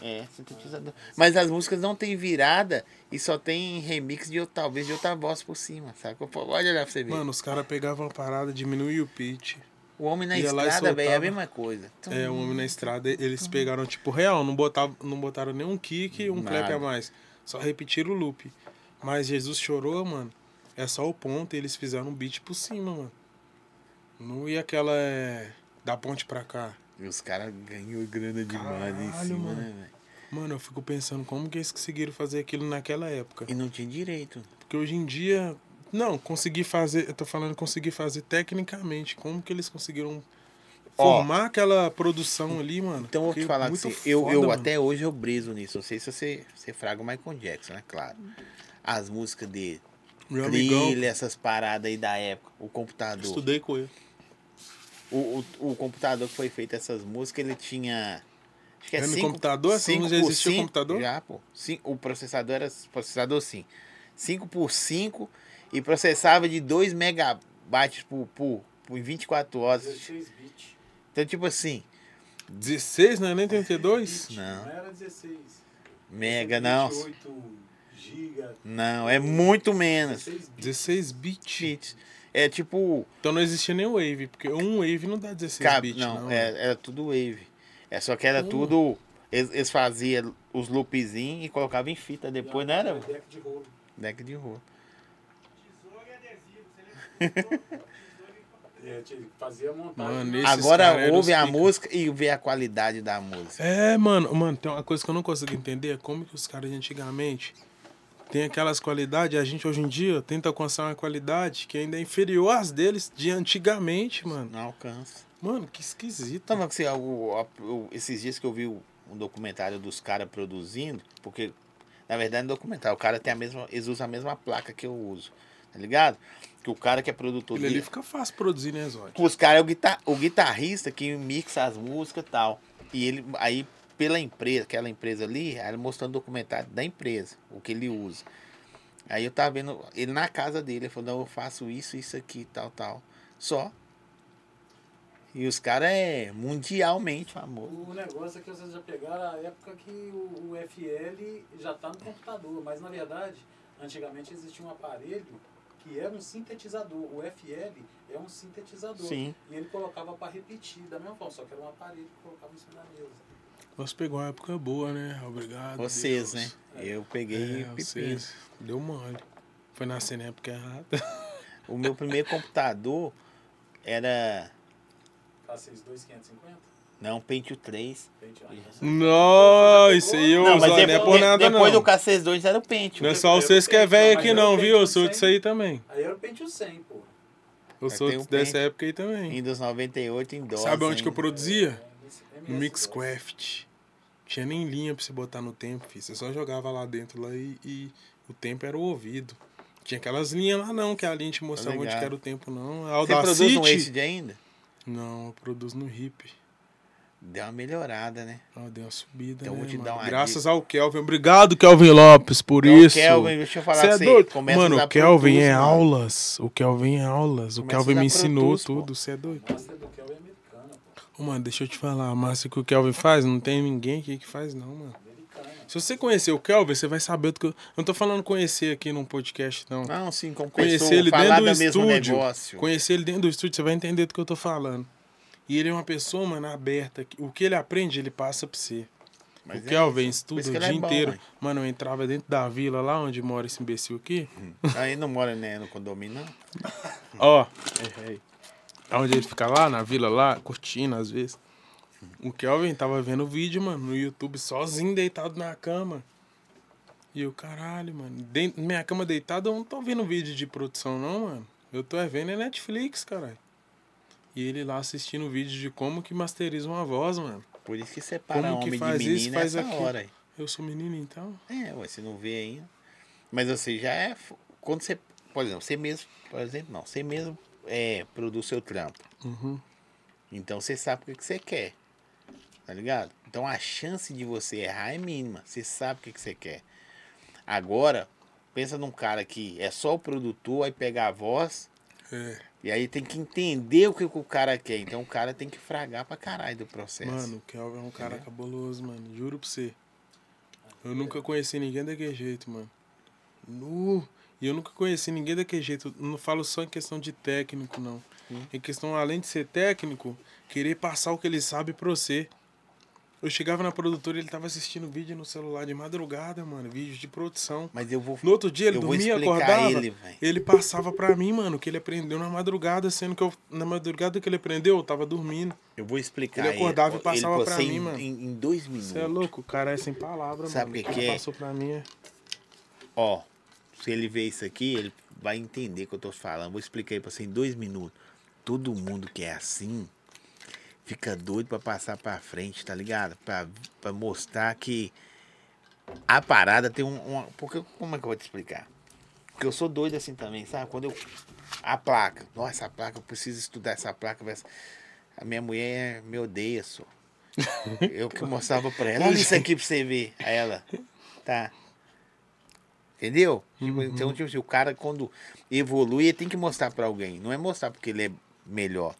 É, sintetizador. Mas as músicas não tem virada e só tem remix de outra- talvez de outra voz por cima, saca? Pô, Olha lá pra você ver.
Mano, os caras pegavam a parada, diminuíam o pitch.
o homem na
ia lá e
estrada, velho, é a
soltava.
mesma coisa.
É, o Homem na Estrada, eles pegaram, tipo, real, não, botavam, não botaram nenhum kick, um
Nada.
clap a mais. Só repetiram o loop. Mas Jesus chorou, mano. É só o ponto e eles fizeram um beat por cima, mano. Não ia aquela é, da ponte pra cá.
E os caras ganhou grana demais em
Caralho,
cima,
mano.
né, velho?
Mano, eu fico pensando como que eles conseguiram fazer aquilo naquela época.
E não tinha direito.
Porque hoje em dia. Não, consegui fazer. Eu tô falando conseguir fazer tecnicamente. Como que eles conseguiram
Ó.
formar aquela produção ali, mano?
Então eu vou te
Porque
falar
muito
assim, eu,
foda,
eu
mano.
até hoje eu briso nisso. Não sei se você, você fraga o Michael Jackson, né? Claro. As músicas dele,
Meu amigão,
trilha, essas paradas aí da época, o computador.
estudei com ele.
O, o, o computador que foi feito essas músicas, ele tinha. Acho que é
É no
cinco,
computador? Essa
cinco
música já
por
existia o
cinco-
computador?
Já, pô. Cin- o processador era. Processador sim. 5 por 5 e processava de 2 megabytes por, por, por em 24 horas.
16 bits.
Então, tipo assim,
é 16, não é nem 32?
Não.
Não era 16.
mega não.
28 giga.
Não, é muito menos.
é
16 bits.
16 bits.
Bits. É tipo.
Então não existia nem wave, porque um wave não dá 16
Cab...
bits,
não,
não. Hum.
é- era, tudo wave. É só que era tudo. Eles, eles faziam os loopzinhos e colocavam em fita depois, não era?
Deck de rolo.
Deck de rua.
É, tinha- fazia a montagem.
Mano, esses
Agora
caras eram
ouve
os
a
pica.
música e vê a qualidade da música.
É, mano, mano, tem uma coisa que eu não consigo entender, é como que os caras de antigamente têm aquelas qualidades, e a gente hoje em dia tenta alcançar uma qualidade que ainda é inferior às deles de antigamente, mano.
Não alcança.
Mano, que esquisito.
Então, assim, o- a- o- esses dias que eu vi o- um documentário dos caras produzindo, porque na verdade é um documentário, o cara tem a mesma, eles usam a mesma placa que eu uso, tá ligado? Que o cara que é produtor
Ele ali
dele,
fica fácil produzir, né, Zóio?
os caras é o, guitar, o guitarrista que mixa as músicas e tal. E ele aí pela empresa, aquela empresa ali, aí ele mostrando o documentário da empresa, o que ele usa. Aí eu tava vendo ele na casa dele, ele falou, não, eu faço isso, isso aqui, tal, tal. Só. E os caras é mundialmente famoso.
O negócio é que vocês já pegaram a época que o, o FL já está no computador, mas na verdade, antigamente existia um aparelho que era um sintetizador. O FL é um sintetizador.
Sim.
E ele colocava para repetir da mesma forma, só que era um aparelho que colocava em cima da mesa.
Nós pegou uma época boa, né? Obrigado.
Vocês, né?
Deus.
Eu peguei
É,
pepino.
vocês. Deu mole. Foi nascer na época errada.
O meu primeiro computador era.
K62550?
Não, Pentium 3.
Gente, ah, então-
Não, isso aí, ô,
não, mas
Zóio,
depois,
não é por nada,
depois
não.
do KC2 era o Pentium.
Não é só vocês que é velho aqui, não, viu? Eu sou disso aí também.
Aí era o Pentium 100, pô.
Eu
Já
sou
tem um
dessa
pente.
época aí também.
Windows 98 em dose.
Sabe onde que eu
ainda.
produzia? No
MS2.
Mixcraft. Tinha nem linha pra você botar no tempo, filho. Você só jogava lá dentro lá e, e o tempo era o ouvido. Tinha aquelas linhas lá não, que a linha te mostrava onde
ligado.
que era o tempo não. A
Você produz
Audacity...
um Acid ainda?
Não, eu produzo no RIP.
Deu uma melhorada, né?
Ó, deu uma subida,
Então eu
né,
vou te
mano?
dar uma
Graças
dica.
ao Kelvin. Obrigado, Kelvin Lopes, por
Então,
isso.
Kelvin, deixa eu falar
Cê
pra
é
você.
doido?
Começa a
mano,
usar
o Kelvin
Pro Tools,
é
mano.
aulas. O Kelvin é aulas.
Começa
O
a
Kelvin me
usar Pro
ensinou
Tools, pô.
tudo. Você é doido?
Nossa, do Kel é americana, pô.
Ô, mano, deixa eu te falar. A massa que o Kelvin faz, não tem ninguém aqui que faz, não, mano.
Americana.
Se você conhecer o Kelvin, você vai saber do que eu... eu não tô falando conhecer aqui num podcast, não.
Não, sim, como
Conhecer
Ah, pessoa,
ele
falar
dentro do
do mesmo
estúdio.
negócio.
Conhecer ele dentro do estúdio, você vai entender do que eu tô falando. E ele é uma pessoa, mano, aberta. que O que ele aprende, ele passa pra você.
Mas
o
é
Kelvin
isso. Por
estuda
isso
o
que ele
dia
é bom,
inteiro.
mano.
Mano, eu entrava dentro da vila, lá onde mora esse imbecil aqui.
Uhum. Aí não mora né, no condomínio, não.
Ó, errei. Onde ele fica lá, na vila lá, curtindo às vezes. O Kelvin tava vendo o vídeo, mano, no YouTube, sozinho, deitado na cama. E eu, caralho, mano, dentro, minha cama deitada, eu não tô vendo vídeo de produção, não, mano. Eu tô é vendo é Netflix, caralho. E ele lá assistindo o vídeo de como que masteriza uma voz, mano.
Por isso que separa
Como que
homem
faz
de
isso,
menina
faz
nessa
aquilo?
hora aí.
Eu sou menino, então.
É, ué, você não vê ainda. Mas você já é. f- Quando você. Por exemplo, você mesmo. Por exemplo, não. Você mesmo é, produz seu trampo.
Uhum.
Então você sabe o que que você quer. Tá ligado? Então a chance de você errar é mínima. Você sabe o que que você quer. Agora, pensa num cara que é só o produtor, aí pega a voz.
É.
E aí tem que entender o que, que o cara quer. Então o cara tem que fragar pra caralho do processo.
Mano, o Kelvin é um cara cabuloso, mano. Juro pra você. Eu nunca conheci ninguém daquele jeito, mano. Nu. E eu nunca conheci ninguém daquele jeito. Eu Não falo só em questão de técnico, não. Em questão, além de ser técnico, querer passar o que ele sabe pra você. Eu chegava na produtora ele tava assistindo vídeo no celular de madrugada, mano. Vídeos de produção.
Mas eu vou.
No outro dia ele
eu vou
dormia,
explicar
acordava.
ele,
Ele,
velho.
passava pra mim, mano, o que ele aprendeu na madrugada, sendo que eu, na madrugada que ele aprendeu, eu tava dormindo.
Eu vou explicar
Ele acordava e
pra
passava
ele
pra
você
mim,
em,
mano.
Em, em dois minutos.
Você é louco, o cara é sem palavra,
Sabe
mano.
o que
cara
que é?
passou pra mim é.
Ó, se ele ver isso aqui, ele vai entender o que eu tô falando. Vou explicar aí pra você em dois minutos. Todo mundo que é assim fica doido pra passar pra frente, tá ligado? Pra, pra mostrar que a parada tem um. uma- porque, como é que eu vou te explicar? Porque eu sou doido assim também, sabe? Quando eu. A placa. Nossa, a placa, eu preciso estudar essa placa. mas A minha mulher me odeia, só. Eu que mostrava pra ela. Olha isso aqui pra você ver. Aí ela. Tá. Entendeu? Tipo, Então, tipo assim, o cara quando evolui, ele tem que mostrar pra alguém. Não é mostrar porque ele é melhor.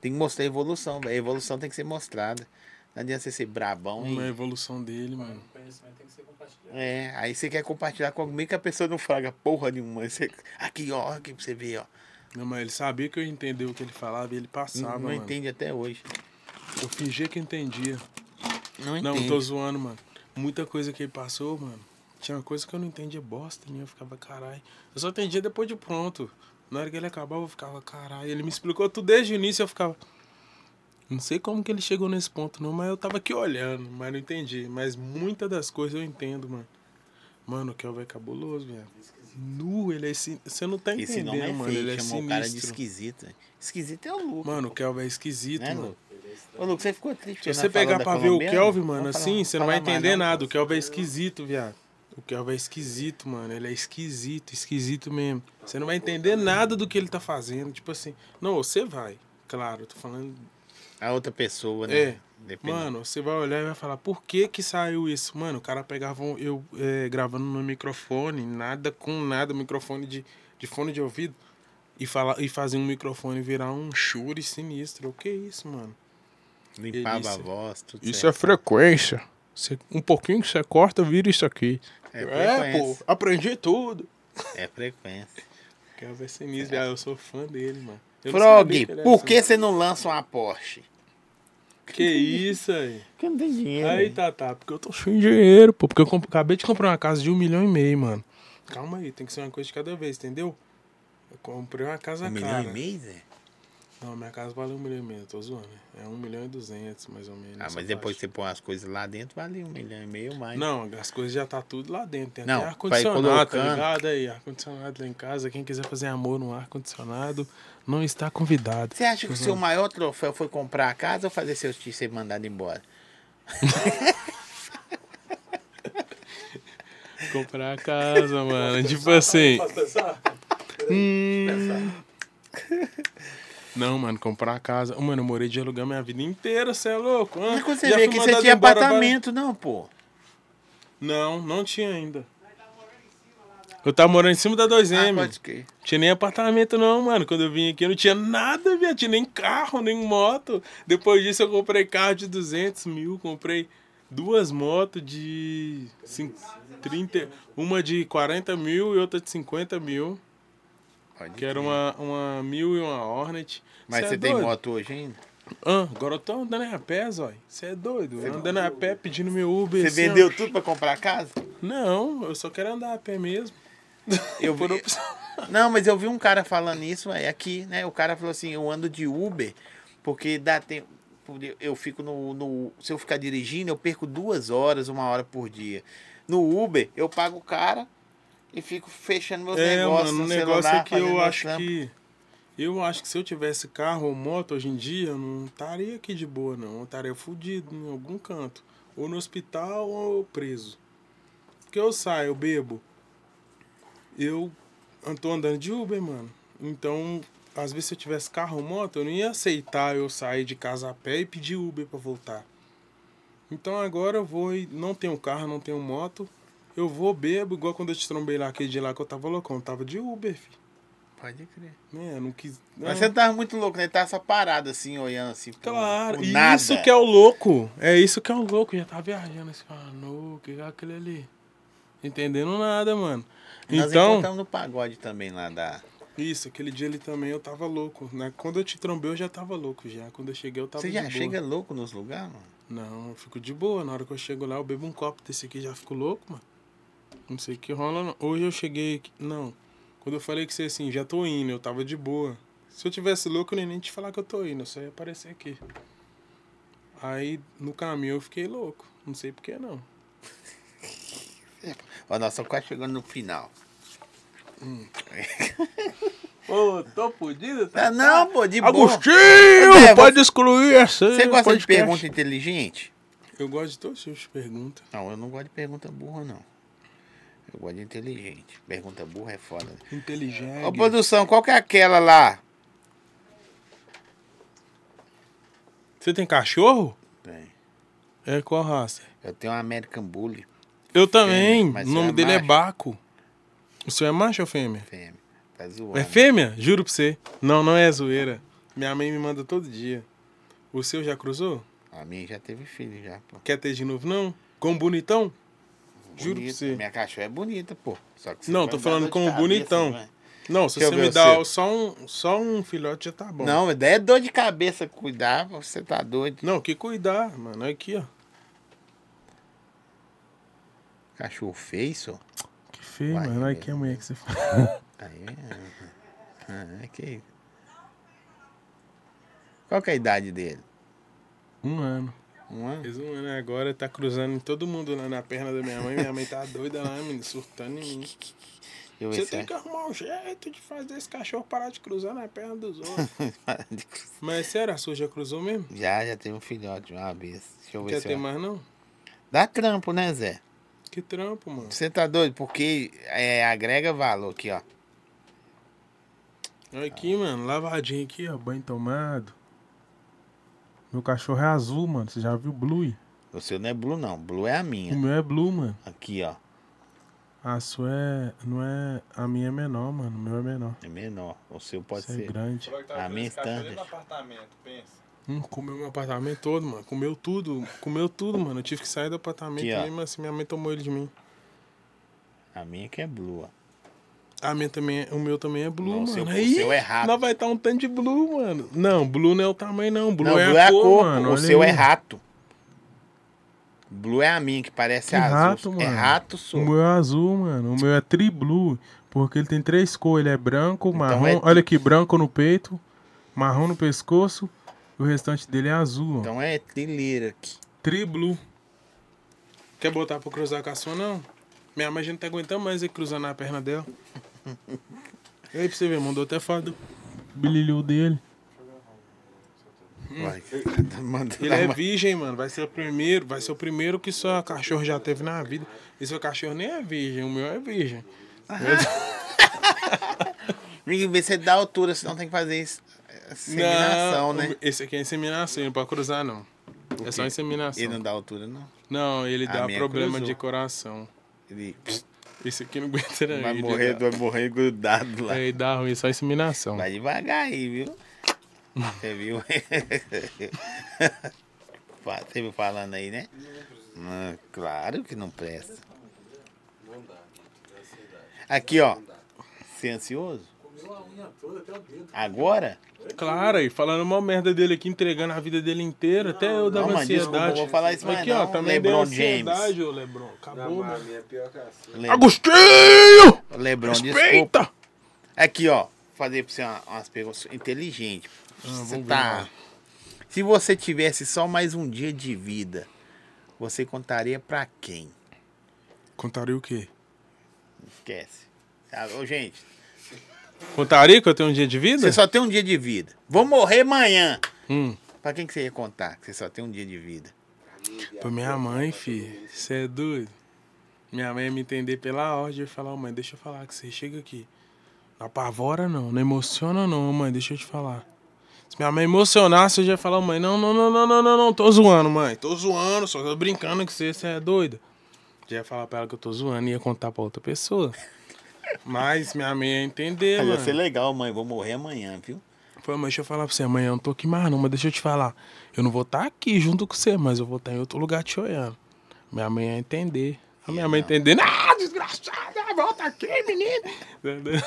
Tem que mostrar a evolução, velho. A evolução tem que ser mostrada. Não adianta você ser brabão
Uma
e.
evolução dele, mano.
O conhecimento tem que ser compartilhado.
É, aí você quer compartilhar com alguém que a pessoa não fraga porra nenhuma. Aí Você... Aqui, ó, aqui pra você ver, ó.
Não, mas ele sabia que eu entendia o que ele falava e ele
Não,
passava,
não
mano.
entende até hoje.
Eu fingia que entendia.
Não
Não,
entende.
tô zoando, mano. Muita coisa que ele passou, mano. Tinha uma coisa que eu não entendia bosta, né? Eu ficava, caralho. Eu só entendia depois de pronto. Na hora que ele acabava, eu ficava, caralho. Ele me explicou tudo desde o início, eu ficava. Não sei como que ele chegou nesse ponto, não, mas eu tava aqui olhando, mas não entendi. Mas muitas das coisas eu entendo, mano. Mano, o Kelvin é cabuloso, velho. Nu, ele é sin... Você não tá entendendo,
Esse nome é
mano.
feio,
ele é
chamou o cara de
sinistro.
esquisito. né? Esquisito é o Lucas,
Mano, o Kelvin é esquisito,
né,
mano.
Lucas? Ô, Lucas, você ficou triste.
Se
né,
você
falando
pegar
da
pra ver o
colombiana?
Kelvin, mano,
Vamos falar-
assim, você não vai
falar mais,
entender
não,
nada.
pô.
O Kelvin é esquisito, viado. O Kelvin é esquisito, mano. Ele é esquisito, esquisito mesmo. Você não vai entender nada do que ele tá fazendo. Tipo assim, não, você vai. Claro, eu tô falando.
A outra pessoa, né?
É.
Depende.
Mano, você vai olhar e vai falar, por que que saiu isso? Mano, o cara pegava um- eu é, gravando no microfone, nada com nada, microfone de, de fone de ouvido, e, fala, e fazia um microfone virar um chure sinistro. O que é isso, mano?
Limpava
Delícia.
a voz, tudo
Isso é
certo.
frequência. Você- um pouquinho que você corta, vira isso aqui.
É
É,
frequência.
pô, aprendi tudo.
É frequência.
Quer ver sinistro, ah, eu sou fã dele, mano. Eu não sabia
Frog,
ele era
por
assim.
que você não lança uma Porsche?
Que isso aí?
Porque não tem dinheiro.
Aí, tá Tatá, porque eu tô sem dinheiro, pô. Porque eu comp- acabei de comprar uma casa de um milhão e meio, mano. Calma aí, tem que ser uma coisa de cada vez, entendeu? Eu comprei uma casa
um
cara.
milhão e meio, Zé?
Não, minha casa vale um milhão e meio, eu tô zoando. né? É um milhão e duzentos, mais ou menos.
Ah,
nessa
mas depois que
faixa.
você põe as coisas lá dentro, vale um milhão e meio mais.
Não, as coisas já tá tudo lá dentro. Tem
Não,
até
vai
ar-condicionado, tá
colocando.
ligado? Aí, ar-condicionado lá em casa. Quem quiser fazer amor no ar-condicionado, não está convidado.
Você acha que o seu
Uhum.
maior troféu foi comprar a casa ou fazer seus tios ser mandado embora?
Comprar a casa, mano. tipo assim.
Posso pensar?
hum, Não, mano, comprar uma casa. Ô, Mano, eu morei de aluguel minha vida inteira, você é louco. hã?
Mas quando você
Já
vê
fui
que você
mandado
tinha
embora várias-
apartamento, não, pô.
Não, não tinha ainda. Eu tava morando em cima da 2M.
Ah,
Não
pode crer.
tinha nem apartamento, não, mano. Quando eu vim aqui, eu não tinha nada, viado. Tinha nem carro, nem moto. Depois disso, eu comprei carro de 200 mil. Comprei duas motos de. cin- 30, uma de 40 mil e outra de 50 mil.
Pode
Que era
crer.
uma, uma mil e uma Hornet.
Mas
Cê
você
é
tem
doido?
moto hoje ainda?
Ah, agora eu tô andando a pé, zói. Você é doido. Eu andando a pé pedindo meu Uber.
Você
assim, ó.
vendeu tudo pra comprar casa?
Não, eu só quero andar a pé mesmo.
Eu
Por
vi-
opção.
Não, mas eu vi um cara falando isso, é aqui, né? O cara falou assim, eu ando de Uber, porque dá tempo. Eu fico no, no- Se eu ficar dirigindo, eu perco duas horas, uma hora por dia. No Uber, eu pago o cara e fico fechando meus
É,
negócios.
mano,
no
o negócio
celular,
é que eu
fazendo
acho
meus trampos.
que. Eu acho que se eu tivesse carro ou moto hoje em dia, eu não estaria aqui de boa, não. Eu estaria fudido em algum canto. Ou no hospital ou preso. Porque eu saio, eu bebo. Eu an- tô andando de Uber, mano. Então, às vezes se eu tivesse carro ou moto, eu não ia aceitar eu sair de casa a pé e pedir Uber pra voltar. Então agora eu vou e não tenho carro, não tenho moto. Eu vou, bebo, igual quando eu te trombei lá aquele dia lá que eu tava loucão, eu tava de Uber, filho.
Pode crer.
Né? eu Não quis. não.
Mas você não tava muito louco, né? Ele tava só parado assim, olhando assim. pro-
Claro,
pro
e
nada.
isso que é o louco. É isso que é o louco. Já tá viajando assim, ah, não, que é aquele ali. Entendendo nada, mano.
Nós
então,
encontramos no pagode também lá da.
isso, aquele dia ali também eu tava louco. Né? Quando eu te trombei, eu já tava louco já. Quando eu cheguei, eu tava
Você
de
já
boa.
chega louco nos lugares, mano?
Não, eu fico de boa. Na hora que eu chego lá, eu bebo um copo desse aqui já fico louco, mano. Não sei o que rola. Não. Hoje eu cheguei. aqui- Não. Quando eu falei que você assim, já tô indo, eu tava de boa. Se eu tivesse louco, eu nem nem te falar que eu tô indo, eu só ia aparecer aqui. Aí no caminho eu fiquei louco. Não sei por que não.
Ó, nós estamos quase chegando no final.
Ô, tô podido?
Ah,
tá.
não, pô, de boa.
Agostinho!
É,
pode excluir essa.
Você gosta de
É, podcast.
pergunta inteligente?
Eu gosto de todos os tipos de pergunta.
Não, eu não gosto de pergunta burra, não. Eu gosto de inteligente. Pergunta burra é foda. né?
Inteligente.
Ô, produção, qual que é aquela lá?
Você tem cachorro?
Tem.
É qual raça?
Eu tenho uma American Bully,
Eu também.
mas
o
você
nome
é
dele é
macho.
Baco. O senhor é macho ou fêmea?
fêmea. Tá zoando.
É fêmea? Juro pra você. Não, não é zoeira. Minha mãe me manda todo dia. O seu já cruzou?
A minha já teve filho, já, pô.
Quer ter de novo, não? Com o bonitão? Juro pra
Bonita.
você.
Minha cachorra é bonita, pô. Só que você
Não,
vai
tô
dar
falando
dor de
com o
cabeça, é?
bonitão.
vai.
Não, se
Deixa eu
você
ver
me
o
dá
seu.
só um, só um filhote já tá bom.
Não, ideia é dor de cabeça cuidar, você tá doido.
Não, que cuidar, mano. Aqui, ó.
Cachorro feio, só.
Que feio,
Vai,
mano. Olha
velho.
que amanhã que você fala.
Aí, ah, ah, que... Qual que é a idade dele?
Um ano.
Um ano?
Fez um ano agora, tá cruzando em todo mundo lá na perna da minha mãe. Minha mãe tá doida lá, menino, surtando em mim.
Deixa eu ver
Você
se
tem
é-
que arrumar um jeito de fazer esse cachorro parar de cruzar na perna dos outros.
Para de cruzar.
Mas sério, a sua já cruzou mesmo?
Já, já teve um filhote uma vez. Deixa eu ver
Quer
se
ter
eu...
mais não?
Dá trampo, né, Zé?
Que trampo, mano.
Você tá doido? Porque é, agrega valor aqui, ó.
Olha aqui, mano, lavadinho aqui, ó, banho tomado. Meu cachorro é azul, mano, você já viu blue?
O seu não é blue, não. Blue é a
O
minha.
meu é blue, mano.
Aqui, ó.
A sua é... não é... a minha é menor, mano, o meu é menor.
É menor. O seu pode
Você é
ser.
grande.
Frog tava
A minha
esse cachorro dentro do
standard.
apartamento, pensa.
Hum, comeu meu apartamento todo, mano. Comeu tudo, comeu tudo, mano. Eu tive que sair do apartamento
Aqui, ó.
mesmo assim, minha mãe tomou ele de mim.
A minha que é blue, ó.
A minha também, é- o meu também é blue,
Não, o
mano.
seu- o
Aí,
seu é rato.
Nós vai estar um tanto de blue, mano. Não, blue não é o tamanho, não. Blue,
não,
é,
blue
a cor, mano.
O
olha
seu
aí.
é rato. Blue é a minha, que parece
Que
azul.
rato,
É
mano.
rato,
O
sou.
meu é azul, mano. O meu é tri-blue, porque ele tem três cores. Ele é branco, marrom.
é tri-
Olha aqui, branco no peito, marrom no pescoço. E o restante dele é azul, ó.
Então é trilheira aqui.
Tri-blue. Quer botar pra cruzar com a sua, não? Minha mãe já não tá aguentando mais ele cruzando na perna dela. e aí, pra você ver, mandou até foto do bilhilho dele. Hum.
Vai. Tá mandando
Ele é
uma-
virgem, mano. Vai ser o primeiro, vai ser o primeiro que sua cachorro já teve na vida. E seu cachorro nem é virgem, o meu é virgem.
Tem que ver se é da altura, senão tem que fazer isso. Seminação, né?
Esse aqui é inseminação, não pode cruzar, não. É só
quê?
inseminação.
Ele não dá altura, não.
Não, ele
A
dá
minha
problema
cruzou.
de coração.
Ele
Esse aqui não aguenta, não.
vai
Ele
morrer,
dá-
vai morrer grudado lá.
É, ele dá ruim, só inseminação.
Vai devagar aí, viu? Você viu? Fa- Você viu falando aí, né? Ah, claro que não presta. Aqui, ó. Você é ansioso?
Comeu a unha toda até o dedo.
Agora?
Claro, e falando uma merda dele aqui, entregando a vida dele inteira, até eu dava
Não, mas
ansiedade.
desculpa, eu vou falar isso mais
aqui, ó,
não.
também
LeBron
deu ansiedade,
James.
ô Lebron.
Não,
Acabou,
mas a
mano.
minha é pior que a sua.
Le...
Agostinho!
Lebron, desculpa.
Respeita!
Aqui, ó. Fazer pra você uma- umas perguntas inteligentes.
Ah, vamos
Você
ver,
tá... Se você tivesse só mais um dia de vida, você contaria pra quem?
Contaria o quê?
Esquece. Ah, Ô, gente,
Contaria que eu tenho um dia de vida?
você só tem um dia de vida. Vou morrer amanhã.
Hum,
Pra quem que você ia contar que você só tem um dia de vida?
pra minha mãe, fi. Você é doido? Minha mãe ia me entender pela ordem e falar, "Ô, mãe, deixa eu falar que você chega aqui. Não apavora, não. Não emociona, não, mãe. Deixa eu te falar. Se minha mãe emocionasse, eu já ia falar, mãe, não, não, não, não, não, não, não. Tô zoando, mãe. Tô zoando, só tô brincando com você. Você é doido. Já ia falar pra ela que eu tô zoando e ia contar pra outra pessoa. Mas minha mãe ia entender,
Mas
É, mano.
ia ser legal, mãe. Vou morrer amanhã, viu?
Falei, mãe, deixa eu falar pra você, amanhã eu não tô aqui mais não, mas deixa eu te falar. Eu não vou estar aqui junto com você, mas eu vou estar em outro lugar te olhando. Minha mãe ia entender. A minha mãe entendendo, ah, desgraçada, volta aqui, menino.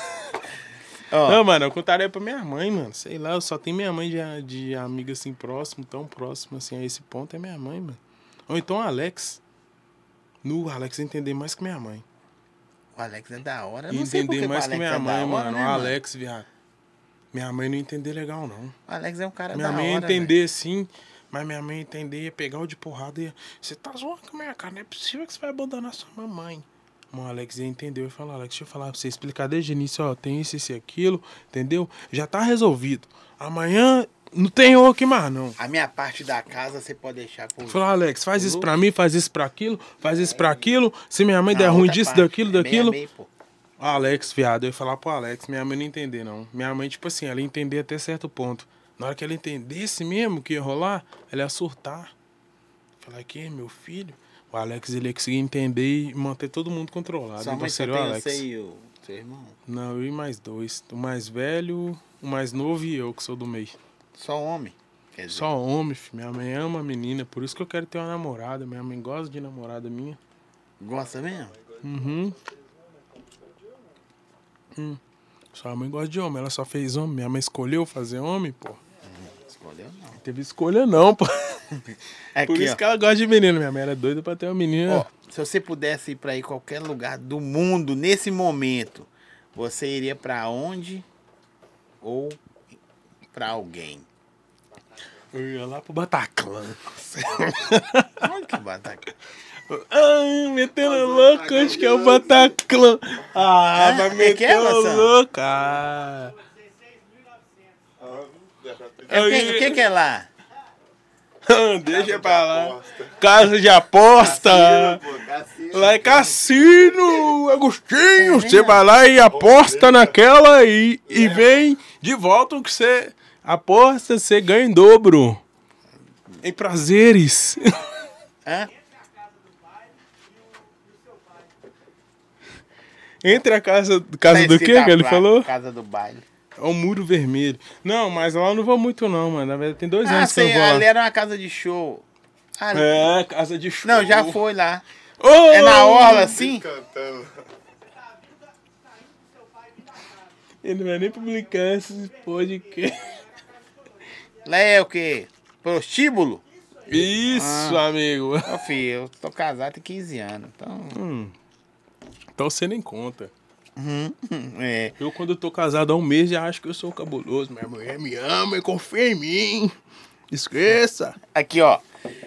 Ó,
Não, mano, eu contaria pra minha mãe, mano. Sei lá, eu só tenho minha mãe de, de amiga assim, próximo, tão próximo assim, a esse ponto é minha mãe, mano. Ou então o Alex. No Alex ia entender mais que minha mãe.
o Alex é da hora. Eu
Ia
Não sei por
entender
o
mais que
Alex
minha
é
mãe,
da hora,
mano.
né,
O Alex, viado. Minha mãe não ia entender legal, não.
O Alex é um cara
Minha
da
mãe ia
hora.
entender sim, mas minha mãe ia entender, ia pegar o de porrada e ia. Você tá zoando com a minha cara, não é possível que você vai abandonar sua mamãe. Mano, o Alex ia entender, eu ia falar, Alex, deixa eu falar pra você, explicar desde o início, ó, tem isso, isso e aquilo, entendeu? Já tá resolvido. Amanhã não tem o que mais, não.
A minha parte da casa você pode deixar por.
Falou, Alex, faz isso pra mim, faz isso pra aquilo, faz isso pra aquilo. Se minha mãe
É. Na
der ruim
outra
disso,
parte.
daquilo,
É meio a
daquilo.
meio, pô.
Alex, viado, eu ia falar pro Alex, minha mãe não ia entender, não. Minha mãe, tipo assim, ela ia entender até certo ponto. Na hora que ela entendesse mesmo que ia rolar, ela ia surtar. Falar, que meu filho? O Alex, ele ia conseguir entender e manter todo mundo controlado.
Sua
Então
mãe só
seria o
tem você
Alex.
e o seu irmão.
Não, eu e mais dois. O mais velho, o mais novo e eu, que sou do meio.
Só homem. Quer dizer,
Só homem, filho. Minha mãe ama a menina, por isso que eu quero ter uma namorada. Minha mãe gosta de namorada minha.
Gosta mesmo?
Uhum. Hum. Sua mãe gosta de homem, ela só fez homem. Minha mãe escolheu fazer homem, pô.
Escolheu não.
Teve escolha não, pô.
Aqui,
Por isso
ó.
que ela gosta de menino. Minha mãe era doida pra ter uma menina.
Ó, se você pudesse ir pra ir qualquer lugar do mundo nesse momento, você iria pra onde ou pra alguém?
Eu ia lá pro Bataclan.
Onde que tá bataca?
Ah, metendo louco, onde que é o Bataclan? Ah,
Ah,
vai
que que é,
meter o
moção?
louco. Ah.
É, o que, o que que é lá?
Deixa pra lá. Casa de aposta.
Pô, cacete.
Lá é cassino,
É.
Agostinho. Você vai lá e aposta naquela e, e vem de volta o que você aposta, você ganha em dobro. Em prazeres.
Hã?
Entre a casa, casa
Tá
do
escrito
que
a
que ele
placa,
falou?
Casa do baile.
É o muro vermelho. Não, mas lá eu não vou muito não, mano. Na verdade tem dois
Ah,
anos que eu
sei,
não vou
ali
lá.
era uma casa de show. Ah,
É, casa de show.
Não, já foi lá.
Ô!
É na orla, assim?
Cantando.
Ele não vai nem publicar esse podcast.
Lá é o quê? Prostíbulo?
Isso, amigo.
Ô, filho, eu tô casado há 15 anos, então...
Hum. Então você nem conta.
É,
Eu, quando eu tô casado há um mês, já acho que eu sou cabuloso. Minha mulher me ama e confia em mim. Esqueça.
Aqui, ó.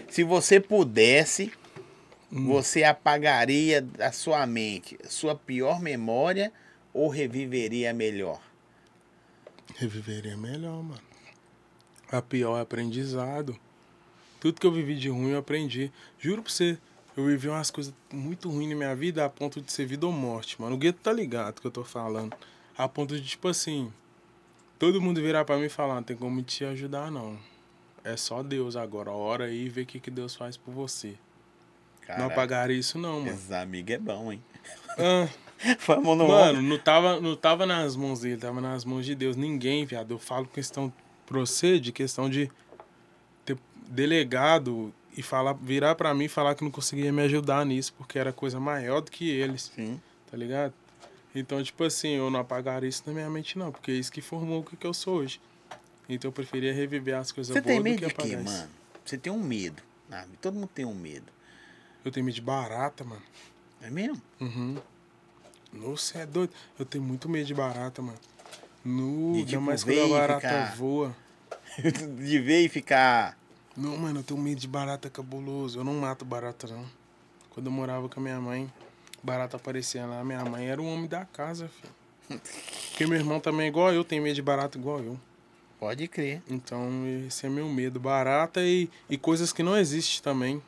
Se você pudesse,
Hum.
você apagaria da sua mente sua pior memória ou reviveria a melhor?
Reviveria melhor, mano. A pior é aprendizado. Tudo que eu vivi de ruim, eu aprendi. Juro pra você, eu vivi umas coisas muito ruins na minha vida a ponto de ser vida ou morte, mano. O Gueto tá ligado que eu tô falando. A ponto de, tipo assim, tô todo mundo virar pra mim e falar, não tem como te ajudar, não. É só Deus agora. Ora aí e vê o que, que Deus faz por você. Não
Caralho,
apagaria isso, não, mano.
Esses amigos é bom, hein?
Ah,
Vamos no
mano, não tava, não tava nas mãos dele, tava nas mãos de Deus. Ninguém, viado. Eu falo questão pra você de questão de ter delegado e falar, virar pra mim e falar que não conseguia me ajudar nisso, porque era coisa maior do que eles.
Sim.
Tá ligado? Então, tipo assim, eu não apagaria isso na minha mente, não, porque é isso que formou o que que eu sou hoje. Então eu preferia reviver as coisas
Você
boas
tem
do
medo
que
de quê,
apagar isso.
mano? Você tem um medo. Ah, todo mundo tem um medo.
Eu tenho medo de barata, mano.
É mesmo?
Uhum. Nossa, é doido. Eu tenho muito medo de barata, mano. No,
De,
ainda
tipo,
mais
ver
quando a
e
barata
ficar-
voa.
de ver e ficar.
Não, mano, eu tenho medo de barata cabuloso. Eu não mato barata, não. Quando eu morava com a minha mãe, barata aparecia lá. Minha mãe era o homem da casa, filho. Porque meu irmão também é igual eu, tem medo de barata igual eu.
Pode crer.
Então, esse é meu medo. Barata e, e coisas que não existem também.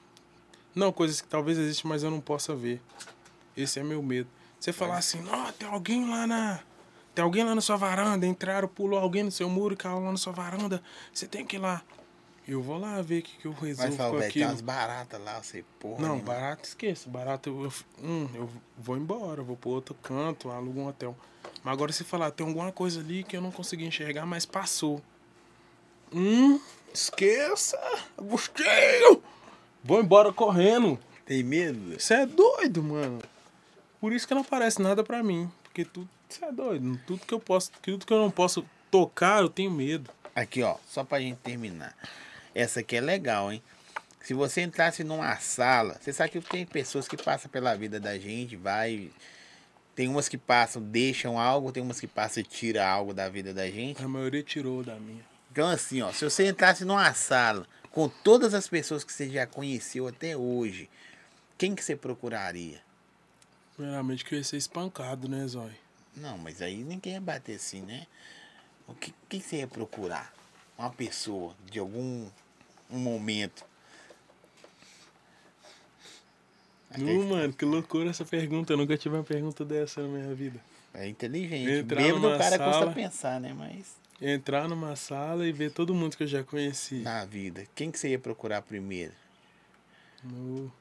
Não, coisas que talvez existam, mas eu não possa ver. Esse é meu medo. Você
É.
falar assim, ó, tem alguém lá na. Tem alguém lá na sua varanda, entraram, pulou alguém no seu muro e caiu lá na sua varanda. Você tem que ir lá. Eu vou lá ver o que, que eu
Vai
resolvo
falar,
com
velho, tem umas
aquilo.
baratas lá, você porra. né,
Não,
nenhuma.
barato esqueça. Barato eu, eu, hum, eu vou embora, eu vou pro outro canto, alugo um hotel. Mas agora se falar, tem alguma coisa ali que eu não consegui enxergar, mas passou. Hum, esqueça! Agostinho! Vou embora correndo.
Tem medo?
Você é doido, mano. Por isso que não aparece nada pra mim. Porque tudo. Você é doido. Tudo que eu posso. Tudo que eu não posso tocar, eu tenho medo.
Aqui, ó, só pra gente terminar. Essa aqui é legal, hein? Se você entrasse numa sala, você sabe que tem pessoas que passam pela vida da gente, vai. Tem umas que passam, deixam algo, tem umas que passam e tiram algo da vida da gente.
A maioria tirou da minha.
Então, assim, ó, se você entrasse numa sala com todas as pessoas que você já conheceu até hoje, quem que você procuraria?
Primeiramente que eu ia ser espancado, né, Zói?
Não, mas aí ninguém ia bater assim, né? O que, que você ia procurar? Uma pessoa de algum um momento.
Nu, mano, que loucura essa pergunta. Eu nunca tive uma pergunta dessa na minha vida.
É inteligente.
Entrar
Bêbado o
numa
cara custa
sala-
pensar, né? Mas
Entrar numa sala e ver todo mundo que eu já conheci.
na vida, quem que você ia procurar primeiro?
Nu,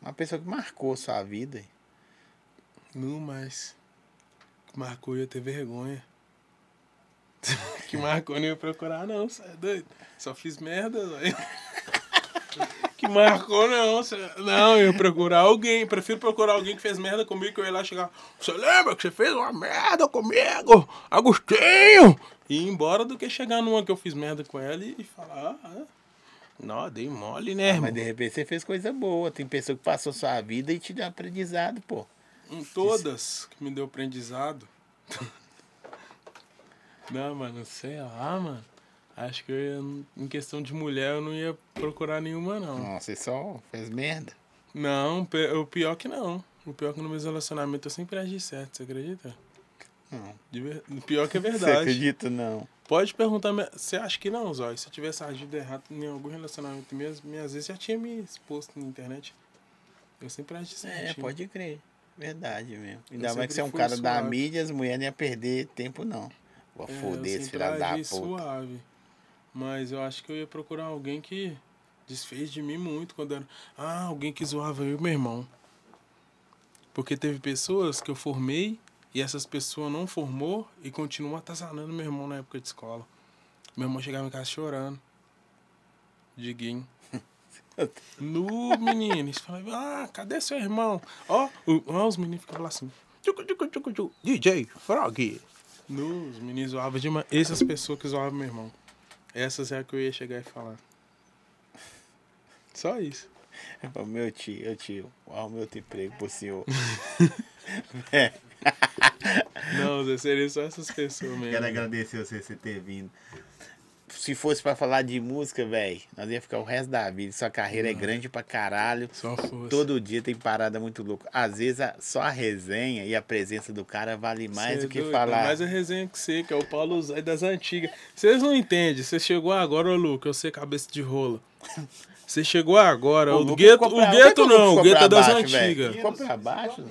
Uma pessoa que marcou sua vida.
nu, mas. que Marcou eu ia ter vergonha. que marcou eu não ia procurar, não, cê é doido. Só fiz merda, Zói. que marcou não, cê- é- não, eu ia procurar alguém. Prefiro procurar alguém que fez merda comigo que eu ia lá chegar. Você lembra que você fez uma merda comigo? Agostinho! E ir embora do que chegar numa que eu fiz merda com ela e e falar, ah, ah, não, dei mole, né, irmão?
Mas de repente você fez coisa boa. Tem pessoa que passou sua vida e te deu aprendizado, pô.
Em todas que me deu aprendizado. não, mano, sei lá, mano. Acho que eu ia- em questão de mulher eu não ia procurar nenhuma, não.
Não, você é só fez merda.
Não, pe- o pior que não. O pior é que no meu relacionamento eu sempre agi certo, você acredita?
Não.
De ver- O pior que é
Você
verdade.
acredita, não?
Pode perguntar, me- você acha que não, Zói? Se eu tivesse agido errado em algum relacionamento mesmo, minhas vezes já tinha me exposto na internet. Eu sempre agi
É,
certo.
pode crer. Verdade mesmo. Ainda
Eu
mais que
sempre
você é um
fui
cara da
suave.
mídia, as mulheres não iam perder tempo, não. Vou
É,
foder esse filho da puta.
agi assim, suave. Mas eu acho que eu ia procurar alguém que desfez de mim muito quando era. Ah, alguém que zoava eu e meu irmão. Porque teve pessoas que eu formei e essas pessoas não formou e continuam atazanando meu irmão na época de escola. Meu irmão chegava em casa chorando. Diguinho. No menino, eles falavam, ah, cadê seu irmão? Ó, o- ó os meninos ficavam lá assim. Tchucu, tchucu, tchucu, tchucu. DJ, Frog. No, os meninos zoavam demais. Essas pessoas que zoavam meu irmão. Essas é a que eu ia chegar e falar. Só isso.
Ô, meu tio, eu tio, arrumei outro emprego pro senhor. é,
Não, Zé, seria só essas pessoas mesmo.
quero agradecer você, você ter vindo. Se fosse pra falar de música, velho, nós ia ficar o resto da vida. Sua carreira é grande pra caralho.
Só força.
Todo dia tem parada muito louca. Às vezes a- só a resenha e a presença do cara vale mais
Cê
do que
é doido,
falar.
Mais a resenha que você, que é o Paulo Zé das antigas. Vocês não entendem. Você chegou agora, ô Luca, eu sei cabeça de rola. Você chegou agora.
O
O,
Luca
gueto,
ficou pra-
o
por que que
gueto é
o Luca
não,
ficou
o gueto
pra
é das
baixo, velho?
antigas.
Ficou pra baixo?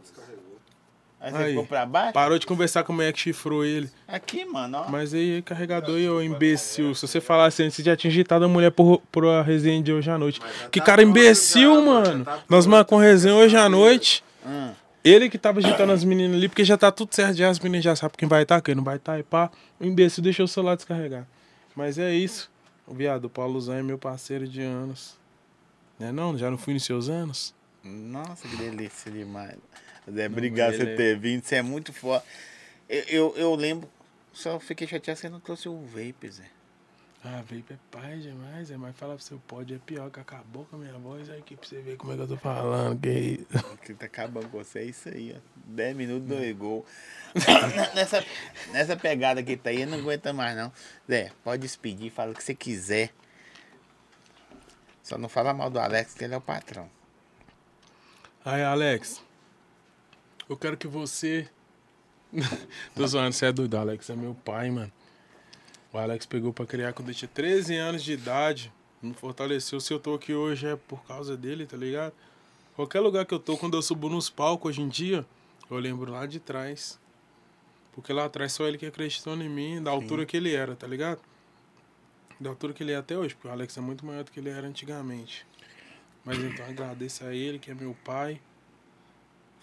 Descarregou.
Aí você
Aí.
ficou pra baixo?
Parou de conversar com a mulher que chifrou ele.
Aqui, mano, ó.
Mas aí, carregador e ô imbecil. Se você falasse antes, você já tinha digitado a mulher por, por a resenha de hoje à noite. Que
tá
cara
pronto
imbecil,
já, mano,
mano.
já tá
Nós
pronto.
marcamos resenha hoje à noite.
Hum.
Ele que tava agitando as meninas ali, porque já tá tudo certo, já as meninas já sabem quem vai estar, quem não vai estar, e pá. O imbecil deixou o celular descarregar. Mas é isso. O viado, o Paulo Zan é meu parceiro de anos. Né não? Já não fui nos seus anos?
Nossa, que delícia demais. Zé, obrigado
mas
por
ele
você
é-
ter vindo. Você é muito foda. Eu, eu, eu lembro, só fiquei chateado que você não trouxe o vape, Zé.
Ah, vape é paz demais, é mais falar pro seu pod é pior, que acabou com a minha voz aí que pra você ver como é que eu tô falando, que isso.
Que tá acabando com você, é isso aí, ó. 10 minutos,
Hum.
dois gols. nessa, nessa pegada que tá aí, eu não aguenta mais, não. Zé, pode despedir, fala o que você quiser. Só não fala mal do Alex, que ele é o patrão.
Aí, Alex, eu quero que você. Tô zoando, você é doido, Alex, é meu pai, mano. O Alex pegou pra criar quando eu tinha 13 anos de idade, me fortaleceu. Se eu tô aqui hoje é por causa dele, tá ligado? Qualquer lugar que eu tô, quando eu subo nos palcos hoje em dia, eu lembro lá de trás. Porque lá atrás só ele que acreditou em mim, da altura que ele era, tá ligado? Da altura que ele é até hoje, porque o Alex é muito maior do que ele era antigamente. Mas então agradeço a ele, que é meu pai.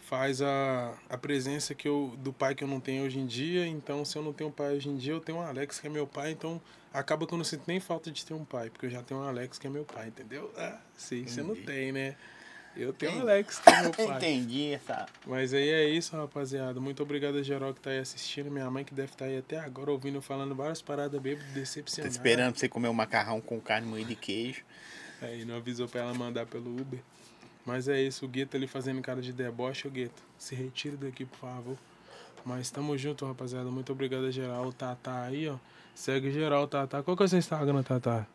Faz a, a presença que eu, do pai que eu não tenho hoje em dia. Então, se eu não tenho pai hoje em dia, eu tenho o Alex, que é meu pai. Então, acaba que eu não sinto nem falta de ter um pai, porque eu já tenho o Alex, que é meu pai, entendeu? Ah, sim, você não tem, né? Eu tenho o
Entendi.
Alex, que é meu pai.
Entendi essa.
Mas aí é isso, rapaziada. Muito obrigado a geral que tá aí assistindo. Minha mãe que deve estar aí até agora ouvindo eu falando várias paradas bêbado,
Tô
decepcionada.
esperando pra você comer um macarrão com carne moída e queijo.
Aí não avisou pra ela mandar pelo Uber. Mas é isso, o Gueto ali fazendo cara de deboche, o Gueto. Se retire daqui, por favor. Mas tamo junto, rapaziada. Muito obrigado a geral. O Tatá aí, ó. Segue geral, Tatá. Qual que é o seu Instagram, Tatá?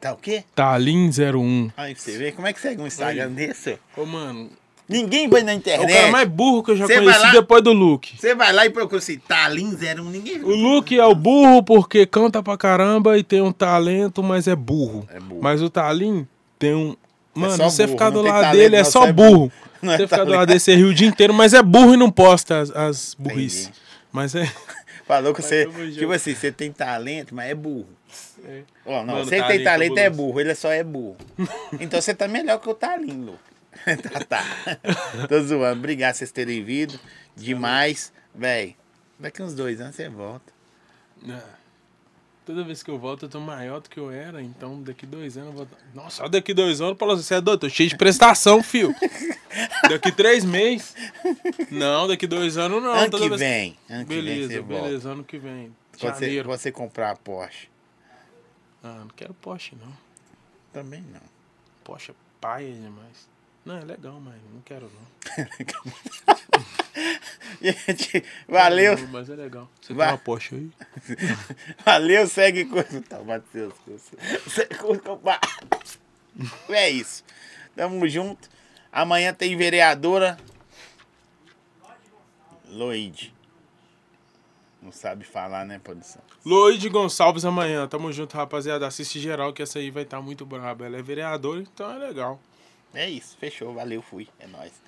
Tá o quê?
Talin01.
Aí pra você ver como é que segue um Instagram desse?
Ô, mano,
Ninguém vai na
é o
internet.
cara mais burro que eu já
né? Cê vai lá-
conheci depois do Luke.
Você vai lá e procura assim, Talin 01, ninguém
O Luke é o burro porque canta pra caramba e tem um talento, mas é burro.
É burro. É
Mas o Talim tem um. Mano,
só
você
burro,
ficar do
não tem
lado
talento,
dele é
não,
só
você é
burro.
Não é
você ficar do lado
talento. É
dele, você ri o dia inteiro, mas é burro e não posta as, as burrices.
Entendi.
Mas é.
Falou que você.
tamo junto.
Tipo assim, você tem talento, mas é burro.
É.
Ó, não,
Mano,
você que
talento
tem talento é
cabuloso.
burro, ele só é burro. então você tá melhor que o Talin, Lu. tá, tá. Tô zoando. Obrigado por vocês terem vindo. Demais. Véi, daqui uns dois anos você volta. É.
Ah, Toda vez que eu volto, eu tô maior do que eu era, então daqui dois anos eu vou. Nossa, só daqui dois anos, Paulo, você é doido, tô cheio de prestação, fio. daqui três meses. Não, daqui dois anos não.
ano
toda
que
vez
vem. Ano que vem
Beleza,
você volta.
beleza, ano que vem.
Quando você,
Janeiro.
quando você comprar a Porsche.
Ah, não quero Porsche, não.
Também não.
Porsche é paia demais. Não, é legal, mas não quero, não.
Gente, valeu.
Não, Mas é legal. Você
Vai.
tem uma Porsche aí?
Valeu, segue coisa. Tá, Matheus. Segue coisa. compa- É isso. Tamo junto. Amanhã tem vereadora. Lloyd. Não sabe falar, né, produção?
Lloyd Gonçalves amanhã. Tamo junto, rapaziada. Assiste geral que essa aí tá vai estar muito braba. Ela é vereadora, então é legal.
É isso. Fechou. Valeu, fui. É nóis.